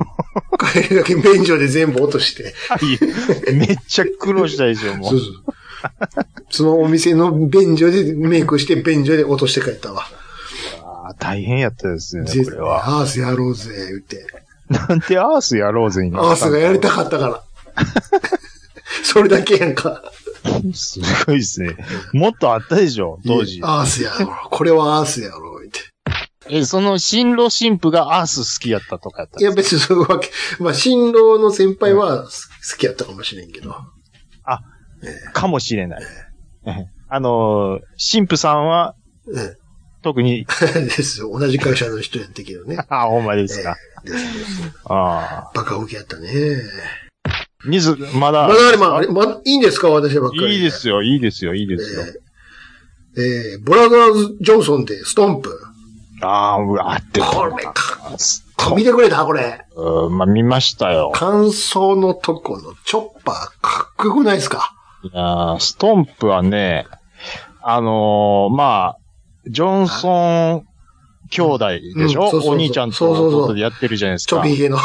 [SPEAKER 3] *laughs*
[SPEAKER 4] 帰りだけ便所で全部落として。
[SPEAKER 3] はいめっちゃ苦労したでしょ、も
[SPEAKER 4] そう
[SPEAKER 3] う。
[SPEAKER 4] そう。そのお店の便所でメイクして便所で落として帰ったわ。
[SPEAKER 3] あー大変やったですね、
[SPEAKER 4] 絶
[SPEAKER 3] これ
[SPEAKER 4] 対
[SPEAKER 3] は。
[SPEAKER 4] アースやろうぜ、言って。
[SPEAKER 3] なんてアースやろうぜになった
[SPEAKER 4] アースがやりたかっ
[SPEAKER 3] *laughs*
[SPEAKER 4] たから。それだけやんか。
[SPEAKER 3] すごいですね。もっとあったでしょ、当時。
[SPEAKER 4] アースやろう。これはアースやろう、言って。
[SPEAKER 3] え、その新郎新婦がアース好きやったとかやったん
[SPEAKER 4] い
[SPEAKER 3] ですか
[SPEAKER 4] や、別にそういうわけ。まあ、新郎の先輩は好きやったかもしれんけど。 *laughs*
[SPEAKER 3] かもしれない。 *laughs* あのー、新婦さんは
[SPEAKER 4] うん。
[SPEAKER 3] 特に、
[SPEAKER 4] ですよ。同じ会社の人やったけどね。
[SPEAKER 3] あ、ほんまですか。ああ。
[SPEAKER 4] バカウケやったね。
[SPEAKER 3] ニズ、まだ。
[SPEAKER 4] まだあれ、まあ、あれま、いいんですか私ばっかりで。
[SPEAKER 3] いいですよ、いいですよ、いいですよ。
[SPEAKER 4] えーえー、ブラザーズ・ジョンソンでストンプ。
[SPEAKER 3] ああ、うわ、あって
[SPEAKER 4] これか。
[SPEAKER 3] と
[SPEAKER 4] 見てくれたこれ。
[SPEAKER 3] うんまあ、見ましたよ。
[SPEAKER 4] 感想のとこのチョッパー、かっこよくないですか
[SPEAKER 3] いやーストンプはね、あのーまあ、ジョンソン兄弟でしょ、
[SPEAKER 4] うんそうそうそう
[SPEAKER 3] お兄ちゃん
[SPEAKER 4] そうそうそう
[SPEAKER 3] と弟でやってるじゃないです
[SPEAKER 4] ちょ
[SPEAKER 3] か
[SPEAKER 4] び。ひげの。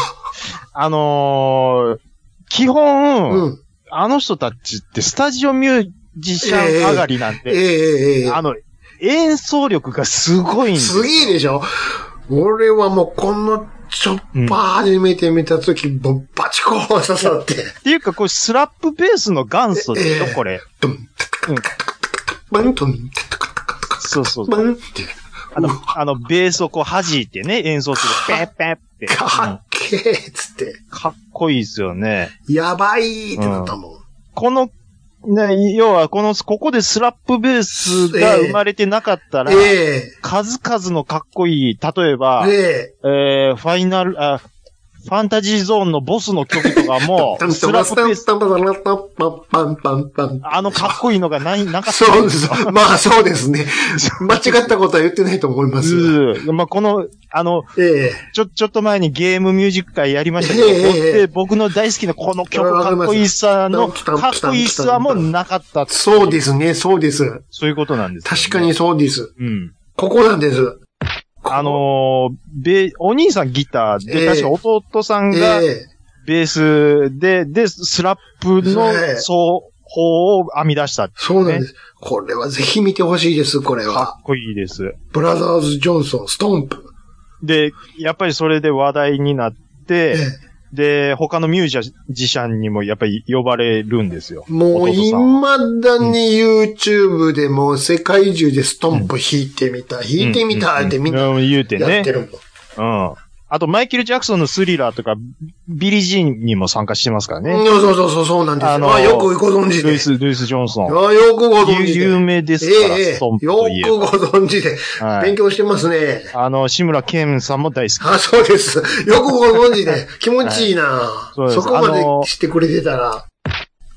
[SPEAKER 3] あのー基本、
[SPEAKER 4] うん。
[SPEAKER 3] あの人たちってスタジオミュージシャン上がりなん
[SPEAKER 4] ええ
[SPEAKER 3] で、
[SPEAKER 4] ええええ
[SPEAKER 3] あの、演奏力がすごいんです
[SPEAKER 4] すげえでしょ俺はもうこのチョッパー初めて見たとき、もうバチコーン刺さって、
[SPEAKER 3] っていうか、これスラップベースの元祖でしょ、
[SPEAKER 4] ええ
[SPEAKER 3] これ。
[SPEAKER 4] ドン、
[SPEAKER 3] うん。
[SPEAKER 4] バン、ドン、タタタタ
[SPEAKER 3] そうそう
[SPEAKER 4] バ
[SPEAKER 3] そう。
[SPEAKER 4] ンって、
[SPEAKER 3] あの、あの、ベースをこう弾いてね、演奏する。ペッペッって。うん
[SPEAKER 4] かっけえっつって、
[SPEAKER 3] かっこいいですよね。
[SPEAKER 4] やばいってなったもん。
[SPEAKER 3] この、ね、要は、この、ここでスラップベースが生まれてなかったら、
[SPEAKER 4] え
[SPEAKER 3] 数々のかっこいい、例えば
[SPEAKER 4] え、え
[SPEAKER 3] えー、ファイナル、あ、ファンタジーゾーンのボスの曲とか
[SPEAKER 4] *laughs*
[SPEAKER 3] も
[SPEAKER 4] え、
[SPEAKER 3] スラップベース、
[SPEAKER 4] タンタンタンタンパンパンパンパン。
[SPEAKER 3] あのかっこいいのがない、なかった。
[SPEAKER 4] そうです。まあそうですね。間違ったことは言ってないと思いますよ。
[SPEAKER 3] うんまあ、この、あの、
[SPEAKER 4] ええ
[SPEAKER 3] ちょ、ちょっと前にゲームミュージック会やりましたけど、
[SPEAKER 4] ええええ
[SPEAKER 3] で僕の大好きなこの曲、かっこいいさの、かっこいいさもなかった。
[SPEAKER 4] そうですね、そうです。
[SPEAKER 3] そういうことなんです、
[SPEAKER 4] 確かに。そうです。
[SPEAKER 3] うん。
[SPEAKER 4] ここなんです。
[SPEAKER 3] あのー、べ、お兄さんギター
[SPEAKER 4] え
[SPEAKER 3] で、
[SPEAKER 4] え
[SPEAKER 3] 確か弟さん
[SPEAKER 4] え
[SPEAKER 3] が
[SPEAKER 4] え
[SPEAKER 3] ベースで、で、スラップ
[SPEAKER 4] ええ
[SPEAKER 3] の奏法を編み出した。
[SPEAKER 4] そうなんです。これはぜひ見てほしいです、これ
[SPEAKER 3] か
[SPEAKER 4] は。
[SPEAKER 3] っこいいです。
[SPEAKER 4] ブラザーズ・ジョンソン、ストンプ。
[SPEAKER 3] で、やっぱりそれで話題になっ
[SPEAKER 4] え
[SPEAKER 3] て、
[SPEAKER 4] え
[SPEAKER 3] で、他のミュージシャンにもやっぱり呼ばれるんですよ。
[SPEAKER 4] もう、
[SPEAKER 3] 弟
[SPEAKER 4] 未
[SPEAKER 3] さんは
[SPEAKER 4] だに YouTube でもう世界中でストンプ弾いてみた、弾いてみたってみんな
[SPEAKER 3] うん言うて
[SPEAKER 4] や
[SPEAKER 3] ね
[SPEAKER 4] って。るもん。
[SPEAKER 3] うん。あと、マイケル・ジャクソンのスリラーとか、ビリー・ジーンにも参加してますからね。
[SPEAKER 4] うんそうそうそう、そうなんですよ。
[SPEAKER 3] あの
[SPEAKER 4] あよくご存知
[SPEAKER 3] ル
[SPEAKER 4] で
[SPEAKER 3] イ。ス・ルイス・ジョンソン。
[SPEAKER 4] あよくご存知で。
[SPEAKER 3] 有名ですから、
[SPEAKER 4] ええ
[SPEAKER 3] ストンプ
[SPEAKER 4] よ
[SPEAKER 3] といえば
[SPEAKER 4] くご存知で。
[SPEAKER 3] はい
[SPEAKER 4] 勉強してますね。
[SPEAKER 3] あの、志村けんさんも大好き。
[SPEAKER 4] あ、そうです。よくご存知で。気持ちいいな、
[SPEAKER 3] そうです
[SPEAKER 4] そこまで
[SPEAKER 3] あの
[SPEAKER 4] 知ってくれてたら。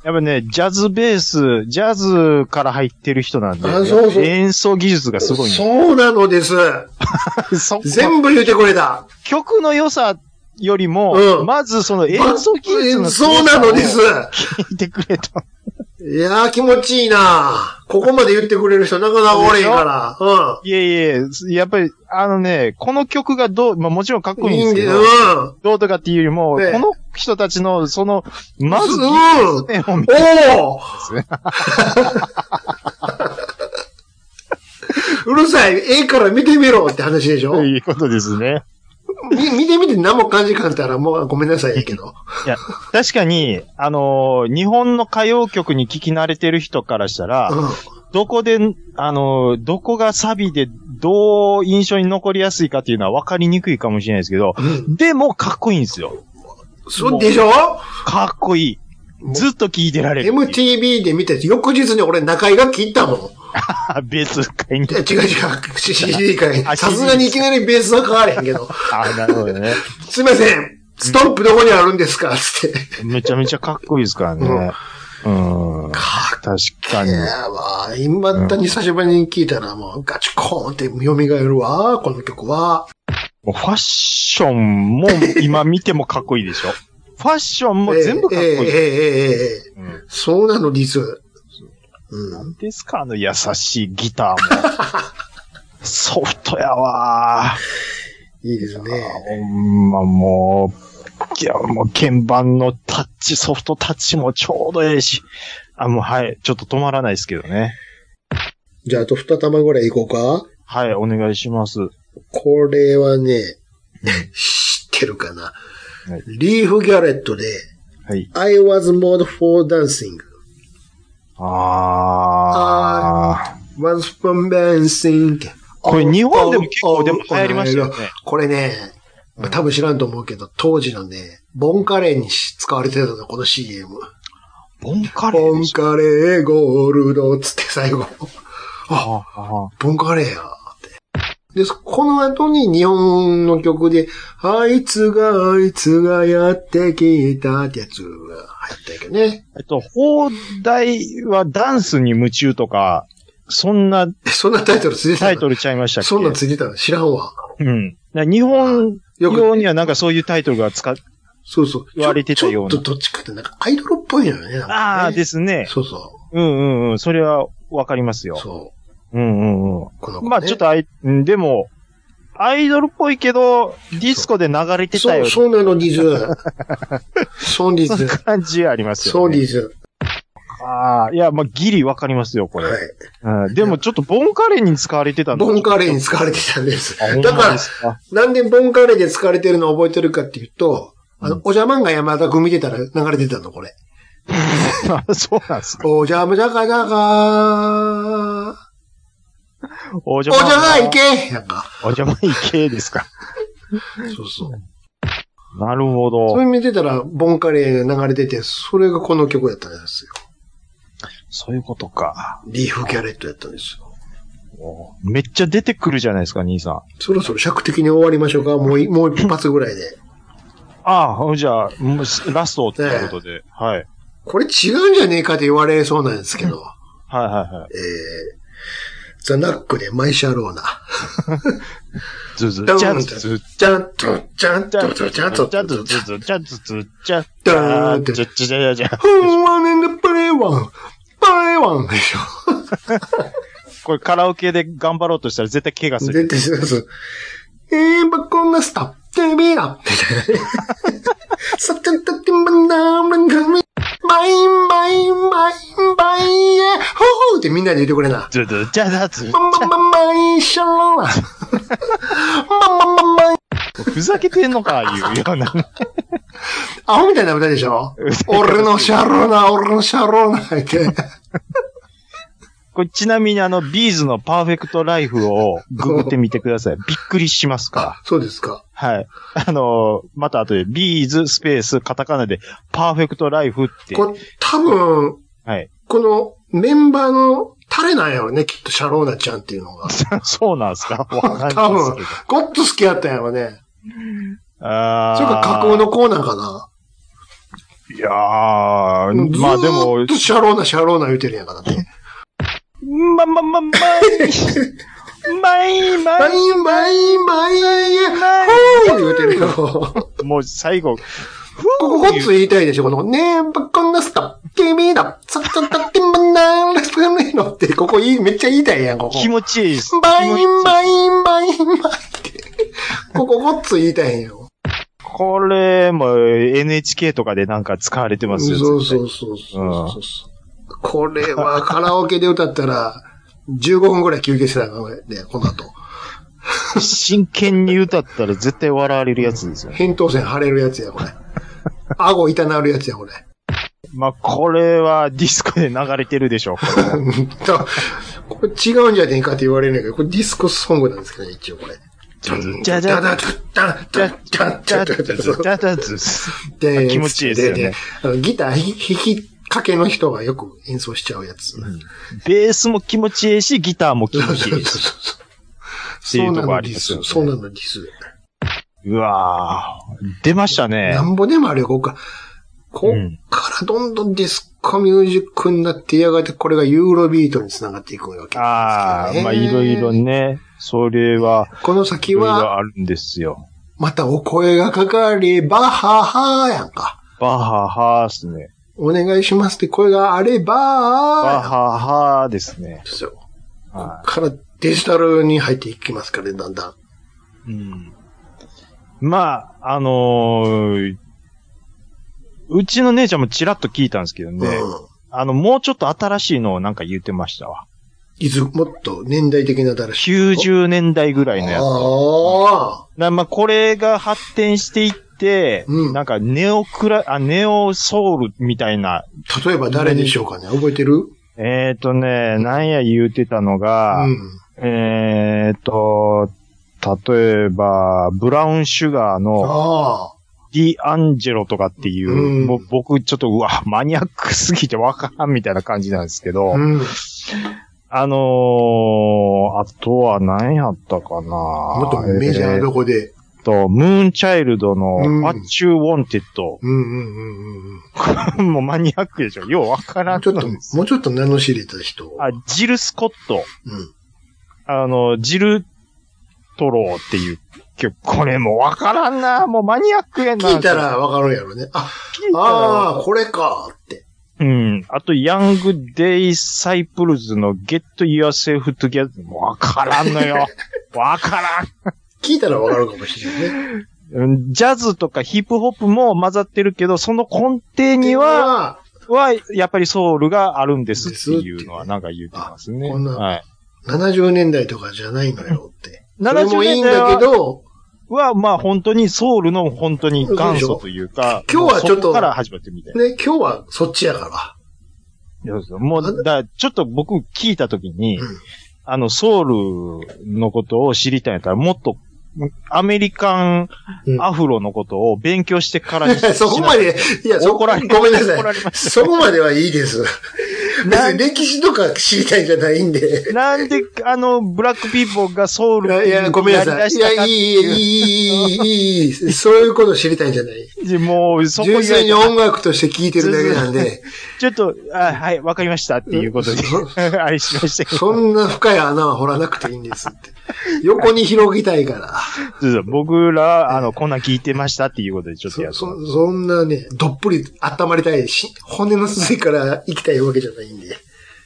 [SPEAKER 3] やっぱね、ジャズベース、ジャズから入ってる人なんで、
[SPEAKER 4] あそうそう
[SPEAKER 3] 演奏技術がすごいね。
[SPEAKER 4] そうなのです。
[SPEAKER 3] そ
[SPEAKER 4] 全部言ってくれた。
[SPEAKER 3] 曲の良さよりも、
[SPEAKER 4] うん
[SPEAKER 3] まずその演奏技術の
[SPEAKER 4] 演
[SPEAKER 3] すご
[SPEAKER 4] 奏
[SPEAKER 3] さ
[SPEAKER 4] な
[SPEAKER 3] を
[SPEAKER 4] のです。
[SPEAKER 3] 聞いてくれた。
[SPEAKER 4] いやー気持ちいいなここまで言ってくれる人なかなかおれへんから。うん。
[SPEAKER 3] いえいえ、やっぱり、あのね、この曲がどう、まあもちろんかっこいいんです
[SPEAKER 4] ん
[SPEAKER 3] け
[SPEAKER 4] で
[SPEAKER 3] ど、
[SPEAKER 4] うん。
[SPEAKER 3] どうとかっていうよりも、
[SPEAKER 4] ええ
[SPEAKER 3] この人たちの、その、まず、
[SPEAKER 4] うん
[SPEAKER 3] ね、を見て
[SPEAKER 4] おお
[SPEAKER 3] ですね。
[SPEAKER 4] うるさいええから見てみろって話でしょ
[SPEAKER 3] ということですね。
[SPEAKER 4] み見てみて何も感じかんたらもうごめんなさいやけど。
[SPEAKER 3] いや、確かに、あのー日本の歌謡曲に聞き慣れてる人からしたら、
[SPEAKER 4] うん。
[SPEAKER 3] どこで、あのーどこがサビでどう印象に残りやすいかっていうのは分かりにくいかもしれないですけど、でもかっこいいんですよ。
[SPEAKER 4] そうでしょ
[SPEAKER 3] かっこいい。ずっと聞いてられるっていう。
[SPEAKER 4] ?MTV で見て、翌日に俺中居が切ったもん。
[SPEAKER 3] あ、別会に
[SPEAKER 4] い。や違う違う、CD かい
[SPEAKER 3] あ
[SPEAKER 4] さすがにいきなりベースは変われへんけど。
[SPEAKER 3] あ、なるほどね。
[SPEAKER 4] すいません。ストンプどこにあるんですかつって。
[SPEAKER 3] めちゃめちゃかっこいいですからね。うん。確か
[SPEAKER 4] い
[SPEAKER 3] に。
[SPEAKER 4] やーまあ、今だに久しぶりに聞いたらもうガチコーンって蘇るわ、この曲は。 *laughs*
[SPEAKER 3] もうファッションも今見てもかっこいいでしょ。ファッションも全部かっこいい。
[SPEAKER 4] ええええええええ
[SPEAKER 3] うん
[SPEAKER 4] そうなの、リス。う。
[SPEAKER 3] なんんですか、あの優しいギタ
[SPEAKER 4] *laughs*
[SPEAKER 3] ーも。ソフトやわー
[SPEAKER 4] いいですね。
[SPEAKER 3] ほんまもう、いや、もう鍵盤のタッチ、ソフトタッチもちょうどええし。あ、もうはい、ちょっと止まらないですけどね。
[SPEAKER 4] じゃあ、あと二玉ぐらい行こうか。
[SPEAKER 3] はい、お願いします。
[SPEAKER 4] これはね、知ってるかな。
[SPEAKER 3] はい
[SPEAKER 4] リーフ・ギャレットで、
[SPEAKER 3] はい。
[SPEAKER 4] I was made for dancing.
[SPEAKER 3] あー。
[SPEAKER 4] was for dancing.
[SPEAKER 3] これ日本でも結構でも流行りましたよね
[SPEAKER 4] これね、まあ多分知らんと思うけど、当時のね、ボンカレーに使われてたの、この CM。
[SPEAKER 3] ボンカレー
[SPEAKER 4] ボ
[SPEAKER 3] で
[SPEAKER 4] ン
[SPEAKER 3] しょ
[SPEAKER 4] カレーゴールドっつって最後。 *laughs* あ、
[SPEAKER 3] ああ
[SPEAKER 4] ボンカレーやって。で、この後に日本の曲で、あいつが、あいつがやってきたってやつが入ったけどね。
[SPEAKER 3] えっと、放題はダンスに夢中とか、そんな
[SPEAKER 4] えそんなタイトルついてた
[SPEAKER 3] タイト
[SPEAKER 4] ル
[SPEAKER 3] ルちゃいましたっけ
[SPEAKER 4] そんなんついてたの知らんわ。
[SPEAKER 3] うん。だから日本
[SPEAKER 4] よく
[SPEAKER 3] 用にはなんかそういうタイトルが使っ、
[SPEAKER 4] そうそう。
[SPEAKER 3] 言われてたような
[SPEAKER 4] ちょちょっとどっちかってなんかアイドルっぽいのよね。なんかね
[SPEAKER 3] ああですね。
[SPEAKER 4] そうそ
[SPEAKER 3] うんうんうん。それはわかります
[SPEAKER 4] う。
[SPEAKER 3] よ。
[SPEAKER 4] そ
[SPEAKER 3] うんうんうん
[SPEAKER 4] う。。この子ね
[SPEAKER 3] まあちょっとあい、うんでも、アイドルっぽいけど、ディスコで流れてたよ。
[SPEAKER 4] そう、そうなの、リズ。
[SPEAKER 3] *laughs*
[SPEAKER 4] そうリ
[SPEAKER 3] そん
[SPEAKER 4] ズ
[SPEAKER 3] な。 *laughs* 感じあります
[SPEAKER 4] そ
[SPEAKER 3] よ
[SPEAKER 4] う
[SPEAKER 3] ね。
[SPEAKER 4] リズ。
[SPEAKER 3] ああ、いや、まあギリわかりますよ、これ
[SPEAKER 4] は。
[SPEAKER 3] うんでもちょっとボンカレーに使われてた
[SPEAKER 4] い。
[SPEAKER 3] んだ
[SPEAKER 4] ボンカレーに使われてたんです。
[SPEAKER 3] あほん
[SPEAKER 4] だ
[SPEAKER 3] ま
[SPEAKER 4] か
[SPEAKER 3] で
[SPEAKER 4] ら、
[SPEAKER 3] すか
[SPEAKER 4] なんでボンカレーで使われてるのを覚えてるかっていうと、あの
[SPEAKER 3] う、
[SPEAKER 4] おじゃまんが山田くん見てたら流れてたの、これ。
[SPEAKER 3] あそうなんですか。
[SPEAKER 4] おじゃまじゃかじゃかー。
[SPEAKER 3] お
[SPEAKER 4] お
[SPEAKER 3] じ
[SPEAKER 4] じゃがい
[SPEAKER 3] け
[SPEAKER 4] けなんか。
[SPEAKER 3] お邪魔いけですか。
[SPEAKER 4] そうそう。
[SPEAKER 3] なるほ
[SPEAKER 4] それ
[SPEAKER 3] ど。
[SPEAKER 4] 見てたら、ボンカレーが流れてて、それがこの曲やったんですよ。
[SPEAKER 3] そういうことか。
[SPEAKER 4] リーフギャレットやったんですよ。
[SPEAKER 3] めっちゃ出てくるじゃないですか、兄さん。
[SPEAKER 4] そろそろ尺的に終わりましょうか。もうい、もう一発ぐらいで。
[SPEAKER 3] ああ、じゃあ、もうすラストってことで。はい。
[SPEAKER 4] これ違うんじゃねえかって言われそうなんですけど。
[SPEAKER 3] はいはいはい。
[SPEAKER 4] えー、ザ・ナックでマイシャローナ。
[SPEAKER 3] ずず、
[SPEAKER 4] ダウン
[SPEAKER 3] ちゃんずず、
[SPEAKER 4] ちゃんと、ちゃん
[SPEAKER 3] ちゃん
[SPEAKER 4] と、
[SPEAKER 3] ずず、
[SPEAKER 4] ち
[SPEAKER 3] ち
[SPEAKER 4] ゃ
[SPEAKER 3] ゃ
[SPEAKER 4] ん
[SPEAKER 3] ん
[SPEAKER 4] と、
[SPEAKER 3] ず
[SPEAKER 4] ちゃんと、ちゃんと。
[SPEAKER 3] ず、ちゃんずず、ちゃんち
[SPEAKER 4] ダー
[SPEAKER 3] ゃ
[SPEAKER 4] ンっ
[SPEAKER 3] ん
[SPEAKER 4] て
[SPEAKER 3] ちゃちゃちゃちゃ。
[SPEAKER 4] Who wanted to play one? Play one でしょ。
[SPEAKER 3] これカラオケで頑張ろうとしたら絶対怪我す
[SPEAKER 4] 出
[SPEAKER 3] る。
[SPEAKER 4] てしまう。今こんなスタッテビラみたいなね。サテンタティンバンダーブンガミ。バインバインバインバインエホホーってみんなで言ってくれな。
[SPEAKER 3] ずず、ちゃずず、
[SPEAKER 4] バンバンバンバインシャローラ。バンバンバンバイン。
[SPEAKER 3] ふざけてんのか、いうような。
[SPEAKER 4] アホみたいな歌でしょ俺のシャローナ、俺のシャローナって。
[SPEAKER 3] これちなみにあの、ビーズのパーフェクトライフをググってみてください。びっくりしますから。
[SPEAKER 4] そうですか。
[SPEAKER 3] はい。あのーまた後で、ビーズ、スペース、カタカナで、パーフェクトライフって。
[SPEAKER 4] これ多分、
[SPEAKER 3] はい。
[SPEAKER 4] このメンバーのタレなんやろね、きっとシャローナちゃんっていうのが。
[SPEAKER 3] そうなんですかわかんないですけ
[SPEAKER 4] 多
[SPEAKER 3] ど。
[SPEAKER 4] 分、ごっと好きやったんやろね。
[SPEAKER 3] あー
[SPEAKER 4] それか架空のコーナーかな。
[SPEAKER 3] いやー、まあで
[SPEAKER 4] ずー
[SPEAKER 3] も
[SPEAKER 4] っと、シャローナ、シャローナ言うてるんやからね。
[SPEAKER 3] まあまあまあまあ、まいま
[SPEAKER 4] バインバインバインほー言うてるよ。こ
[SPEAKER 3] い、もう最後、
[SPEAKER 4] こごっつ言いたいでしょ、この、ねえ、ばっこんなスタッ、てみーだ、さったったってんばんなーらすくねのって、ここいい、めっちゃ言いたいやん、ここ。
[SPEAKER 3] 気持ちいいです。
[SPEAKER 4] バイ
[SPEAKER 3] 気持ちいい
[SPEAKER 4] ンバインバインバインって。ここごっつ言いたいんよ。
[SPEAKER 3] これも NHK とかでなんか使われてますよ。
[SPEAKER 4] そう
[SPEAKER 3] 絶対
[SPEAKER 4] そうそうそうそう。これはカラオケで歌ったら、15分ぐらい休憩してたからね、この後。
[SPEAKER 3] 真剣に歌ったら絶対笑われるやつですよね。
[SPEAKER 4] 扁桃腺腫れるやつや、これ。顎痛なるやつや、これ。
[SPEAKER 3] まあこれはディスコで流れてるでしょう。これは
[SPEAKER 4] うんとこれ違うんじゃねえかって言われるんだけど、これディスコソングなんですけどね、一応これ。
[SPEAKER 3] じゃじゃ
[SPEAKER 4] じゃじゃじゃじゃじゃじゃ
[SPEAKER 3] だだず
[SPEAKER 4] で
[SPEAKER 3] 気持ちいいですよね。
[SPEAKER 4] あのギター弾き弾きかけの人がよく演奏しちゃうやつ。
[SPEAKER 3] ベースも気持ちいいし、ギターも気
[SPEAKER 4] そ
[SPEAKER 3] 持
[SPEAKER 4] う
[SPEAKER 3] ち
[SPEAKER 4] そ
[SPEAKER 3] いうい
[SPEAKER 4] そう
[SPEAKER 3] し。
[SPEAKER 4] そう。
[SPEAKER 3] ていうとこありますよね
[SPEAKER 4] そうなのディス。そうなのディス。
[SPEAKER 3] うわー出ましたね
[SPEAKER 4] な。んぼでもあるよ、こっから。こ
[SPEAKER 3] うん
[SPEAKER 4] っからどんどんディスコミュージックになってやがて、これがユーロビートにつながっていくわけ
[SPEAKER 3] ああ、まあいろいろ
[SPEAKER 4] ね。
[SPEAKER 3] ね、それは、
[SPEAKER 4] この
[SPEAKER 3] い
[SPEAKER 4] 先
[SPEAKER 3] ろい
[SPEAKER 4] は、
[SPEAKER 3] ろあるんですよ。
[SPEAKER 4] またお声がかかり、バッハッハーやんか。
[SPEAKER 3] バハハーっすね。
[SPEAKER 4] お願いしますって声があれ
[SPEAKER 3] バ
[SPEAKER 4] ば、
[SPEAKER 3] ハハーですね。
[SPEAKER 4] ですよ。
[SPEAKER 3] は
[SPEAKER 4] からデジタルに入っていきますからね、だんだん。
[SPEAKER 3] い。うん。まあ、あのーうちの姉ちゃんもちらっと聞いたんですけどね、
[SPEAKER 4] うん。
[SPEAKER 3] あの、もうちょっと新しいのをなんか言ってましたわ。
[SPEAKER 4] いず、もっと年代的なだらし
[SPEAKER 3] 90年代ぐらいのやつ。
[SPEAKER 4] ああ。
[SPEAKER 3] なまあ、これが発展していって、
[SPEAKER 4] うん
[SPEAKER 3] なんかネオクラ、あ、ネオソウルみたいな、
[SPEAKER 4] 例えば誰でしょうかね覚えてる
[SPEAKER 3] えっ、ー、とね、なんや言うてたのが、
[SPEAKER 4] うん。
[SPEAKER 3] えっ、ー、と、例えば、ブラウンシュガーの
[SPEAKER 4] ああ。
[SPEAKER 3] ディ・アンジェロとかっていう、
[SPEAKER 4] うん
[SPEAKER 3] ぼ僕ちょっと、うわ、 *laughs* マニアックすぎてわからんみたいな感じなんですけど、
[SPEAKER 4] うん。も
[SPEAKER 3] あのー、あとは何やったかなも
[SPEAKER 4] っとメジャー
[SPEAKER 3] え
[SPEAKER 4] どこで。
[SPEAKER 3] ーと、ムーンチャイルドの
[SPEAKER 4] うん、
[SPEAKER 3] アッチュー・ウォンテッド。 *laughs*
[SPEAKER 4] うんうんうんうんうん。
[SPEAKER 3] もうマニアックでしょ。ようわから
[SPEAKER 4] も
[SPEAKER 3] ん
[SPEAKER 4] うちょっ
[SPEAKER 3] の
[SPEAKER 4] と、
[SPEAKER 3] です。
[SPEAKER 4] もうちょっと名の知れた人。
[SPEAKER 3] あ、ジル・スコット。
[SPEAKER 4] うん。
[SPEAKER 3] あの、ジル・トローっていう。曲これもうわからんな。もうマニアックやな。
[SPEAKER 4] 聞いたらわかるんやろね。あ、
[SPEAKER 3] 聞いたら
[SPEAKER 4] ああ、これかって。
[SPEAKER 3] うん。あと、ヤング・デイ・サイプルズの Get Yourself Together。もうわからんの
[SPEAKER 4] *laughs*
[SPEAKER 3] よ。わから
[SPEAKER 4] 聞いたらわかるかもしれない
[SPEAKER 3] *laughs*
[SPEAKER 4] ね。
[SPEAKER 3] んうん。ジャズとかヒップホップも混ざってるけど、その根底には、は、やっぱりソウルがあるんですっていうのはなんか言ってますね。
[SPEAKER 4] あこんな
[SPEAKER 3] はい。
[SPEAKER 4] 70年代とかじゃないのよって。それ
[SPEAKER 3] 70
[SPEAKER 4] もい
[SPEAKER 3] 年
[SPEAKER 4] いん
[SPEAKER 3] 代
[SPEAKER 4] だ
[SPEAKER 3] は
[SPEAKER 4] けど、
[SPEAKER 3] は、まあ本当にソウルの本当に元祖というか、
[SPEAKER 4] そうでしょ今日はちょっと
[SPEAKER 3] そこから始まってみたいな。
[SPEAKER 4] ね、今日はそっちやか
[SPEAKER 3] そうそうもう、だちょっと僕聞いたときに、
[SPEAKER 4] うん
[SPEAKER 3] あの、ソウルのことを知りたいんやったら、もっと、アメリカン
[SPEAKER 4] うん
[SPEAKER 3] アフロのことを勉強してからにし
[SPEAKER 4] ら。 *laughs* そこまで、いや、そこ、
[SPEAKER 3] 怒
[SPEAKER 4] ご
[SPEAKER 3] ら
[SPEAKER 4] め
[SPEAKER 3] れ
[SPEAKER 4] んな
[SPEAKER 3] 怒ら
[SPEAKER 4] さ
[SPEAKER 3] れま
[SPEAKER 4] い。そこまではいいです。別に歴史とか知りたいじゃないんで。
[SPEAKER 3] なんで、あの、ブラックピーポーがソウル
[SPEAKER 4] いや、いやごめんなさい。いや、いい、いい、いい、いい、いい。そういうこと知りたいんじゃない。
[SPEAKER 3] い。もう、そこ
[SPEAKER 4] 純
[SPEAKER 3] 以外
[SPEAKER 4] 粋に音楽として聴いてるだけなんで、
[SPEAKER 3] ちょっと、あはい、わかりましたっていう
[SPEAKER 4] *laughs*
[SPEAKER 3] ことで、 *laughs* あれしましたけど
[SPEAKER 4] そんな深い穴は掘らなくていいんですって。横に広げたいから。
[SPEAKER 3] そうそう僕ら、あの、こんなん聞いてましたっていうことで、ちょっとや
[SPEAKER 4] そ
[SPEAKER 3] っ
[SPEAKER 4] そそんなね、どっぷり温まりたいし、骨の筋から生きたいわけじゃないんで。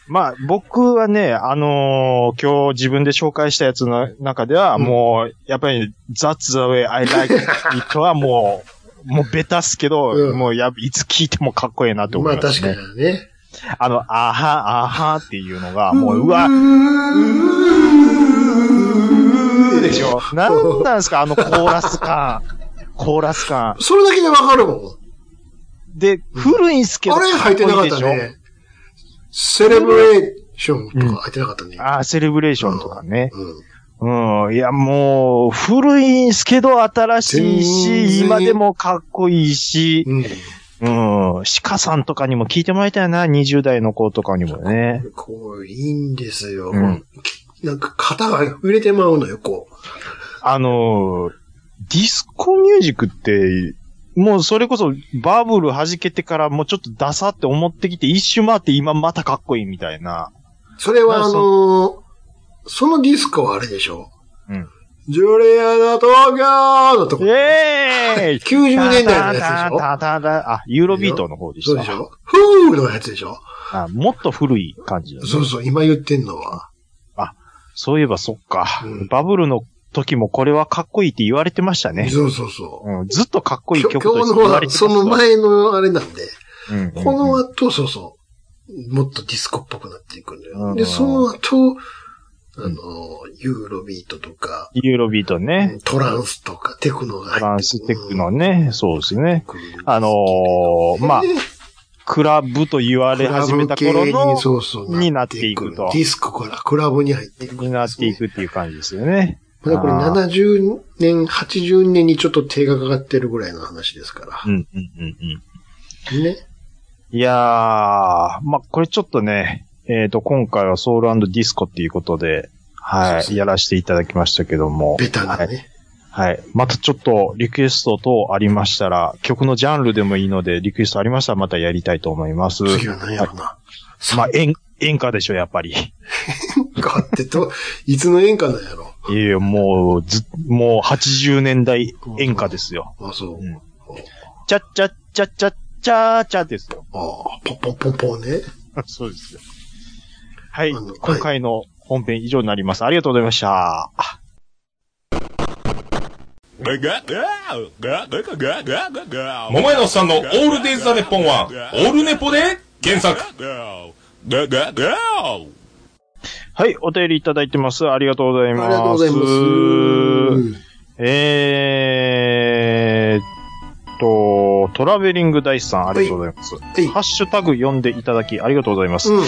[SPEAKER 3] まあ、僕はね、あのー今日自分で紹介したやつの中では、
[SPEAKER 4] うん
[SPEAKER 3] もう、やっぱり、that's the way I like it はもう、 *laughs* もうベタっすけど、
[SPEAKER 4] うん
[SPEAKER 3] もうや、いつ聞いてもかっこいいなと思
[SPEAKER 4] ま
[SPEAKER 3] い
[SPEAKER 4] あ
[SPEAKER 3] ま
[SPEAKER 4] 確
[SPEAKER 3] す、
[SPEAKER 4] か
[SPEAKER 3] ね。
[SPEAKER 4] にね。
[SPEAKER 3] あ、の、あは、あはっていうのが、もう、うわ、うーでしょ。なんなんすか、あのコーラス感。コーラス感。
[SPEAKER 4] それだけでわかるもん。
[SPEAKER 3] で、古いんすけど、
[SPEAKER 4] あれ入ってなかった
[SPEAKER 3] こいいでしょ
[SPEAKER 4] ね。セレブレーションとか入ってなかったね。
[SPEAKER 3] あーセレブレーションとかね。
[SPEAKER 4] うん。
[SPEAKER 3] うん。いや、もう、古いんすけど新しい
[SPEAKER 4] 全
[SPEAKER 3] し、
[SPEAKER 4] 然
[SPEAKER 3] 今でもかっこいいし、
[SPEAKER 4] うん。
[SPEAKER 3] うん。鹿さんとかにも聞いてもらいたいな、20代の子とかにもね。
[SPEAKER 4] こう、いいんですよ。
[SPEAKER 3] うん
[SPEAKER 4] なんか肩が揺れてまうのよ、こう。
[SPEAKER 3] あのー、ディスコミュージックって、もうそれこそバブル弾けてからもうちょっとダサって思ってきて、一周回って今またかっこいいみたいな。
[SPEAKER 4] それは
[SPEAKER 3] まあ
[SPEAKER 4] あのーそのディスコはあれでしょ
[SPEAKER 3] うん。
[SPEAKER 4] ジュリアナ東京のとこ。
[SPEAKER 3] ええー
[SPEAKER 4] 90年代のやつでしょ
[SPEAKER 3] タタタタタあ、ユーロビートの方でした。
[SPEAKER 4] そうでしょフーのやつでしょ
[SPEAKER 3] あもっと古い感じだね。
[SPEAKER 4] そうそう、今言ってんのは。
[SPEAKER 3] そういえばそっか。
[SPEAKER 4] うん
[SPEAKER 3] バブルの時もこれはかっこいいって言われてましたね。
[SPEAKER 4] そうそうそう。
[SPEAKER 3] うん、ずっとかっこいい
[SPEAKER 4] 今日
[SPEAKER 3] 曲と
[SPEAKER 4] 今
[SPEAKER 3] し
[SPEAKER 4] 日
[SPEAKER 3] て
[SPEAKER 4] の
[SPEAKER 3] 言われ
[SPEAKER 4] は、
[SPEAKER 3] てます
[SPEAKER 4] その前のあれなんで、
[SPEAKER 3] うんうん
[SPEAKER 4] この後、そうそう、もっとディスコっぽくなっていくんだ
[SPEAKER 3] う
[SPEAKER 4] よ。
[SPEAKER 3] ん
[SPEAKER 4] で、その後、あ
[SPEAKER 3] うん
[SPEAKER 4] の、ユーロビートとか、
[SPEAKER 3] ユーロビートね。
[SPEAKER 4] トランスとか、テクノ
[SPEAKER 3] トラ
[SPEAKER 4] が入っ
[SPEAKER 3] ン
[SPEAKER 4] て
[SPEAKER 3] ステックのね。そうですね。
[SPEAKER 4] くる。
[SPEAKER 3] あのーまあ
[SPEAKER 4] で、
[SPEAKER 3] クラブと言われ始めた頃
[SPEAKER 4] クラブ系
[SPEAKER 3] の
[SPEAKER 4] に、そうそう
[SPEAKER 3] になっていくと
[SPEAKER 4] ディスコからクラブに入っていく。
[SPEAKER 3] になっていくっていう感じですよね。
[SPEAKER 4] まだこれ
[SPEAKER 3] あー
[SPEAKER 4] 70年、80年にちょっと手がかかってるぐらいの話ですから
[SPEAKER 3] う。ん、うん、うん、うん。
[SPEAKER 4] ね。
[SPEAKER 3] いやー、まあ、これちょっとね、えっ、と、今回はソウルディスコっていうことで、は
[SPEAKER 4] そうそ
[SPEAKER 3] い、
[SPEAKER 4] う
[SPEAKER 3] やらせていただきましたけども。
[SPEAKER 4] ベタな
[SPEAKER 3] はい
[SPEAKER 4] ね。
[SPEAKER 3] はい。またちょっとリクエスト等ありましたら、曲のジャンルでもいいので、リクエストありましたらまたやりたいと思います。
[SPEAKER 4] 次は何やろうな。
[SPEAKER 3] まあ、演、演歌でしょ、やっぱり。
[SPEAKER 4] かってと、いつの演歌なんやろ。
[SPEAKER 3] いやいや、もう、ず、もう80年代演歌ですよ。
[SPEAKER 4] あ、そ
[SPEAKER 3] う
[SPEAKER 4] う
[SPEAKER 3] ん。チャッチャッチャッチャッチャーチャーですよ。
[SPEAKER 4] ああ、ポポポポね。
[SPEAKER 3] そうですよ。はい。
[SPEAKER 4] あの
[SPEAKER 3] 今回の本編以上になります。ありがとうございました。
[SPEAKER 5] 桃屋のおっさんのオールデイズ・ザ・ネッポンは、オールネポで原作。
[SPEAKER 3] はい、お便りいただいてます。ありがとうござい
[SPEAKER 4] あり
[SPEAKER 3] ます。
[SPEAKER 4] がとうございます。
[SPEAKER 3] えーっと、トラベリングダイスさん、ありがとうございます。
[SPEAKER 4] い
[SPEAKER 3] ハッシュタグ読んでいただき、ありがとうございます。
[SPEAKER 4] うん。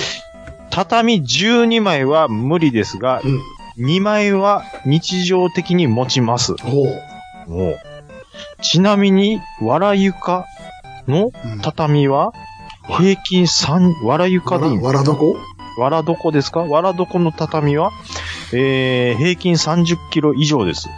[SPEAKER 3] 畳12枚は無理ですが、
[SPEAKER 4] うん。
[SPEAKER 3] 2枚は日常的に持ちます。
[SPEAKER 4] ほう。
[SPEAKER 3] もうちなみに、わら床の
[SPEAKER 4] うん
[SPEAKER 3] 畳は、平均3、わら床
[SPEAKER 4] わ
[SPEAKER 3] で
[SPEAKER 4] ら
[SPEAKER 3] いいの
[SPEAKER 4] わらど *laughs* こ
[SPEAKER 3] わらどこですかわらどこの畳は、えー、平均30キロ以上です。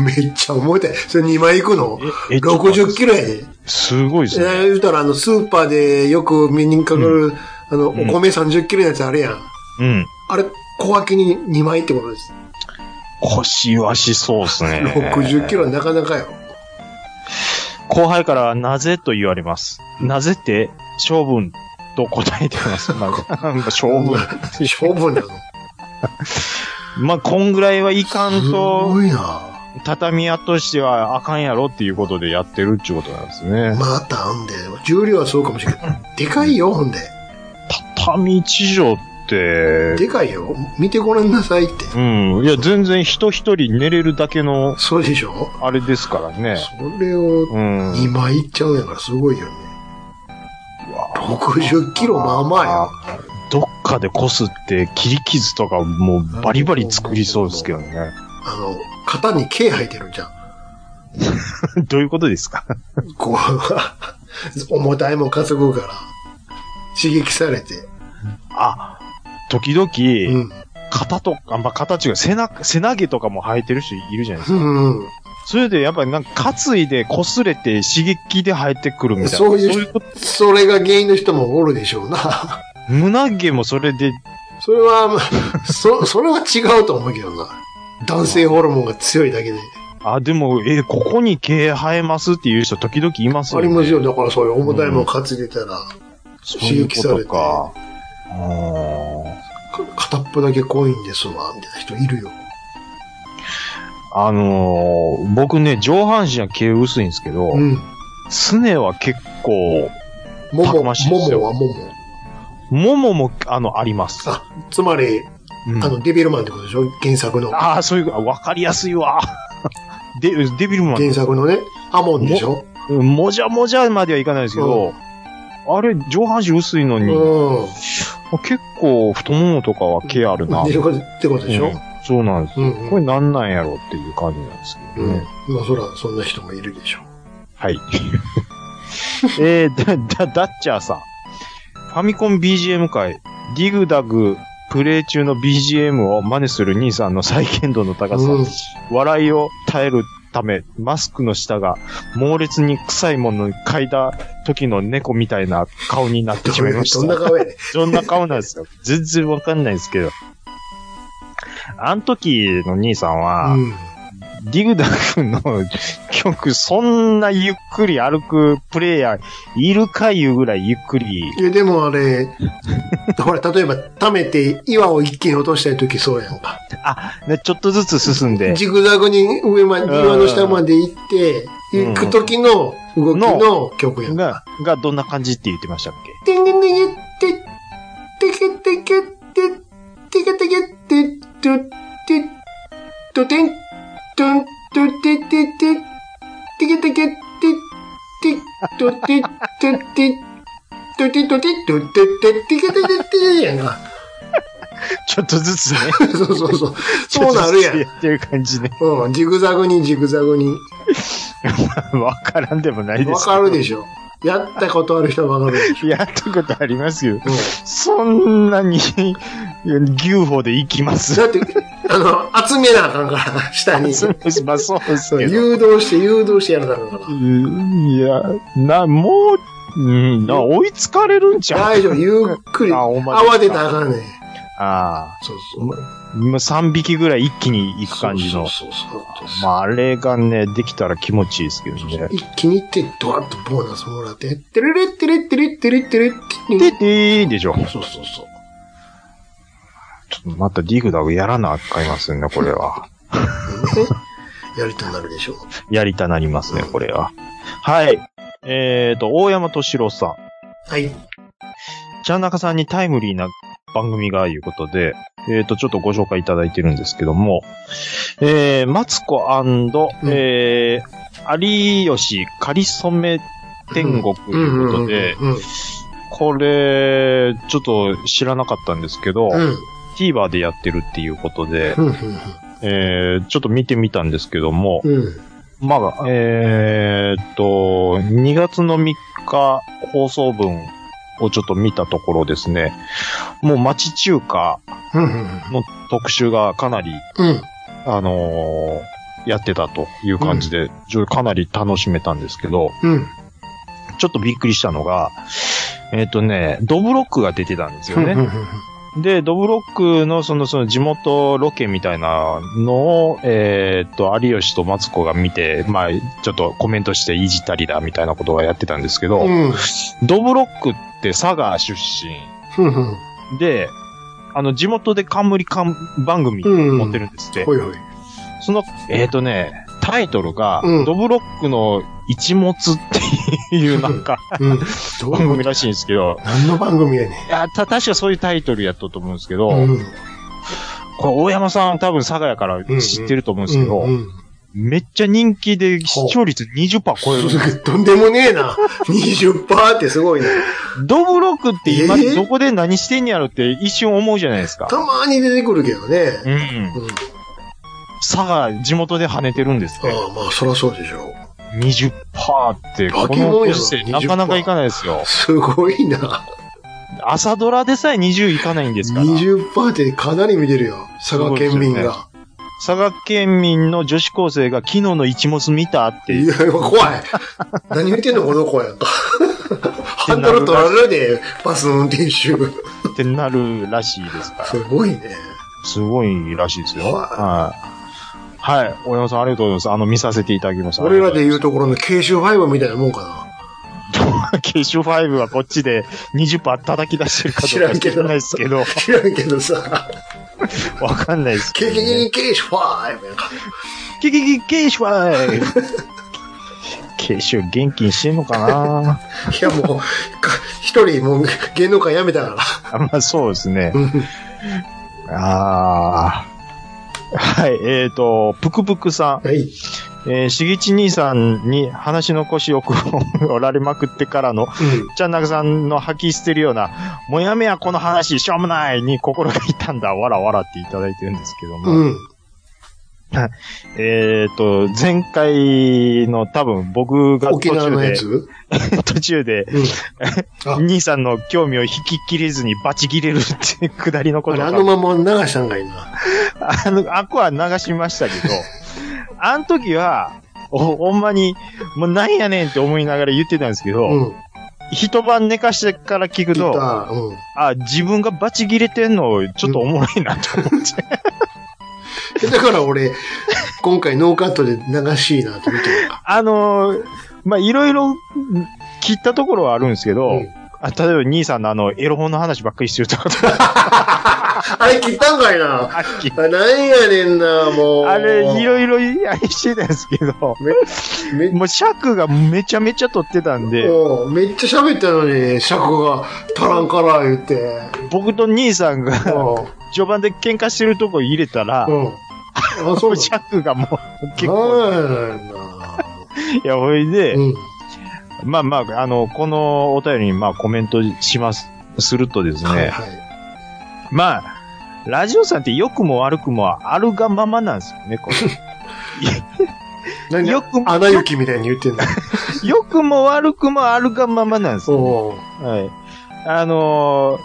[SPEAKER 4] めっちゃ重いて。それ2枚行くの
[SPEAKER 3] え、えちょっと待って
[SPEAKER 4] ?60 キロやで。
[SPEAKER 3] すごいで
[SPEAKER 4] え
[SPEAKER 3] すね。
[SPEAKER 4] 言うたら、あの、スーパーでよく目にかかる、あの、お
[SPEAKER 3] ん
[SPEAKER 4] 米30キロのやつあれやん。
[SPEAKER 3] うん。
[SPEAKER 4] あれ、小分けに2枚ってことです。
[SPEAKER 3] 腰はしそうです
[SPEAKER 4] *laughs*
[SPEAKER 3] ね。
[SPEAKER 4] 60キロはなかなかよ。
[SPEAKER 3] 後輩からはなぜと言われます。なぜって、勝負と答えてます。まあ、勝負。
[SPEAKER 4] 勝負なの。
[SPEAKER 3] まあ、こんぐらいはいかん
[SPEAKER 4] す
[SPEAKER 3] と、
[SPEAKER 4] ごいな。
[SPEAKER 3] 畳屋としてはあかんやろっていうことでやってるっていうことなんですね。
[SPEAKER 4] またあんで。重量はそうかもしれない。でかいよ、ほんで。
[SPEAKER 3] 畳一畳って、
[SPEAKER 4] でかいよ。見てごらんなさいって。
[SPEAKER 3] うん。いや、全然人一人寝れるだけの、
[SPEAKER 4] そうでしょ
[SPEAKER 3] あれですからね。
[SPEAKER 4] それを
[SPEAKER 3] うん。
[SPEAKER 4] 2枚いっちゃうんやからすごいよね。60キロまあまあよ。
[SPEAKER 3] どっかでこすって、切り傷とかもうバリバリ作りそうですけどね。 *laughs*
[SPEAKER 4] あの、肩に毛生えてるじゃん。
[SPEAKER 3] どういうことですか
[SPEAKER 4] こう、 *laughs* 重たいもん担ぐから、刺激されて。
[SPEAKER 3] あ、時
[SPEAKER 4] う
[SPEAKER 3] 々、
[SPEAKER 4] ん。
[SPEAKER 3] 肩とか、まあ、肩違う、背中、背投げとかも生えてる人いるじゃないですか。
[SPEAKER 4] うんうん。
[SPEAKER 3] それでやっぱりなんか担いで擦れて刺激で生えてくるみたいな。
[SPEAKER 4] そういう
[SPEAKER 3] こと。
[SPEAKER 4] それが原因の人もおるでしょうな。 *laughs*
[SPEAKER 3] 胸毛もそれで、
[SPEAKER 4] それは、まあそ、それは違うと思うけどな。男性ホルモンが強いだけで。
[SPEAKER 3] あ、でも、え、ここに毛生えますっていう人時々います
[SPEAKER 4] あ
[SPEAKER 3] よ
[SPEAKER 4] り
[SPEAKER 3] ね。
[SPEAKER 4] ますよ。だからそういう重たいもん担いでたら、
[SPEAKER 3] そういうこと
[SPEAKER 4] 刺激さ
[SPEAKER 3] か。あ
[SPEAKER 4] か片っぽだけ濃いんですわ、みたいな人いるよ。
[SPEAKER 3] あのー僕ね、上半身は毛薄いんですけど、
[SPEAKER 4] うん。
[SPEAKER 3] すねは結構、
[SPEAKER 4] も
[SPEAKER 3] たく
[SPEAKER 4] も、も
[SPEAKER 3] ましいですよ
[SPEAKER 4] もはもも。
[SPEAKER 3] ももも、あの、あります。
[SPEAKER 4] あ、つまり、
[SPEAKER 3] うん
[SPEAKER 4] あの、デビルマンってことでしょ原作の。
[SPEAKER 3] あーそういう、あわかりやすいわ。 *laughs* デデビルマン、
[SPEAKER 4] 原作のね、アモンでしょ
[SPEAKER 3] うんもじゃもじゃまではいかないですけど、あれ、上半身薄いの
[SPEAKER 4] う
[SPEAKER 3] に、
[SPEAKER 4] ん。
[SPEAKER 3] 結構太ももとかは毛あるな。
[SPEAKER 4] 出るってことでし
[SPEAKER 3] う
[SPEAKER 4] ょ
[SPEAKER 3] んそうなんです。
[SPEAKER 4] うん。うん
[SPEAKER 3] これなんなんやろうっていう感じなんですけ
[SPEAKER 4] う
[SPEAKER 3] ど
[SPEAKER 4] ん
[SPEAKER 3] ね。。
[SPEAKER 4] まあ、そら、そんな人もいるでしょ
[SPEAKER 3] はい。 *laughs* えー、だ、だ、ダッチャーさん。ファミコン BGM 界、ディグダグプレイ中の BGM を真似する兄さんの再現度の高さ、
[SPEAKER 4] うん
[SPEAKER 3] 笑いを耐えるため、マスクの下が猛烈に臭いものに嗅いだ時の猫みたいな顔になってしまいまし
[SPEAKER 4] どん
[SPEAKER 3] た
[SPEAKER 4] な。顔やね。
[SPEAKER 3] どんな顔なん
[SPEAKER 4] *laughs*
[SPEAKER 3] ですか全然わかんないですけど。あの時の兄さんは、
[SPEAKER 4] うん。
[SPEAKER 3] ディグダ君の曲、そんなゆっくり歩くプレイヤーいるかいうぐらいゆっくり。
[SPEAKER 4] いや、でもあれ、ほら、例えば、溜めて岩を一気に落としたいときそうやんか。
[SPEAKER 3] あ、ね、ちょっとずつ進んで。
[SPEAKER 4] ジグザグに上まで、
[SPEAKER 3] うん
[SPEAKER 4] 岩の下まで行って、
[SPEAKER 3] うん
[SPEAKER 4] 行くときの動きの曲やんか。
[SPEAKER 3] が、がどんな感じって言ってましたっけ
[SPEAKER 4] てんてんてんてんてけてけててけてけてとてとてんとんとててててけてけててとてとてとてとてとてててけてけてやんか。
[SPEAKER 3] ちょっとずつね。
[SPEAKER 4] そうそうそう。 *laughs* そうなる
[SPEAKER 3] *laughs*
[SPEAKER 4] や
[SPEAKER 3] ちょっとずつ
[SPEAKER 4] ん。
[SPEAKER 3] やってる感じね。
[SPEAKER 4] うん、ジグザグにジグザグに。
[SPEAKER 3] *laughs* わからんでもないです。
[SPEAKER 4] わかるで
[SPEAKER 3] し
[SPEAKER 4] しょ。やったことある人はわかるでしょ。
[SPEAKER 3] やったことありますけど、
[SPEAKER 4] うん
[SPEAKER 3] そんなに牛歩で行きます。
[SPEAKER 4] だって、あの、集めなあかんから、下に。
[SPEAKER 3] まあ *laughs* そうです
[SPEAKER 4] そう
[SPEAKER 3] けど。
[SPEAKER 4] 誘導して誘導してやるだろうから。
[SPEAKER 3] うんいや、な、もう、うん、な追いつかれるんちゃう
[SPEAKER 4] 大丈夫、ゆっくり。
[SPEAKER 3] あほんまですか
[SPEAKER 4] 慌てたらあかんねん。
[SPEAKER 3] あ
[SPEAKER 4] そうそう。
[SPEAKER 3] あ。もう3匹ぐらい一気に行く感じの。
[SPEAKER 4] そうそうそうそう。
[SPEAKER 3] まあ、あれがね、できたら気持ちいいですけどね。
[SPEAKER 4] 一気に行って、ドワッとボーナスもらって、てれれってれってれってれってれってれ
[SPEAKER 3] で、でーんでしょ。
[SPEAKER 4] そうそうそう。
[SPEAKER 3] ちょっとまたディグダグやらなあかいますね、これは。
[SPEAKER 4] やりとなるでしょう。
[SPEAKER 3] やりたなりますね、これは。はい。えーと、大山敏郎さん。
[SPEAKER 4] はい。
[SPEAKER 3] ジャンナカさんにタイムリーな番組がいうことで、えっ、と、ちょっとご紹介いただいてるんですけども、えー、マツコえー、有吉かりそめ天国ということで、
[SPEAKER 4] うんうん
[SPEAKER 3] これ、ちょっと知らなかったんですけど、
[SPEAKER 4] うんうん。
[SPEAKER 3] TVer でやってるっていうことで、
[SPEAKER 4] うん
[SPEAKER 3] えー、ちょっと見てみたんですけども、
[SPEAKER 4] うんうん。
[SPEAKER 3] まあ、えー、っと、2月の3日放送分をちょっと見たところですね、もう町中華
[SPEAKER 4] うんうん
[SPEAKER 3] の特集がかなり、
[SPEAKER 4] うん。うん。
[SPEAKER 3] あのーやってたという感じで、ちょかなり楽しめたんですけど、
[SPEAKER 4] うん。
[SPEAKER 3] ちょっとびっくりしたのが、えーっとね、ドブロックが出てたんですよね。で、ドブロックのその、その地元ロケみたいなのを、えーっと、有吉とマツコが見て、まあ、ちょっとコメントしていじったりだみたいなことはやってたんですけど、
[SPEAKER 4] うん。
[SPEAKER 3] ドブロックって佐賀出身
[SPEAKER 4] うん。うん。
[SPEAKER 3] で、あの、地元で冠冠番組持ってるんですって。
[SPEAKER 4] ほいほい。
[SPEAKER 3] その、えーっとね、タイトルが、
[SPEAKER 4] うん
[SPEAKER 3] ドブロックの一物っていうなんか、
[SPEAKER 4] うん。ど
[SPEAKER 3] 番
[SPEAKER 4] う
[SPEAKER 3] 組らしいんですけど、
[SPEAKER 4] 何の番組やね
[SPEAKER 3] いや、た、確かそういうタイトルやったと思うんですけど、
[SPEAKER 4] ん。うん。
[SPEAKER 3] これ、大山さん多分佐賀やから知ってると思うんですけど、
[SPEAKER 4] うん。
[SPEAKER 3] めっちゃ人気で視聴率20%超える。
[SPEAKER 4] *laughs* とんでもねえな。20%ってすごいね。
[SPEAKER 3] ドブロックって今
[SPEAKER 4] えー
[SPEAKER 3] どこで何してんやろって一瞬思うじゃないですか。
[SPEAKER 4] たまに出てくるけどね。
[SPEAKER 3] うん。
[SPEAKER 4] うん。
[SPEAKER 3] 佐賀、地元で跳ねてるんですって。
[SPEAKER 4] ああ、まあ、そらそうでしょう。
[SPEAKER 3] 20%って、こ
[SPEAKER 4] 化け
[SPEAKER 3] の
[SPEAKER 4] 物
[SPEAKER 3] ご
[SPEAKER 4] やな
[SPEAKER 3] 時世なかなかいかないですよ。
[SPEAKER 4] すごいな。
[SPEAKER 3] 朝ドラでさえ20いかないんですから。
[SPEAKER 4] 20%ってかなり見てるよ。佐賀県民が。
[SPEAKER 3] 佐賀県民の女子高生が昨日の一物見たって
[SPEAKER 4] い
[SPEAKER 3] 言っ
[SPEAKER 4] や、 *laughs* 怖い。何言ってんのこの子
[SPEAKER 3] *laughs*
[SPEAKER 4] やんか。ハンドル取られるで、バスの運転手。
[SPEAKER 3] てなるらしいですから。
[SPEAKER 4] すごいね。
[SPEAKER 3] すごいらしいですよ。
[SPEAKER 4] は
[SPEAKER 3] はい。はい。大山さん、ありがとうございます。あの、見させていただきました。
[SPEAKER 4] 俺らで言うところの慶州ファイブみたいなもんか
[SPEAKER 3] ケッシュ5はこっちで20%叩き出してるか
[SPEAKER 4] 知
[SPEAKER 3] どう
[SPEAKER 4] ら
[SPEAKER 3] か
[SPEAKER 4] んけ
[SPEAKER 3] 知
[SPEAKER 4] ど
[SPEAKER 3] らないですけど、
[SPEAKER 4] な。知らんけどさ。
[SPEAKER 3] わかんないですけ
[SPEAKER 4] ケ
[SPEAKER 3] ど、
[SPEAKER 4] ケケ
[SPEAKER 3] ね。
[SPEAKER 4] ケ慶州ファイブやんか。
[SPEAKER 3] キキキケッシュ5ケッシュ元気にしてんのかない
[SPEAKER 4] やもう、か一人もう芸能界辞めたか
[SPEAKER 3] あ
[SPEAKER 4] ら。
[SPEAKER 3] まあそうですね。
[SPEAKER 4] うん
[SPEAKER 3] ああ。はい、えっ、ー、と、ぷくぷくさん。
[SPEAKER 4] はい。
[SPEAKER 3] えー、しぎち兄さんに話の腰をくおられまくってからの
[SPEAKER 4] うん。
[SPEAKER 3] ちゃんなかさんの吐き捨てるような、もやめやこの話、しょうもないに心が痛んだ、わらわらっていただいてるんですけども、
[SPEAKER 4] うん。
[SPEAKER 3] えっ、と、前回の多分僕が途
[SPEAKER 4] 沖縄
[SPEAKER 3] 中
[SPEAKER 4] のや
[SPEAKER 3] で、
[SPEAKER 4] つ
[SPEAKER 3] 途中で、
[SPEAKER 4] うん。あ
[SPEAKER 3] 兄さんの興味を引ききれずにバチ切れるっていうくだりのこ
[SPEAKER 4] あ
[SPEAKER 3] と
[SPEAKER 4] れ
[SPEAKER 3] が
[SPEAKER 4] あのまま流したんがいいな。
[SPEAKER 3] あの、あこは流しました
[SPEAKER 4] *laughs*
[SPEAKER 3] けど、あの時は、おほんまに、もうなんやねんって思いながら言ってたんですけど、
[SPEAKER 4] うん。
[SPEAKER 3] 一晩寝かしてから聞く
[SPEAKER 4] ギタ
[SPEAKER 3] と、
[SPEAKER 4] ー。うん。
[SPEAKER 3] あ、自分がバチ切れてんの、ちょっとおもろいなと思って。
[SPEAKER 4] えだから俺、 *laughs* 今回ノーカットで流しいなと見てるか
[SPEAKER 3] あのーまあ、いろいろん切ったところはあるんですけど、
[SPEAKER 4] うん
[SPEAKER 3] あ例えば兄さんのあの、エロ本の話ばっかりしてるとか、
[SPEAKER 4] あれ切ったんかいな。
[SPEAKER 3] あっき
[SPEAKER 4] *laughs* あなんやねんな、もう。
[SPEAKER 3] *laughs* あれ、いろいろあれしてたんですけど、
[SPEAKER 4] め
[SPEAKER 3] もう尺がめちゃめちゃ取ってたんで、
[SPEAKER 4] うんめっちゃ喋ったのに、尺が足らんから言って。
[SPEAKER 3] 僕と兄さんが
[SPEAKER 4] う
[SPEAKER 3] 序盤で喧嘩してるとこ入れたら、
[SPEAKER 4] ん。うん。あ、そう
[SPEAKER 3] *laughs*
[SPEAKER 4] だ。
[SPEAKER 3] 尺がもう結構、
[SPEAKER 4] なんやねんな。
[SPEAKER 3] いや、ほいで、
[SPEAKER 4] うん。
[SPEAKER 3] まあまあ、あの、このお便りにまあコメントします、するとですね、
[SPEAKER 4] はいはい。
[SPEAKER 3] まあ、ラジオさんって良くも悪くもあるがままなんですよね、こ
[SPEAKER 4] *laughs*
[SPEAKER 3] れ。
[SPEAKER 4] 何
[SPEAKER 3] よく
[SPEAKER 4] 穴雪みたいに言ってんの。
[SPEAKER 3] 良くも悪くもあるがままなんですよ。
[SPEAKER 4] おう
[SPEAKER 3] はい。あの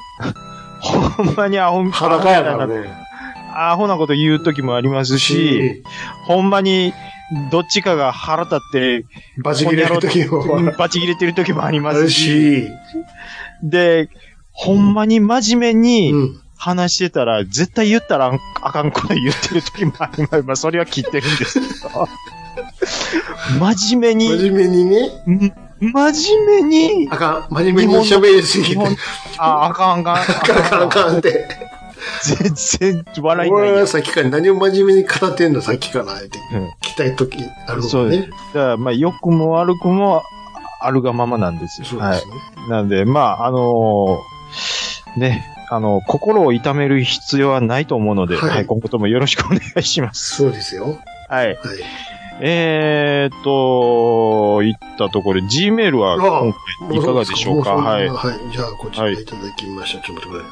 [SPEAKER 3] ー、ほんまにアホ、
[SPEAKER 4] 裸やか
[SPEAKER 3] ア
[SPEAKER 4] ら
[SPEAKER 3] ホな
[SPEAKER 4] ね。
[SPEAKER 3] アホなこと言う時もありますし、、ほんまに、どっちかが腹立って、
[SPEAKER 4] バチ切れる時も
[SPEAKER 3] バチ切れてる時もあり
[SPEAKER 4] あ
[SPEAKER 3] ます
[SPEAKER 4] る
[SPEAKER 3] し、
[SPEAKER 4] し、
[SPEAKER 3] で、ほんまに真面目に
[SPEAKER 4] うん。
[SPEAKER 3] 話してたら、絶対言ったらあんあかんこと言ってる時もあります。まあそれは切ってるんですけど。真面目に、
[SPEAKER 4] 真面目にね。
[SPEAKER 3] ん真面目に、
[SPEAKER 4] *laughs* あかん。真面目に喋りすぎ
[SPEAKER 3] 日
[SPEAKER 4] て。
[SPEAKER 3] 本あ、あかんあかん。あ
[SPEAKER 4] あかんあかんあかんって。
[SPEAKER 3] 全然笑いない
[SPEAKER 4] 俺
[SPEAKER 3] や
[SPEAKER 4] はさっきから何を真面目に語ってんのさっきから。って
[SPEAKER 3] うん
[SPEAKER 4] 聞きたい時あるも
[SPEAKER 3] そ
[SPEAKER 4] ん
[SPEAKER 3] うです。
[SPEAKER 4] ね
[SPEAKER 3] だ。から、まあ、良くも悪くも、あるがままなんですよ。
[SPEAKER 4] そう
[SPEAKER 3] は
[SPEAKER 4] で
[SPEAKER 3] い
[SPEAKER 4] す。ね。
[SPEAKER 3] なんで、まあ、あのーね、あの、心を痛める必要はないと思うので、
[SPEAKER 4] はい
[SPEAKER 3] はい、今後ともよろしくお願いします。
[SPEAKER 4] そうですよ。は
[SPEAKER 3] はい。
[SPEAKER 4] い。
[SPEAKER 3] えーっと、言ったところ、G メールは今回いかがでしょうか
[SPEAKER 4] もそんな
[SPEAKER 3] はい。
[SPEAKER 4] はい。じゃあ、こちらいただきました。ちょっと待ってくだ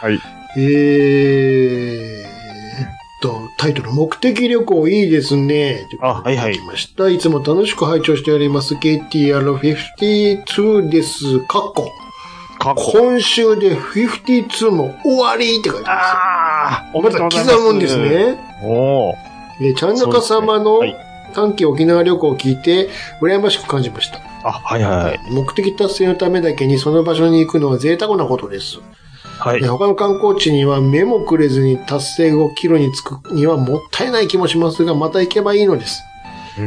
[SPEAKER 4] さいよ。
[SPEAKER 3] はい。
[SPEAKER 4] えーっと、タイトル、目的旅行いいですね。
[SPEAKER 3] あはいはい
[SPEAKER 4] とうことでいただきました。いつも楽しく拝聴しております。KTR52 です。かっこ。
[SPEAKER 3] かっこ
[SPEAKER 4] 今週で52も終わりって書いてま
[SPEAKER 3] ああおめ
[SPEAKER 4] す
[SPEAKER 3] で
[SPEAKER 4] よ。
[SPEAKER 3] とう
[SPEAKER 4] ま
[SPEAKER 3] ござい
[SPEAKER 4] た
[SPEAKER 3] ます。
[SPEAKER 4] 刻むんです。ね。
[SPEAKER 3] おー
[SPEAKER 4] えーちゃんなか様の
[SPEAKER 3] そうですね
[SPEAKER 4] 短期沖縄旅行を聞いて、羨ましく感じました。
[SPEAKER 3] あ、はいはい。
[SPEAKER 4] 目的達成のためだけにその場所に行くのは贅沢なことです。
[SPEAKER 3] はい
[SPEAKER 4] え。他の観光地には目もくれずに達成後キロに着くにはもったいない気もしますが、また行けばいいのです。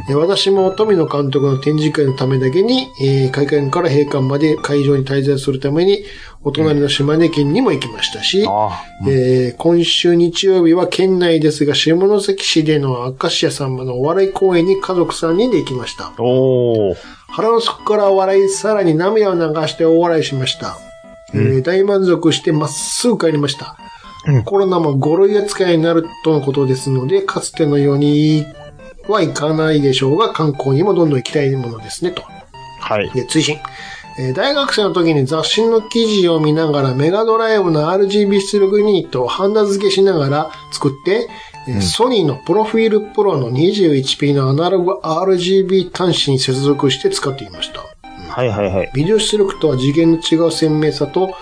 [SPEAKER 4] え私も富野監督の展示会のためだけに、えー開館から閉館まで会場に滞在するために、お隣の島根県にも行きましたし、
[SPEAKER 3] あ
[SPEAKER 4] えー今週日曜日は県内ですが、下関市での明石家さんまのお笑い公演に家族3人で行きました。
[SPEAKER 3] ーおー
[SPEAKER 4] 腹の底から笑い、さらに涙を流して大笑いしました。えー大満足してまっすぐ帰りました。
[SPEAKER 3] うん
[SPEAKER 4] コロナも5類扱いになるとのことですので、かつてのようにはいかないでしょうが、観光にもどんどん行きたいものですね、と。
[SPEAKER 3] はい。
[SPEAKER 4] で、追伸。えー大学生の時に雑誌の記事を見ながらメガドライブの RGB 出力ユニットをハンダ付けしながら作って、えーソニーのプロフィールプロの 21P のアナログ RGB 端子に接続して使っていました。
[SPEAKER 3] はいはいはい。
[SPEAKER 4] ビデオ出力とは次元の違う鮮明さと、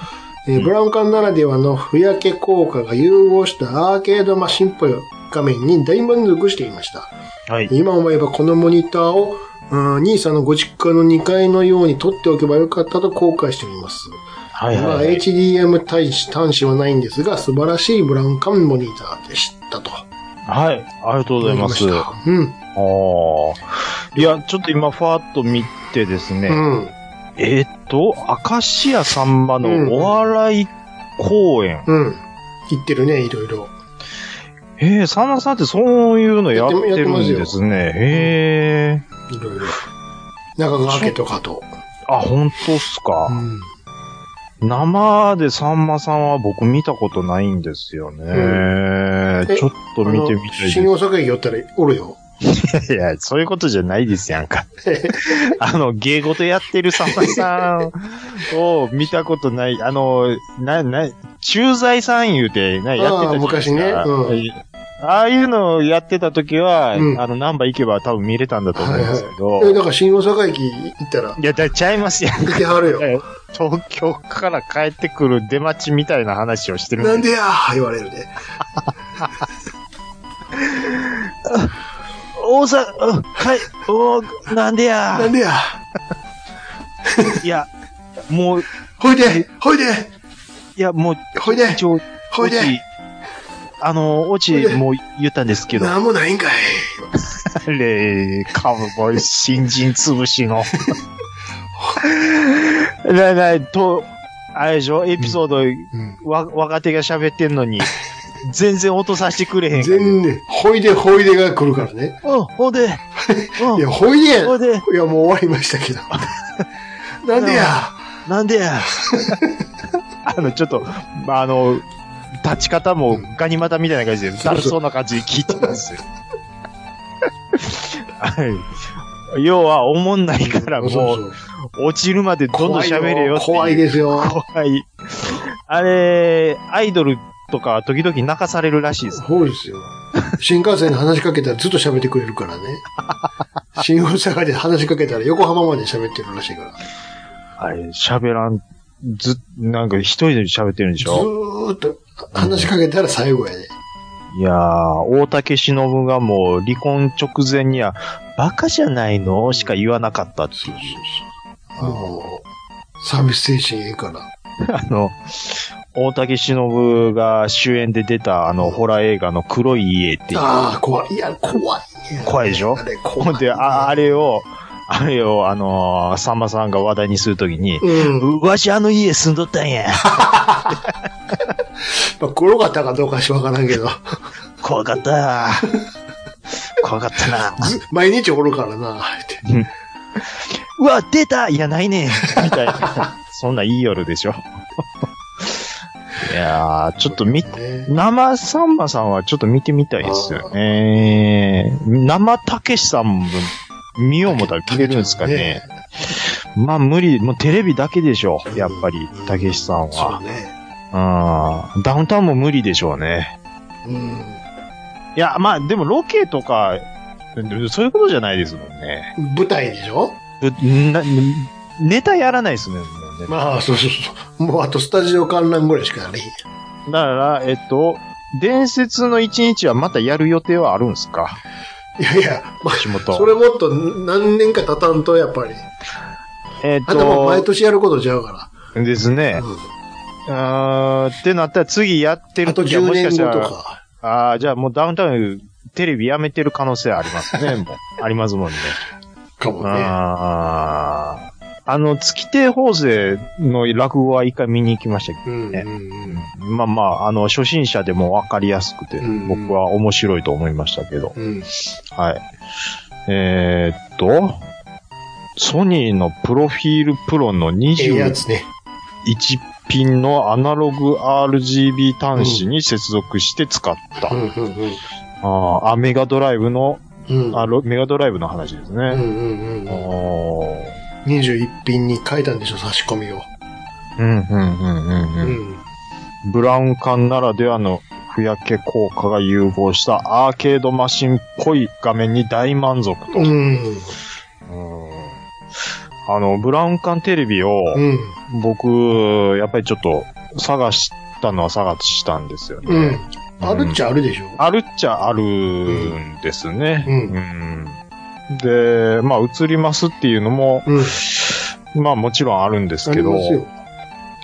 [SPEAKER 4] えーブラウン管ならではのふやけ効果が融合したアーケードマシンっぽい画面に大満足していました。
[SPEAKER 3] はい。
[SPEAKER 4] 今思えばこのモニターを、うん、兄さんのご実家の2階のように取っておけばよかったと後悔しております。
[SPEAKER 3] はい
[SPEAKER 4] まあ、
[SPEAKER 3] はい。
[SPEAKER 4] HDM 端子端子はないんですが、素晴らしいブラウン管モニターでしたと。あ
[SPEAKER 3] はい。ありがとうございます。あ
[SPEAKER 4] うん。
[SPEAKER 3] あ。いや、ちょっと今、ファーっと見てですね。
[SPEAKER 4] うん。
[SPEAKER 3] えーっと、明石家さんまのお笑い公演。
[SPEAKER 4] うん。言ってるね、いろいろ。
[SPEAKER 3] へえ、さんまさんってそういうのやってるんですね。へえ。
[SPEAKER 4] いろいろ。中川家とかと。
[SPEAKER 3] あ、本当っす
[SPEAKER 4] う
[SPEAKER 3] か。
[SPEAKER 4] ん。
[SPEAKER 3] 生でさんまさんは僕見たことないんですよね。
[SPEAKER 4] え
[SPEAKER 3] ちょっと見てみたい
[SPEAKER 4] あの
[SPEAKER 3] です
[SPEAKER 4] 新。大阪駅寄ったらおるよ。
[SPEAKER 3] いやいや、そういうことじゃないですやん
[SPEAKER 4] *laughs*
[SPEAKER 3] か。あの、芸事やってるさんまさんを見たことない、あの、な、な、駐在さん言うて、な、やってたじゃないですか。
[SPEAKER 4] 昔ねうん
[SPEAKER 3] はいああいうのをやってた時は、
[SPEAKER 4] うん
[SPEAKER 3] あの、ナンバー行けば多分見れたんだと思うんですけど、
[SPEAKER 4] え、
[SPEAKER 3] い
[SPEAKER 4] だから新大阪駅行ったら、
[SPEAKER 3] や、だ、ちゃいますやん。
[SPEAKER 4] 行けはるよ。
[SPEAKER 3] 東京から帰ってくる出待ちみたいな話をしてる
[SPEAKER 4] なん
[SPEAKER 3] で
[SPEAKER 4] でやー言われるで。
[SPEAKER 3] 大阪、はい、おなんで
[SPEAKER 4] な
[SPEAKER 3] や
[SPEAKER 4] ん、でや
[SPEAKER 3] いや、もう、い
[SPEAKER 4] ほいでほいで
[SPEAKER 3] や、もう、
[SPEAKER 4] ほいで
[SPEAKER 3] 一応
[SPEAKER 4] ほいで
[SPEAKER 3] オチあの、オ
[SPEAKER 4] ほい
[SPEAKER 3] チ
[SPEAKER 4] で
[SPEAKER 3] も言ったんですけど、
[SPEAKER 4] なんもないんかい。
[SPEAKER 3] レイ、カウボーイ、新人潰し
[SPEAKER 4] *laughs*
[SPEAKER 3] の。ななと、あれでしょエピソード、わ、若手が喋ってんのに、全然音させてくれへんから。
[SPEAKER 4] 全然、ほいでほいでが来るからね。
[SPEAKER 3] うん、ほんで、
[SPEAKER 4] い
[SPEAKER 3] うん
[SPEAKER 4] や、、ほいでや
[SPEAKER 3] ほいで
[SPEAKER 4] いや、もう終わりました
[SPEAKER 3] *laughs*
[SPEAKER 4] けど。なんでや
[SPEAKER 3] なんでや。 *laughs* あの、ちょっと、まあ、あの、立ち方もガニ股みたいな感じで、
[SPEAKER 4] そ
[SPEAKER 3] だ
[SPEAKER 4] うそう
[SPEAKER 3] るそうな感じで聞いてますよ。 *laughs* はい。要は、おもんないから、
[SPEAKER 4] そうそ
[SPEAKER 3] もう、
[SPEAKER 4] う
[SPEAKER 3] 落ちるまでどんどん喋れよって
[SPEAKER 4] 怖い
[SPEAKER 3] で。
[SPEAKER 4] ですよ。
[SPEAKER 3] 怖い。あれ、アイドルとか時々泣かされるらしいです。
[SPEAKER 4] そうですよ。新幹線に話しかけたらずっと喋ってくれ
[SPEAKER 3] *laughs*
[SPEAKER 4] るからね。新大阪で話しかけたら横浜まで喋ってるらしいから。
[SPEAKER 3] あれ、喋らん、ず、なんか一人で喋ってるんでし
[SPEAKER 4] ず
[SPEAKER 3] ょ
[SPEAKER 4] ーっと話しかけたら最後やで。
[SPEAKER 3] いやー、大竹しのぶがもう離婚直前には、バカじゃないのしか言わなかったって
[SPEAKER 4] そ
[SPEAKER 3] いうう。
[SPEAKER 4] そうそう。もう、サービス精神ええから。
[SPEAKER 3] あの、大竹しのぶが主演で出たあの、ホラー映画の黒い家っていう、
[SPEAKER 4] ああ、怖い。いや、怖い。
[SPEAKER 3] 怖いでしょ
[SPEAKER 4] あれ、
[SPEAKER 3] ほ
[SPEAKER 4] 怖
[SPEAKER 3] ん
[SPEAKER 4] い。
[SPEAKER 3] で、あ、あれを、あれを、あのーさんまさんが話題にするときに、
[SPEAKER 4] うん。
[SPEAKER 3] わしあの家住んどったんや。
[SPEAKER 4] まあ、黒かったかどうかしわからんけど、
[SPEAKER 3] *laughs* 怖か *laughs* った。怖かったな。
[SPEAKER 4] ず毎日おるからな、って。
[SPEAKER 3] うわ、出たいや、ないねみたいな。そんないい夜でしょ。いやー、ちょっとみ、
[SPEAKER 4] ね、
[SPEAKER 3] 生さんまさんはちょっと見てみたいですよね。生たけしさんも見よう思ったら見れるんですかね。まあ無理、もうテレビだけでしょう。やっぱり、たけしさん
[SPEAKER 4] そ
[SPEAKER 3] は
[SPEAKER 4] う。ね。
[SPEAKER 3] うん。ダウンタウンも無理でしょうね。
[SPEAKER 4] う
[SPEAKER 3] いや、まあでもロケとか、そういうことじゃないですもんね。
[SPEAKER 4] ん。舞台でしょ
[SPEAKER 3] ぶなネタやらないですね。もうね
[SPEAKER 4] まあ、そうそうそう。もうあとスタジオ観覧ぐらいしかない。
[SPEAKER 3] だから、えっと、伝説の一日はまたやる予定はあるんですか
[SPEAKER 4] いやいや、ま
[SPEAKER 3] 橋
[SPEAKER 4] あ、それ
[SPEAKER 3] 本。
[SPEAKER 4] もっと何年か経たんと、やっぱり。
[SPEAKER 3] えっ
[SPEAKER 4] あともう毎
[SPEAKER 3] と、
[SPEAKER 4] 年やることちゃうか
[SPEAKER 3] です
[SPEAKER 4] ら。
[SPEAKER 3] ね。
[SPEAKER 4] うん
[SPEAKER 3] あーってなったら次やってる
[SPEAKER 4] あと
[SPEAKER 3] 時は
[SPEAKER 4] 10
[SPEAKER 3] もし
[SPEAKER 4] 年
[SPEAKER 3] かした
[SPEAKER 4] 後と
[SPEAKER 3] ら、
[SPEAKER 4] か。
[SPEAKER 3] ああ、じゃあもうダウンタウンテレビやめてる可能性あります
[SPEAKER 4] *laughs*
[SPEAKER 3] ね、もう。ありますもんね。
[SPEAKER 4] かもね。
[SPEAKER 3] あーあの、月亭法政の落語は一回見に行きましたけど、
[SPEAKER 4] うん。う
[SPEAKER 3] ね
[SPEAKER 4] ん
[SPEAKER 3] まあまあ、あの、初心者でもわかりやすくて、
[SPEAKER 4] うん
[SPEAKER 3] 僕は面白いと思いましたけど。
[SPEAKER 4] うん。
[SPEAKER 3] はい。えーっと、ソニーのプロフィールプロの
[SPEAKER 4] ええや
[SPEAKER 3] 21
[SPEAKER 4] つね。
[SPEAKER 3] ピンのアナログ RGB 端子に接続して使った。
[SPEAKER 4] うんうんうん。
[SPEAKER 3] あーあ、メガドライブの、
[SPEAKER 4] うん。
[SPEAKER 3] あロメガドライブの話です
[SPEAKER 4] うんう
[SPEAKER 3] ね。
[SPEAKER 4] んうん。
[SPEAKER 3] おー
[SPEAKER 4] 21品に書いたんでしょ、差し込みを。
[SPEAKER 3] うんうんうんうん
[SPEAKER 4] う
[SPEAKER 3] うん
[SPEAKER 4] ん。
[SPEAKER 3] ブラウン管ならではのふやけ効果が融合したアーケードマシンっぽい画面に大満足と。
[SPEAKER 4] うん。
[SPEAKER 3] あの、ブラウン管テレビを、
[SPEAKER 4] うん。
[SPEAKER 3] 僕、やっぱりちょっと探したのは探したんですよね。
[SPEAKER 4] うん。あるっちゃあるでしょ。
[SPEAKER 3] あるっちゃあるんですね。
[SPEAKER 4] うん
[SPEAKER 3] うんで、まあ、映りますっていうのも、
[SPEAKER 4] うん。
[SPEAKER 3] まあもちろんあるんです
[SPEAKER 4] あ
[SPEAKER 3] け
[SPEAKER 4] り
[SPEAKER 3] ど、
[SPEAKER 4] ますよ。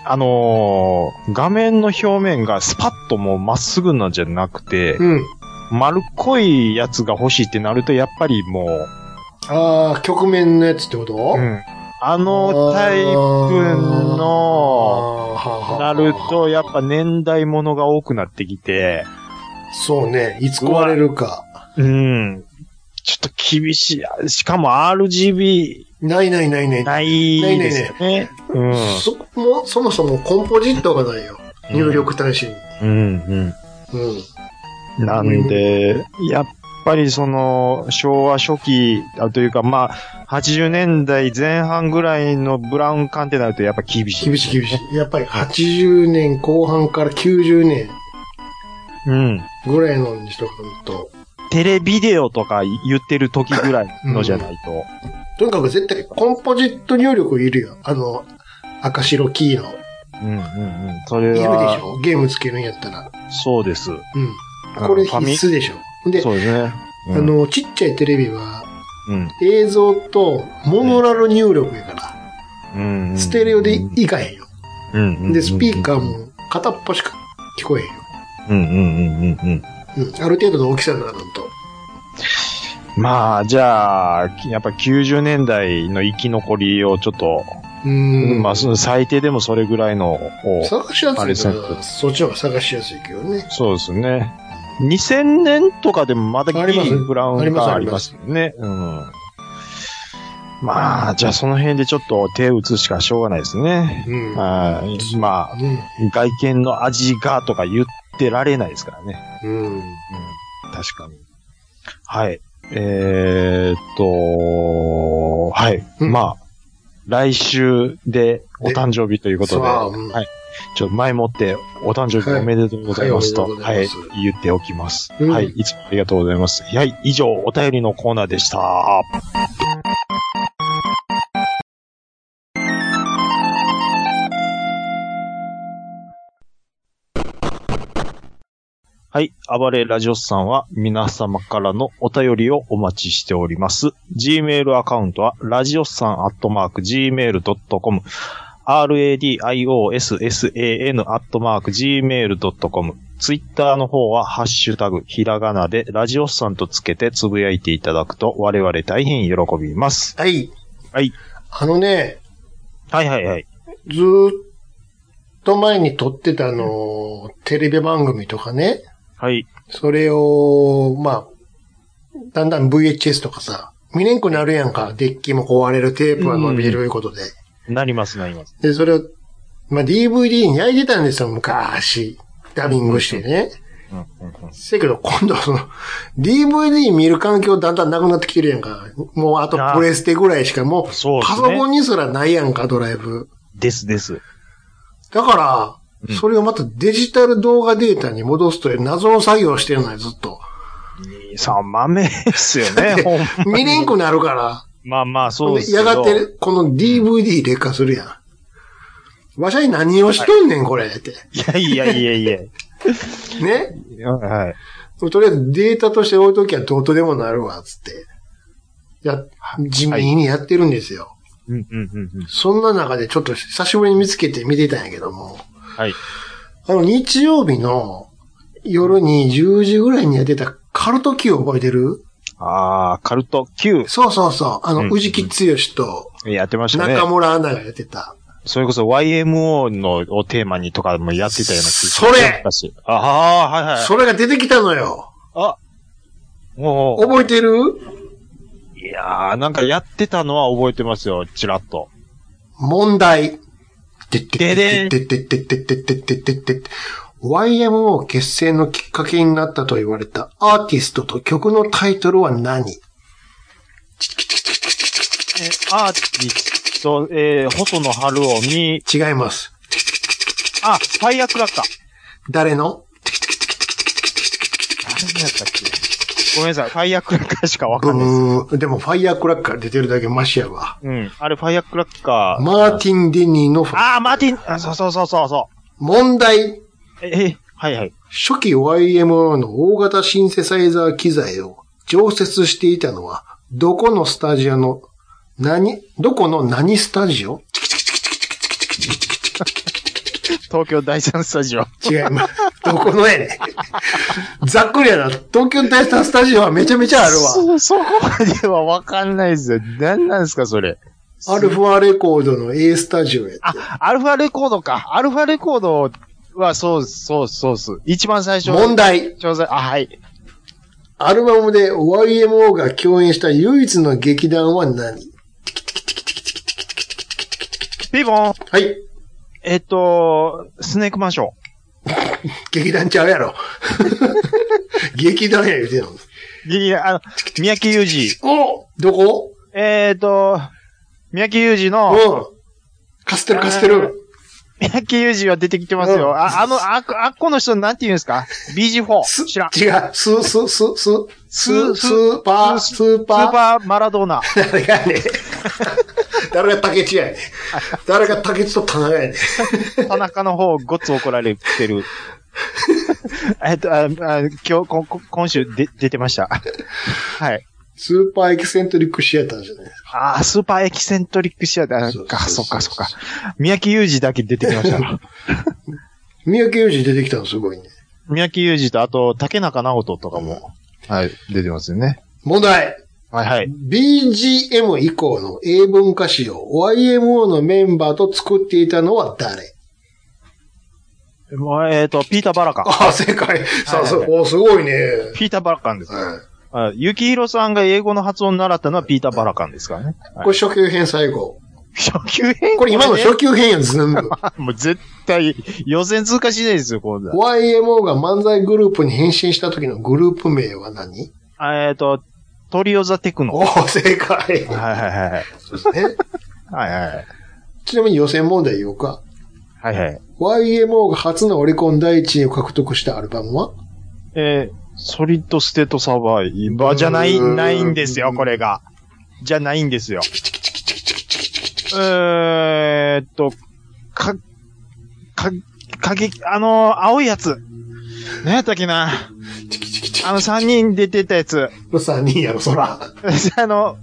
[SPEAKER 3] あのー画面の表面がスパッともうまっすぐなんじゃなくて、
[SPEAKER 4] うん。
[SPEAKER 3] 丸っこいやつが欲しいってなると、やっぱりもう、
[SPEAKER 4] ああ、局面のやつってこと
[SPEAKER 3] うんあのタイプの、
[SPEAKER 4] の
[SPEAKER 3] なると、やっぱ年代ものが多くなってきて、
[SPEAKER 4] そうね。いつ壊れるか。
[SPEAKER 3] うん。ちょっと厳しいあ。しかも RGB
[SPEAKER 4] ないないないない。
[SPEAKER 3] ないですよね。うん。
[SPEAKER 4] そ、も、そもそもコンポジットがないよ。入力端子に。
[SPEAKER 3] うん
[SPEAKER 4] うん。
[SPEAKER 3] うん。なんで、やっぱりその、昭和初期、あというかまあ、80年代前半ぐらいのブラウン管ってなるとやっぱ厳しい。
[SPEAKER 4] 厳しい厳しい。やっぱり80年後半から90年
[SPEAKER 3] うん。
[SPEAKER 4] ぐらいのにしとかんと、
[SPEAKER 3] テレビデオとか言ってる時ぐらいのじゃないと。
[SPEAKER 4] とにかく絶対コンポジット入力いるよ。あの、赤白黄色。
[SPEAKER 3] うんうんうん。そ
[SPEAKER 4] いる
[SPEAKER 3] れ
[SPEAKER 4] でし
[SPEAKER 3] は、
[SPEAKER 4] ょゲームつけるんやったら。
[SPEAKER 3] そうです。
[SPEAKER 4] うん。これ
[SPEAKER 3] うんフ
[SPEAKER 4] 必
[SPEAKER 3] ァミ
[SPEAKER 4] 須でしょ。で、
[SPEAKER 3] そうですね。
[SPEAKER 4] あの、ちっちゃいテレビは
[SPEAKER 3] うん、
[SPEAKER 4] 映像とモノラル入力やから、
[SPEAKER 3] うんうん。
[SPEAKER 4] ステレオでいかへんよ。
[SPEAKER 3] うんうんうんうん
[SPEAKER 4] で、スピーカーも片っぽしか聞こえへんよ。
[SPEAKER 3] うんうんうんうんうん。
[SPEAKER 4] うん。ある程度の大きさにならんと。
[SPEAKER 3] まあ、じゃあ、やっぱ90年代の生き残りをちょっと、
[SPEAKER 4] うん。
[SPEAKER 3] まあ、その最低でもそれぐらいのを、
[SPEAKER 4] 探しや
[SPEAKER 3] あれ
[SPEAKER 4] す
[SPEAKER 3] さ
[SPEAKER 4] いから、そっちの方が探しやすいけどね。
[SPEAKER 3] そうですね。2000年とかでもまだ
[SPEAKER 4] あ
[SPEAKER 3] ギ
[SPEAKER 4] ります
[SPEAKER 3] リブラウ
[SPEAKER 4] あり
[SPEAKER 3] ン
[SPEAKER 4] ます
[SPEAKER 3] があ
[SPEAKER 4] あ
[SPEAKER 3] り
[SPEAKER 4] り
[SPEAKER 3] ま
[SPEAKER 4] ますす
[SPEAKER 3] よね。うん。まあ、じゃあその辺でちょっと手打つしかしょうがないですね。
[SPEAKER 4] うん。
[SPEAKER 3] はい。まあ、
[SPEAKER 4] ね
[SPEAKER 3] 外見の味がとか言ってられないですからね。
[SPEAKER 4] うん。
[SPEAKER 3] 確かに。はい。えー、っと、はい。
[SPEAKER 4] うん
[SPEAKER 3] まあ、来週でお誕生日ということで、
[SPEAKER 4] そううん
[SPEAKER 3] はい。ちょっと前もってお誕生日おめでとうございますと、
[SPEAKER 4] はいはい
[SPEAKER 3] は
[SPEAKER 4] お
[SPEAKER 3] い
[SPEAKER 4] めでとうございま、
[SPEAKER 3] 言っておきます。
[SPEAKER 4] うん
[SPEAKER 3] はい。いつもありがとうございます。はい。以上、お便りのコーナーでした。はい。暴れラジオスさんは皆様からのお便りをお待ちしております。Gmail アカウントは、ラジオスさんアットマーク Gmail.com。 radiossan アットマーク gmail.com。ツイッターの方は、ハッシュタグ、ひらがなで、ラジオスさんとつけてつぶやいていただくと、我々大変喜びます。
[SPEAKER 4] はい。
[SPEAKER 3] はい。
[SPEAKER 4] あのね、
[SPEAKER 3] はいはいはい。
[SPEAKER 4] ずーっと前に撮ってたあのー、テレビ番組とかね、
[SPEAKER 3] はい。
[SPEAKER 4] それを、まあ、だんだん VHS とかさ、見れんくなるやんか。デッキも壊れる、テープは伸びるということで。
[SPEAKER 3] なりますなります。
[SPEAKER 4] で、それを、まあ、DVD に焼いてたんですよ、昔。ダビングしてね。
[SPEAKER 3] うんうんうん
[SPEAKER 4] せやけど、今度はその、DVD 見る環境だんだんなくなってきてるやんか。もうあと
[SPEAKER 3] あー
[SPEAKER 4] プレステぐらいしか、もう
[SPEAKER 3] そうです
[SPEAKER 4] パ
[SPEAKER 3] ね
[SPEAKER 4] ソコンにすらないやんか、ドライブ。
[SPEAKER 3] ですです。
[SPEAKER 4] だから、
[SPEAKER 3] うん
[SPEAKER 4] それをまたデジタル動画データに戻すという謎の作業をしてるのよ、ずっ
[SPEAKER 3] *laughs*
[SPEAKER 4] と。
[SPEAKER 3] さ、豆ですよ *laughs* ね、ほんまに
[SPEAKER 4] 見れんくなるから。
[SPEAKER 3] まあまあ、そうですけ
[SPEAKER 4] や
[SPEAKER 3] ど。
[SPEAKER 4] がて、この DVD 劣化するやん。わしゃい何をしとんねん、これ、って。
[SPEAKER 3] いやいやいやいや。
[SPEAKER 4] ね。
[SPEAKER 3] はい。
[SPEAKER 4] とりあえずデータとして置いときゃどうとでもなるわ、つって。や、地味にやってるんですよ。
[SPEAKER 3] うんうんうんうん。
[SPEAKER 4] そんな中でちょっと久しぶりに見つけて見てたんやけども、
[SPEAKER 3] はい。
[SPEAKER 4] あの日曜日の夜に10時ぐらいにやってたカルト Q 覚えてる
[SPEAKER 3] ああ、カルト Q
[SPEAKER 4] そうそうそう。あ
[SPEAKER 3] う
[SPEAKER 4] の、
[SPEAKER 3] ん
[SPEAKER 4] 宇治木剛と
[SPEAKER 3] やってましたね。
[SPEAKER 4] 中村アナがやってた。
[SPEAKER 3] それこそ YMO のをテーマにとかもやってたような気が
[SPEAKER 4] それ
[SPEAKER 3] しああ、はいはい。
[SPEAKER 4] それが出てきたのよ。
[SPEAKER 3] あもう、
[SPEAKER 4] 覚えてる
[SPEAKER 3] いやー、なんかやってたのは覚えてますよ、ちらっと。
[SPEAKER 4] 問題。てって
[SPEAKER 3] でで
[SPEAKER 4] て
[SPEAKER 3] ん
[SPEAKER 4] ててててててててて YMO 結成のきっかけになったと言われたアーティストと曲のタイトルは何
[SPEAKER 3] アーティスト、えー、細野晴臣に、
[SPEAKER 4] 違います。
[SPEAKER 3] あ、ファイアクラッカー。
[SPEAKER 4] 誰の
[SPEAKER 3] 何やったっけごめんなさい、ファイアクラッカーしかわ
[SPEAKER 4] ブ
[SPEAKER 3] かんないです。
[SPEAKER 4] ー。でも、ファイヤークラッカー出てるだけマシやわ。
[SPEAKER 3] うん。あれ、ファイアクラッカー。
[SPEAKER 4] マーティン・ディニーのファ
[SPEAKER 3] ああ、マーティン、あそうそうそうそうそ
[SPEAKER 4] 問題。
[SPEAKER 3] う。え、え、はいはい。
[SPEAKER 4] 初期 YMO の大型シンセサイザー機材を常設していたのは、どこのスタジオの、何、どこの何スタジオ
[SPEAKER 3] 東京第三スタジオ。
[SPEAKER 4] 違い
[SPEAKER 3] *laughs*
[SPEAKER 4] ます。どこのやねん。ざっくりやな。東京大ススタジオはめちゃめちゃあるわ。
[SPEAKER 3] そ、そこまではわかんないですよ。何なんですか、それ。
[SPEAKER 4] アルファレコードの A スタジオやって。
[SPEAKER 3] あ、アルファレコードか。アルファレコードは、そう、そう、そうっす。一番最初。
[SPEAKER 4] 問。題。
[SPEAKER 3] 調査、あ、はい。
[SPEAKER 4] アルバムで YMO が共演した唯一の劇団は何
[SPEAKER 3] ピボン。
[SPEAKER 4] はい。
[SPEAKER 3] えっと、スネークマンション。
[SPEAKER 4] 劇団ちゃう
[SPEAKER 3] *laughs*
[SPEAKER 4] やろ。劇団や言うてんの。
[SPEAKER 3] いや、あの、三宅裕二。
[SPEAKER 4] おどこ
[SPEAKER 3] えっと、三宅裕二
[SPEAKER 4] う
[SPEAKER 3] の、
[SPEAKER 4] ん。カステルカステル。
[SPEAKER 3] 三宅裕二は出てきてます
[SPEAKER 4] うん
[SPEAKER 3] よ。あ、あの、あ、あっこの人、なんて言うんですか ?BG4。
[SPEAKER 4] す、
[SPEAKER 3] 知らん。ス
[SPEAKER 4] 違う。す、す、す、す、す、
[SPEAKER 3] す
[SPEAKER 4] スーパー、
[SPEAKER 3] す
[SPEAKER 4] スー
[SPEAKER 3] ー
[SPEAKER 4] パ
[SPEAKER 3] パーマラドーナ。
[SPEAKER 4] ー。誰がやねん誰が竹地やねん誰が竹地と田中やねん
[SPEAKER 3] 田中の方、ごっつ怒られてる。 *laughs* えっと、ああ今日、ここ今週で出てました。はい。
[SPEAKER 4] スーパーエキセントリックシアターじゃないですか。
[SPEAKER 3] ああ、スーパーエキセントリックシアタ
[SPEAKER 4] そう
[SPEAKER 3] ーか、
[SPEAKER 4] そ
[SPEAKER 3] そうっ
[SPEAKER 4] そう
[SPEAKER 3] か、
[SPEAKER 4] そ
[SPEAKER 3] そうっか。三宅裕二だけ出てきました。
[SPEAKER 4] 三宅裕二出てきたのすごいね。
[SPEAKER 3] 三宅裕二と、あと、竹中直人とかも、はい、出てますよね。
[SPEAKER 4] 問題。
[SPEAKER 3] はい、はい。
[SPEAKER 4] BGM 以降の英文歌詞を YMO のメンバーと作っていたのは誰
[SPEAKER 3] もうえっ、と、ピーター・バラカン。
[SPEAKER 4] ああ、正解。さすが。おすごいね。
[SPEAKER 3] ピーター・バラカンです。
[SPEAKER 4] は
[SPEAKER 3] あ、ゆきひろさんが英語の発音を習ったのはピーター・バラカンですからね。
[SPEAKER 4] い。
[SPEAKER 3] はい
[SPEAKER 4] これ初級編最後。
[SPEAKER 3] 初級編
[SPEAKER 4] これ今の初級編やん、全部。
[SPEAKER 3] もう絶対、予選通過しないですよ、こんなん
[SPEAKER 4] YMO が漫才グループに変身した時のグループ名は何
[SPEAKER 3] あえっ、と、トリオザテクノ。
[SPEAKER 4] お
[SPEAKER 3] はい
[SPEAKER 4] お、正解。
[SPEAKER 3] はいはいはい。
[SPEAKER 4] ね *laughs*
[SPEAKER 3] はいはい。
[SPEAKER 4] ちなみに予選問題言おうか。
[SPEAKER 3] はいはい。
[SPEAKER 4] YMO が初のオリコン第一位を獲得したアルバムは
[SPEAKER 3] えー、ソリッドステートサバイバーじゃな
[SPEAKER 4] う
[SPEAKER 3] い、
[SPEAKER 4] ーん
[SPEAKER 3] ないんですよ、これが。じゃないんですよ。えーっと、か、か、かげ、あのー青いやつ。何やったっけなあの、三人出てたやつ。
[SPEAKER 4] ?3 人やろ、そら。
[SPEAKER 3] あの、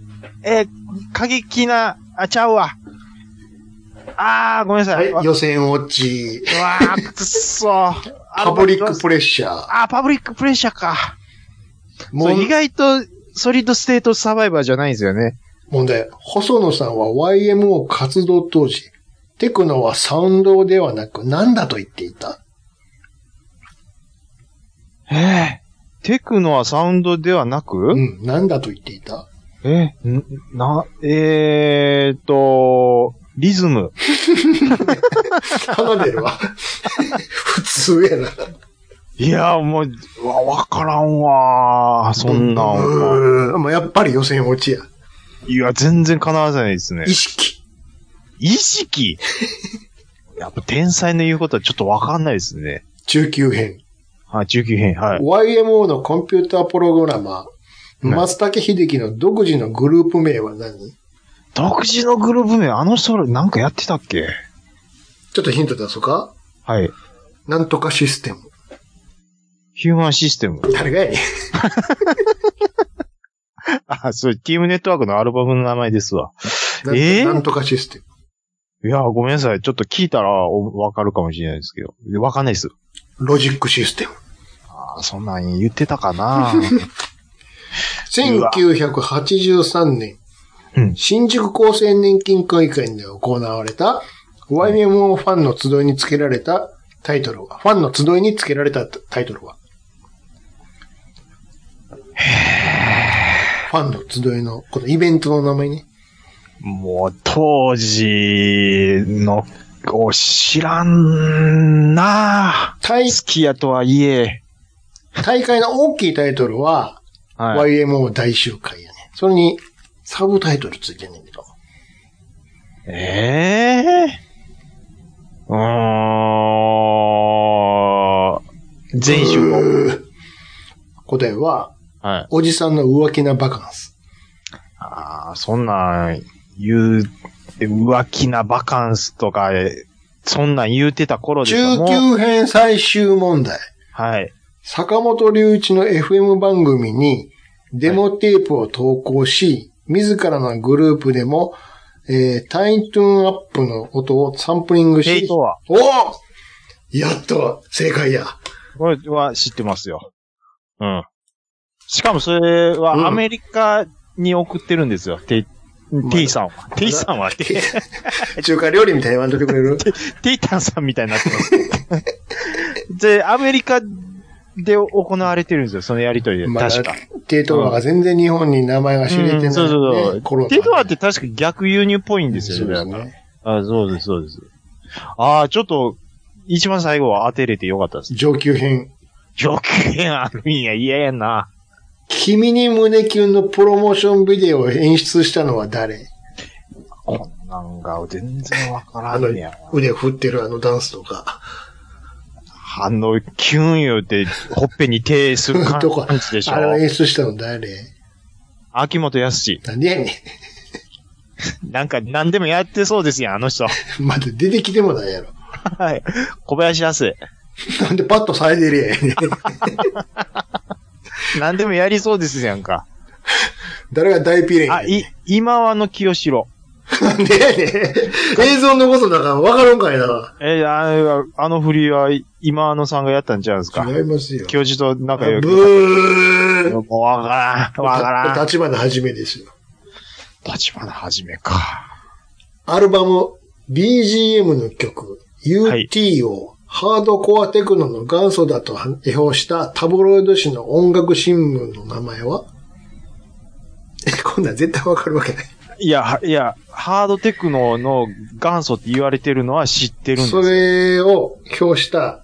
[SPEAKER 3] えー過激な、あ、ちゃうわ。あー、ごめんなさ。
[SPEAKER 4] はい *laughs* い、予選落ち。
[SPEAKER 3] うわー、くっそー。
[SPEAKER 4] パブリックプレッシャー。
[SPEAKER 3] あー、パブリックプレッシャーか。
[SPEAKER 4] も
[SPEAKER 3] そう意外と、ソリッドステートサバイバーじゃないんですよね。
[SPEAKER 4] 問題。細野さんは YMO 活動当時、テクノはサウンドではなく何だと言っていた
[SPEAKER 3] ええテクノはサウンドではなく、
[SPEAKER 4] うん、何だと言っていた
[SPEAKER 3] え、んな、えーっと、リズム。
[SPEAKER 4] 奏でるわ。 *laughs* 普通やな。
[SPEAKER 3] いやー、もう、うわ、わからんわー。そんなんは。
[SPEAKER 4] うーん。もうやっぱり予選落ちや。
[SPEAKER 3] いや、全然叶わせないですね
[SPEAKER 4] 意。識。
[SPEAKER 3] 意 *laughs* 識やっぱ天才の言うことはちょっとわかんないですね。
[SPEAKER 4] 19編。
[SPEAKER 3] はい、19編、はい。
[SPEAKER 4] YMO のコンピュータープログラマー、
[SPEAKER 3] い
[SPEAKER 4] 松竹秀樹の独自のグループ名は何
[SPEAKER 3] 独自のグループ名、あの人らなんかやってたっけ
[SPEAKER 4] ちょっとヒント出そうか
[SPEAKER 3] はい。
[SPEAKER 4] なんとかシステム。
[SPEAKER 3] ヒューマンシステム。
[SPEAKER 4] 誰がやねん。
[SPEAKER 3] あ、そう、ティームネットワークのアルバムの名前ですわ。
[SPEAKER 4] なん
[SPEAKER 3] えー
[SPEAKER 4] なんとかシステム。
[SPEAKER 3] いやー、ごめんなさい。ちょっと聞いたらおわかるかもしれないですけど。わかんないです。
[SPEAKER 4] ロジックシステム。
[SPEAKER 3] あーそんなん言ってたか *laughs* なうわ
[SPEAKER 4] 1983年、
[SPEAKER 3] うん
[SPEAKER 4] 新宿厚生年金会館で行われた、YMO ファンの集いにつけられたタイトルは、ファンの集いにつけられたタイトルはファンの集いの、このイベントの名前ね。
[SPEAKER 3] もう、当時の、を知らんなぁ。
[SPEAKER 4] 大
[SPEAKER 3] 好きやとはいえ。
[SPEAKER 4] 大会の大きいタイトルは、
[SPEAKER 3] はい。
[SPEAKER 4] YMO 大集会やね。それに、サブタイトルついてんねんけど。
[SPEAKER 3] ええうーん。全集合。
[SPEAKER 4] 答えは、
[SPEAKER 3] はい。
[SPEAKER 4] おじさんの浮気なバカンス。
[SPEAKER 3] ああ、そんなん言う、浮気なバカンスとか、そんなん言うてた頃ですよ。もう
[SPEAKER 4] 19編最終問題。
[SPEAKER 3] はい。
[SPEAKER 4] 坂本隆一の FM 番組にデモテープを投稿し、自らのグループでも、えー、タイトゥーンアップの音をサンプリング
[SPEAKER 3] ヘ
[SPEAKER 4] し
[SPEAKER 3] イ、トは、
[SPEAKER 4] おおやっと正解や。
[SPEAKER 3] これは知ってますよ。うん。しかもそれ
[SPEAKER 4] うん
[SPEAKER 3] はアメリカに送ってるんですよ。テイ、テイさんは。テイさんは、テイ
[SPEAKER 4] 中華料理みたいに言わんといてく
[SPEAKER 3] *laughs*
[SPEAKER 4] れる
[SPEAKER 3] テイタンさんみたいになってますけど。 *laughs* で、アメリカで行われてるんですよ、そのやりとりで。
[SPEAKER 4] まだ
[SPEAKER 3] 確か。
[SPEAKER 4] テイトワが全然日本に名前が知れてない、ね
[SPEAKER 3] うんそうそう
[SPEAKER 4] コ
[SPEAKER 3] そ
[SPEAKER 4] ロ
[SPEAKER 3] う。
[SPEAKER 4] ナ
[SPEAKER 3] テイトワって確か逆輸入っぽいんですよね。
[SPEAKER 4] そうですね。
[SPEAKER 3] あ、そうです、そうです。ああ、ちょっと、一番最後は当てれてよかったです。
[SPEAKER 4] 上級編。
[SPEAKER 3] *laughs* 条件あるんや、嫌やな。
[SPEAKER 4] 君に胸キュンのプロモーションビデオを演出したのは誰
[SPEAKER 3] こんなんが全然わか
[SPEAKER 4] あ
[SPEAKER 3] ら
[SPEAKER 4] の
[SPEAKER 3] んねや。、
[SPEAKER 4] 腕振ってるあのダンスとか。
[SPEAKER 3] あの、キュンよって、ほっぺに手する感
[SPEAKER 4] どこ
[SPEAKER 3] じ *laughs* でしょ
[SPEAKER 4] あ。れを演出したの誰
[SPEAKER 3] 秋元康。
[SPEAKER 4] なんでやね
[SPEAKER 3] なんか、何でもやってそうですやん、あの人。
[SPEAKER 4] ん。まだ出てきてもないやろ。
[SPEAKER 3] はい。小林康。
[SPEAKER 4] なんでパッとされてるやん、ねん。
[SPEAKER 3] 何でもやりそうですやんか。
[SPEAKER 4] 誰が大ピレンや
[SPEAKER 3] あ、
[SPEAKER 4] ねん。
[SPEAKER 3] い、今はの清志郎。
[SPEAKER 4] なんでやねん。映像残すだから分からんかいな。
[SPEAKER 3] え、あの、あの振りは、今のさんがやったんちゃうんですか。
[SPEAKER 4] 違いますよ。
[SPEAKER 3] 教授と
[SPEAKER 4] ブ
[SPEAKER 3] 仲良く。
[SPEAKER 4] ー
[SPEAKER 3] もうわからん。わからん。
[SPEAKER 4] 立花はじめですよ。
[SPEAKER 3] 立花はじめか。
[SPEAKER 4] アルバム、BGM の曲、
[SPEAKER 3] い
[SPEAKER 4] UT を、ハードコアテクノの元祖だと批評したタブロイド紙の音楽新聞の名前はえ、こんなん絶対わかるわけない。
[SPEAKER 3] いや、はいや、ハードテクノの元祖って言われてるのは知ってるんですよ。
[SPEAKER 4] それを表した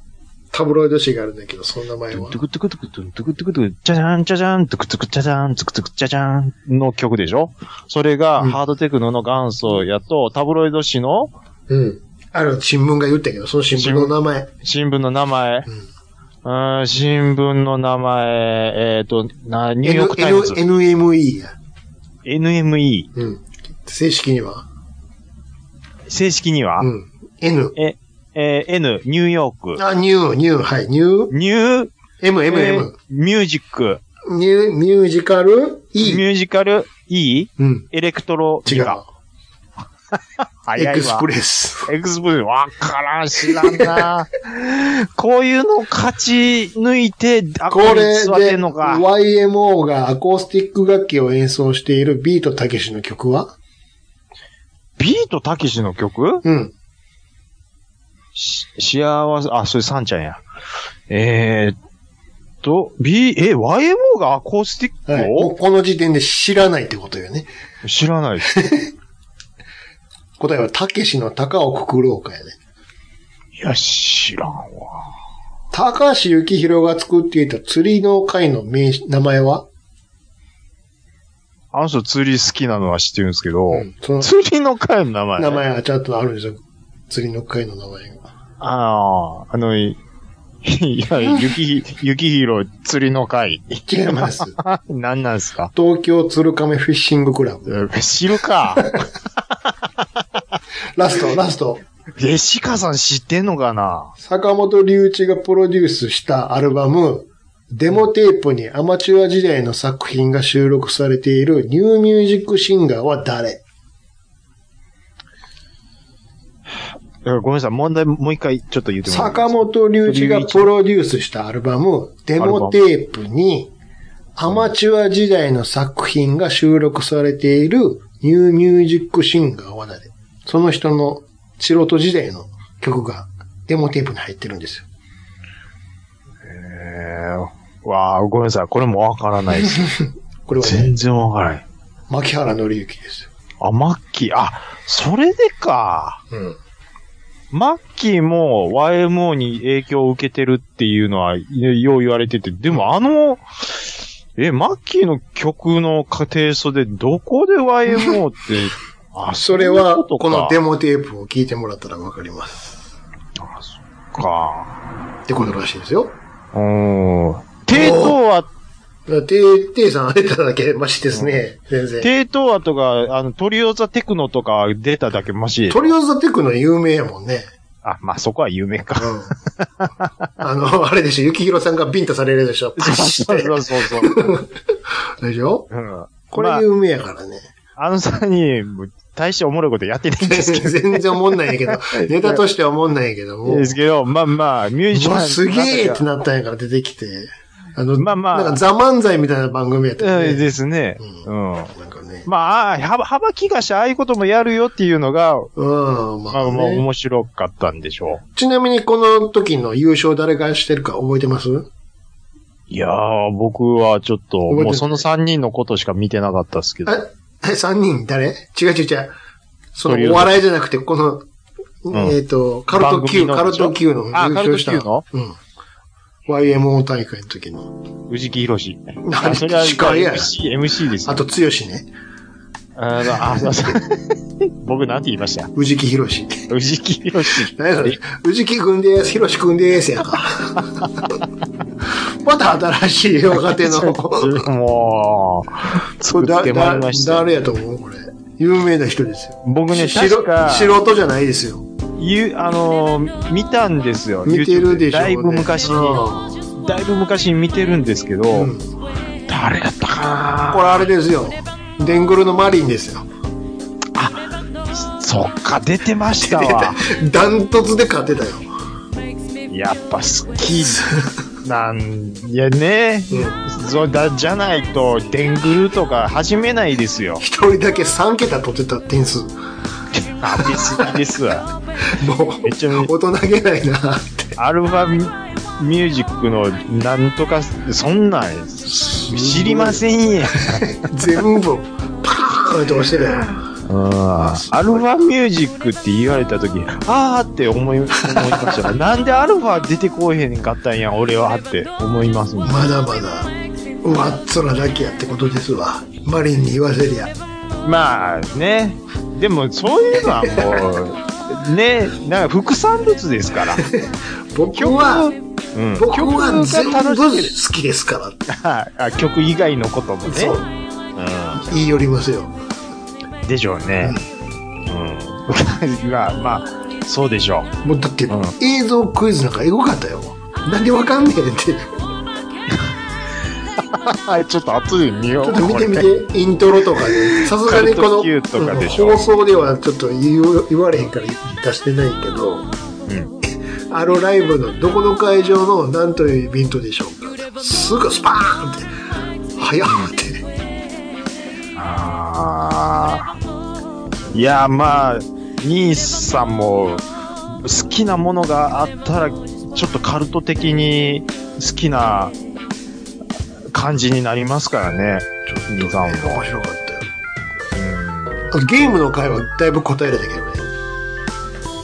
[SPEAKER 4] タブロイド紙があるんだけど、その名前
[SPEAKER 3] トゥ
[SPEAKER 4] は
[SPEAKER 3] ントゥ。クトゥクトゥクトゥントゥクトゥクトゥク、じゃじゃんじゃじゃん、トゥクトゥクじゃじゃん、トゥクトゥクじゃじゃんの曲でしょそれが、
[SPEAKER 4] うん
[SPEAKER 3] ハードテクノの元祖やと、タブロイド紙の
[SPEAKER 4] うん。ある新聞が言ったけど、その新聞の名前。
[SPEAKER 3] 新聞の名前、
[SPEAKER 4] うん
[SPEAKER 3] うーん、新聞の名前、えっ、と、な、ニューヨークタイムズ、
[SPEAKER 4] N- N- NME や。
[SPEAKER 3] NME、
[SPEAKER 4] うん。正式には。
[SPEAKER 3] 正式には、
[SPEAKER 4] うん。N。
[SPEAKER 3] えー N、ニューヨーク、
[SPEAKER 4] あ、ニュー、ニュー、はい、ニュー、
[SPEAKER 3] ニュー、
[SPEAKER 4] M、M、
[SPEAKER 3] え
[SPEAKER 4] M
[SPEAKER 3] ー。ミュージック、
[SPEAKER 4] ニュー、ミュージカル、
[SPEAKER 3] ミ
[SPEAKER 4] E。
[SPEAKER 3] ュージカル、E?
[SPEAKER 4] うん。
[SPEAKER 3] エレクトロ
[SPEAKER 4] 違う。
[SPEAKER 3] リカ。
[SPEAKER 4] エ
[SPEAKER 3] 早い
[SPEAKER 4] クス
[SPEAKER 3] わ
[SPEAKER 4] プ。レス。
[SPEAKER 3] エクスプレス、わからん、知らんな。 *laughs* こういうのを勝ち抜いて、あ、
[SPEAKER 4] こ
[SPEAKER 3] これ
[SPEAKER 4] れ
[SPEAKER 3] 座って
[SPEAKER 4] で、
[SPEAKER 3] んのか。
[SPEAKER 4] YMO がアコースティック楽器を演奏しているビートたけしの曲は
[SPEAKER 3] ビートたけしの曲
[SPEAKER 4] うん。
[SPEAKER 3] し幸せ、あ、それサンちゃんや。えー、っと、B、え、YMO がアコースティック
[SPEAKER 4] はい。
[SPEAKER 3] を、
[SPEAKER 4] もうこの時点で知らないってことよね。
[SPEAKER 3] 知らないです。
[SPEAKER 4] 答えは、たけしの高をくくろうかやね。
[SPEAKER 3] いや、知らんわ。
[SPEAKER 4] 高橋幸宏が作っていた釣りの会の名し名前は、
[SPEAKER 3] あの人釣り好きなのは知ってるんですけど、
[SPEAKER 4] うん、その
[SPEAKER 3] 釣りの会の名前。
[SPEAKER 4] 名前はちゃんとあるんですよ。釣りの会の名前が。
[SPEAKER 3] ああ、あの、い *laughs* いや、ゆきひ、ゆきひろ釣りの会。 *laughs*
[SPEAKER 4] 違います。
[SPEAKER 3] 何なんですか
[SPEAKER 4] 東京鶴亀フィッシングクラブ。
[SPEAKER 3] え知るか。 *laughs*
[SPEAKER 4] ラスト、ラスト。
[SPEAKER 3] え、シカさん知ってんのかな
[SPEAKER 4] 坂本龍一がプロデュースしたアルバム、デモテープにアマチュア時代の作品が収録されているニューミュージックシンガーは誰
[SPEAKER 3] えごめんなさい、問題もう一回ちょっと言ってもらっていい
[SPEAKER 4] 坂本龍一がプロデュースしたアルバム、デモテープに、アマチュア時代の作品が収録されているニューミュージックシンガーは誰その人の素人時代の曲がデモテープに入ってるんですよ。
[SPEAKER 3] ですかえー、わあ、ごめんなさい、これもわからないです。
[SPEAKER 4] これは
[SPEAKER 3] *laughs*
[SPEAKER 4] ね
[SPEAKER 3] 全、然わからない。
[SPEAKER 4] 牧原紀之ですよ。
[SPEAKER 3] あ、マッキー、あ、それでか。
[SPEAKER 4] うん。
[SPEAKER 3] マッキーも YMO に影響を受けてるっていうのは、いよう言われてて、でもあの、え、マッキーの曲の過程素で、どこで YMO
[SPEAKER 4] *laughs*
[SPEAKER 3] って、あ、
[SPEAKER 4] それは、
[SPEAKER 3] ういうとか
[SPEAKER 4] このデモテープを聞いてもらったらわかります。
[SPEAKER 3] あ、そっか。
[SPEAKER 4] ってことらしいですよ。
[SPEAKER 3] うーん。低等は
[SPEAKER 4] だからて、ていさん出ただけマシですね。全然。
[SPEAKER 3] 低等話とか、あの、トリオザテクノとか出ただけマシ。
[SPEAKER 4] トリオザテクノ有名やもんね。
[SPEAKER 3] あ、まあ、そこは有名
[SPEAKER 4] *laughs*
[SPEAKER 3] か。 *laughs*
[SPEAKER 4] うん。あの、あれでしょ、ゆきひろさんがビンタされるでしょ。パ
[SPEAKER 3] *laughs*
[SPEAKER 4] シ
[SPEAKER 3] そ
[SPEAKER 4] ッて
[SPEAKER 3] うそうそう。
[SPEAKER 4] でしょ
[SPEAKER 3] うん。
[SPEAKER 4] こ
[SPEAKER 3] まあ
[SPEAKER 4] れ有名やからね。
[SPEAKER 3] あのさに、大しておもろいことやってないんですけど。
[SPEAKER 4] *laughs* 全然思んないんやけど、ネタとしては思んないんやけども。
[SPEAKER 3] ですけど、まあまあ、ミュージシ
[SPEAKER 4] う
[SPEAKER 3] ャン
[SPEAKER 4] わ
[SPEAKER 3] の中
[SPEAKER 4] す
[SPEAKER 3] では。
[SPEAKER 4] げえってなったんやから出てきて。あの、
[SPEAKER 3] まあまあ
[SPEAKER 4] なんかザ漫才みたいな番組やったよ
[SPEAKER 3] うん
[SPEAKER 4] ね。
[SPEAKER 3] ですね。
[SPEAKER 4] う
[SPEAKER 3] うん。
[SPEAKER 4] なんかね。
[SPEAKER 3] まあ、ああ幅、幅利かして、ああいうこともやるよっていうのが、
[SPEAKER 4] うん、ま
[SPEAKER 3] まあ、
[SPEAKER 4] あ、
[SPEAKER 3] まあ、
[SPEAKER 4] ね。
[SPEAKER 3] 面白かったんでしょう。
[SPEAKER 4] ちなみにこの時の優勝誰がしてるか覚えてます
[SPEAKER 3] いやー、僕はちょっと、
[SPEAKER 4] 覚えてる
[SPEAKER 3] もうその3人のことしか見てなかったですけど。
[SPEAKER 4] え、え三人誰違う違う違う。そ
[SPEAKER 3] とりあえず
[SPEAKER 4] の、お笑いじゃなくて、この、
[SPEAKER 3] ん
[SPEAKER 4] えっ、と、カルト Q、
[SPEAKER 3] 番組の
[SPEAKER 4] カルト Q の
[SPEAKER 3] あ
[SPEAKER 4] 優勝した。
[SPEAKER 3] カルト
[SPEAKER 4] うん。YMO 大会の時の。
[SPEAKER 3] 藤木博士。
[SPEAKER 4] 何
[SPEAKER 3] あそれは
[SPEAKER 4] 司会や
[SPEAKER 3] MC、MC ですよ
[SPEAKER 4] あと、剛ね。
[SPEAKER 3] あの、あ、すいません。僕なんて言いま
[SPEAKER 4] *laughs*
[SPEAKER 3] した
[SPEAKER 4] 宇木博士。
[SPEAKER 3] 藤木博士。
[SPEAKER 4] 何やそれ。宇木くんです。博士くんです。 *laughs* やんか。また新しい若 *laughs* 手の。
[SPEAKER 3] もう、作ってまいりました。
[SPEAKER 4] 誰やと思うこれ。有名な人ですよ。
[SPEAKER 3] 僕ね、
[SPEAKER 4] し
[SPEAKER 3] 確か、
[SPEAKER 4] 素人じゃないですよ。
[SPEAKER 3] ゆ、あのー、見たんですよ。
[SPEAKER 4] 見てるでしょう
[SPEAKER 3] YouTube
[SPEAKER 4] ね
[SPEAKER 3] だいぶ昔に、だいぶ昔に見てるんですけど、
[SPEAKER 4] うん。
[SPEAKER 3] 誰だった
[SPEAKER 4] こ
[SPEAKER 3] か
[SPEAKER 4] れあれですよ。デングルのマリンですよ。 *laughs*
[SPEAKER 3] なそっか、出てました
[SPEAKER 4] *laughs*
[SPEAKER 3] わ。
[SPEAKER 4] ダントツで勝てたよ。
[SPEAKER 3] やっぱ好きなん、いやね、そうだ、じゃないと、デングルとか始めないですよ。
[SPEAKER 4] 一人だけ3桁取ってた点数。も
[SPEAKER 3] あ、べ好きですわ。めっちゃ
[SPEAKER 4] う、大人げないなって。
[SPEAKER 3] アルバムミュージックのなんとか、そんなん知りませんやん。
[SPEAKER 4] 全部、パーンって押してたよ。
[SPEAKER 3] アルファミュージックって言われた時、あーって思い、思いまし
[SPEAKER 6] *laughs*
[SPEAKER 3] たから。なんでアルファ出てこえへんかったんや、俺はって思いますもん。
[SPEAKER 4] まだまだ、上っ面だけやってことですわ。マリンに言わせりゃ。
[SPEAKER 3] まあね。でもそういうのはもう、ね、なんか副産物ですから。
[SPEAKER 4] 僕
[SPEAKER 3] 曲
[SPEAKER 4] は、
[SPEAKER 3] うん。
[SPEAKER 4] 僕は全部
[SPEAKER 3] 楽しけ
[SPEAKER 4] 好きですからって。
[SPEAKER 3] れば
[SPEAKER 6] *laughs*
[SPEAKER 3] あ曲以外のこともね
[SPEAKER 4] そ。う。
[SPEAKER 3] う
[SPEAKER 4] 言い寄りますよ。
[SPEAKER 3] ん。でしょうね。うん。 *laughs* まあまあ、そうでしょう。
[SPEAKER 4] もうだって
[SPEAKER 3] ん、
[SPEAKER 4] 映像クイズなんかエゴかったよ。なんでわかんねえって。
[SPEAKER 6] はい、ちょっと熱い匂い。
[SPEAKER 4] ちょっと見てみて、イントロとかで。さすがにこの、
[SPEAKER 6] カルト Q とかでしょ
[SPEAKER 4] うん放送ではちょっと言う言われへんから出してないけど、あのライブのどこの会場の何というイベントでしょうか。すぐスパーンって、早っって。
[SPEAKER 3] あーいや、まあ、兄さんも、好きなものがあったら、ちょっとカルト的に好きな感じになりますからね。兄さん
[SPEAKER 4] 面
[SPEAKER 3] も。
[SPEAKER 4] 白かったよ。あとゲームの会はだいぶ答えれたけどね。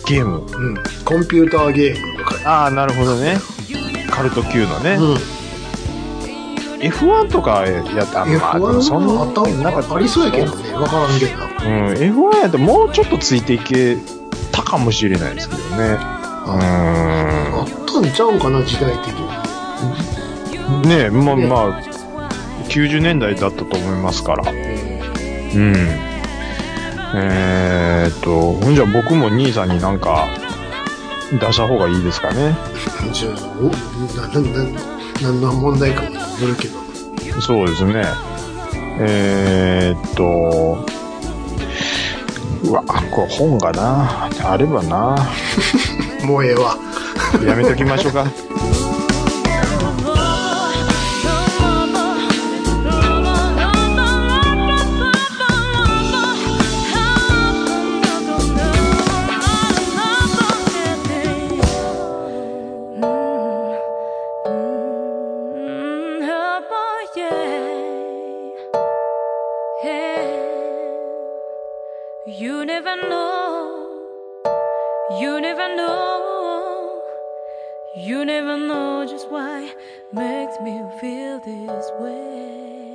[SPEAKER 3] ゲーム。
[SPEAKER 4] うん。コンピューターゲームの会。
[SPEAKER 3] ああ、なるほどね。カルト級のね。
[SPEAKER 4] うん。
[SPEAKER 3] F1 とかやった
[SPEAKER 4] いや、
[SPEAKER 3] まあ、
[SPEAKER 4] 不
[SPEAKER 3] でもそ
[SPEAKER 4] 安
[SPEAKER 3] ん
[SPEAKER 4] なあった
[SPEAKER 3] な
[SPEAKER 4] んなん
[SPEAKER 3] か
[SPEAKER 4] んかありそうやけどね。わからんけどな。
[SPEAKER 3] うん、F1 やったらもうちょっとついていけたかもしれないですけどね。
[SPEAKER 4] あったんちゃうんかな、時代的に。
[SPEAKER 3] うん。ねえ、まあ
[SPEAKER 4] ね
[SPEAKER 3] まあ、90年代だったと思いますから。うん。えーっと、ほんじゃ僕も兄さんになんか出した方がいいですかね。
[SPEAKER 4] じゃあおななな何の問題かもよるけど
[SPEAKER 3] そうですね。えーっと、うわ、これ本がな、あればな。
[SPEAKER 4] もうええわ
[SPEAKER 3] やめときましょうか。
[SPEAKER 7] You never know, you never know. You never know just why makes me feel this way.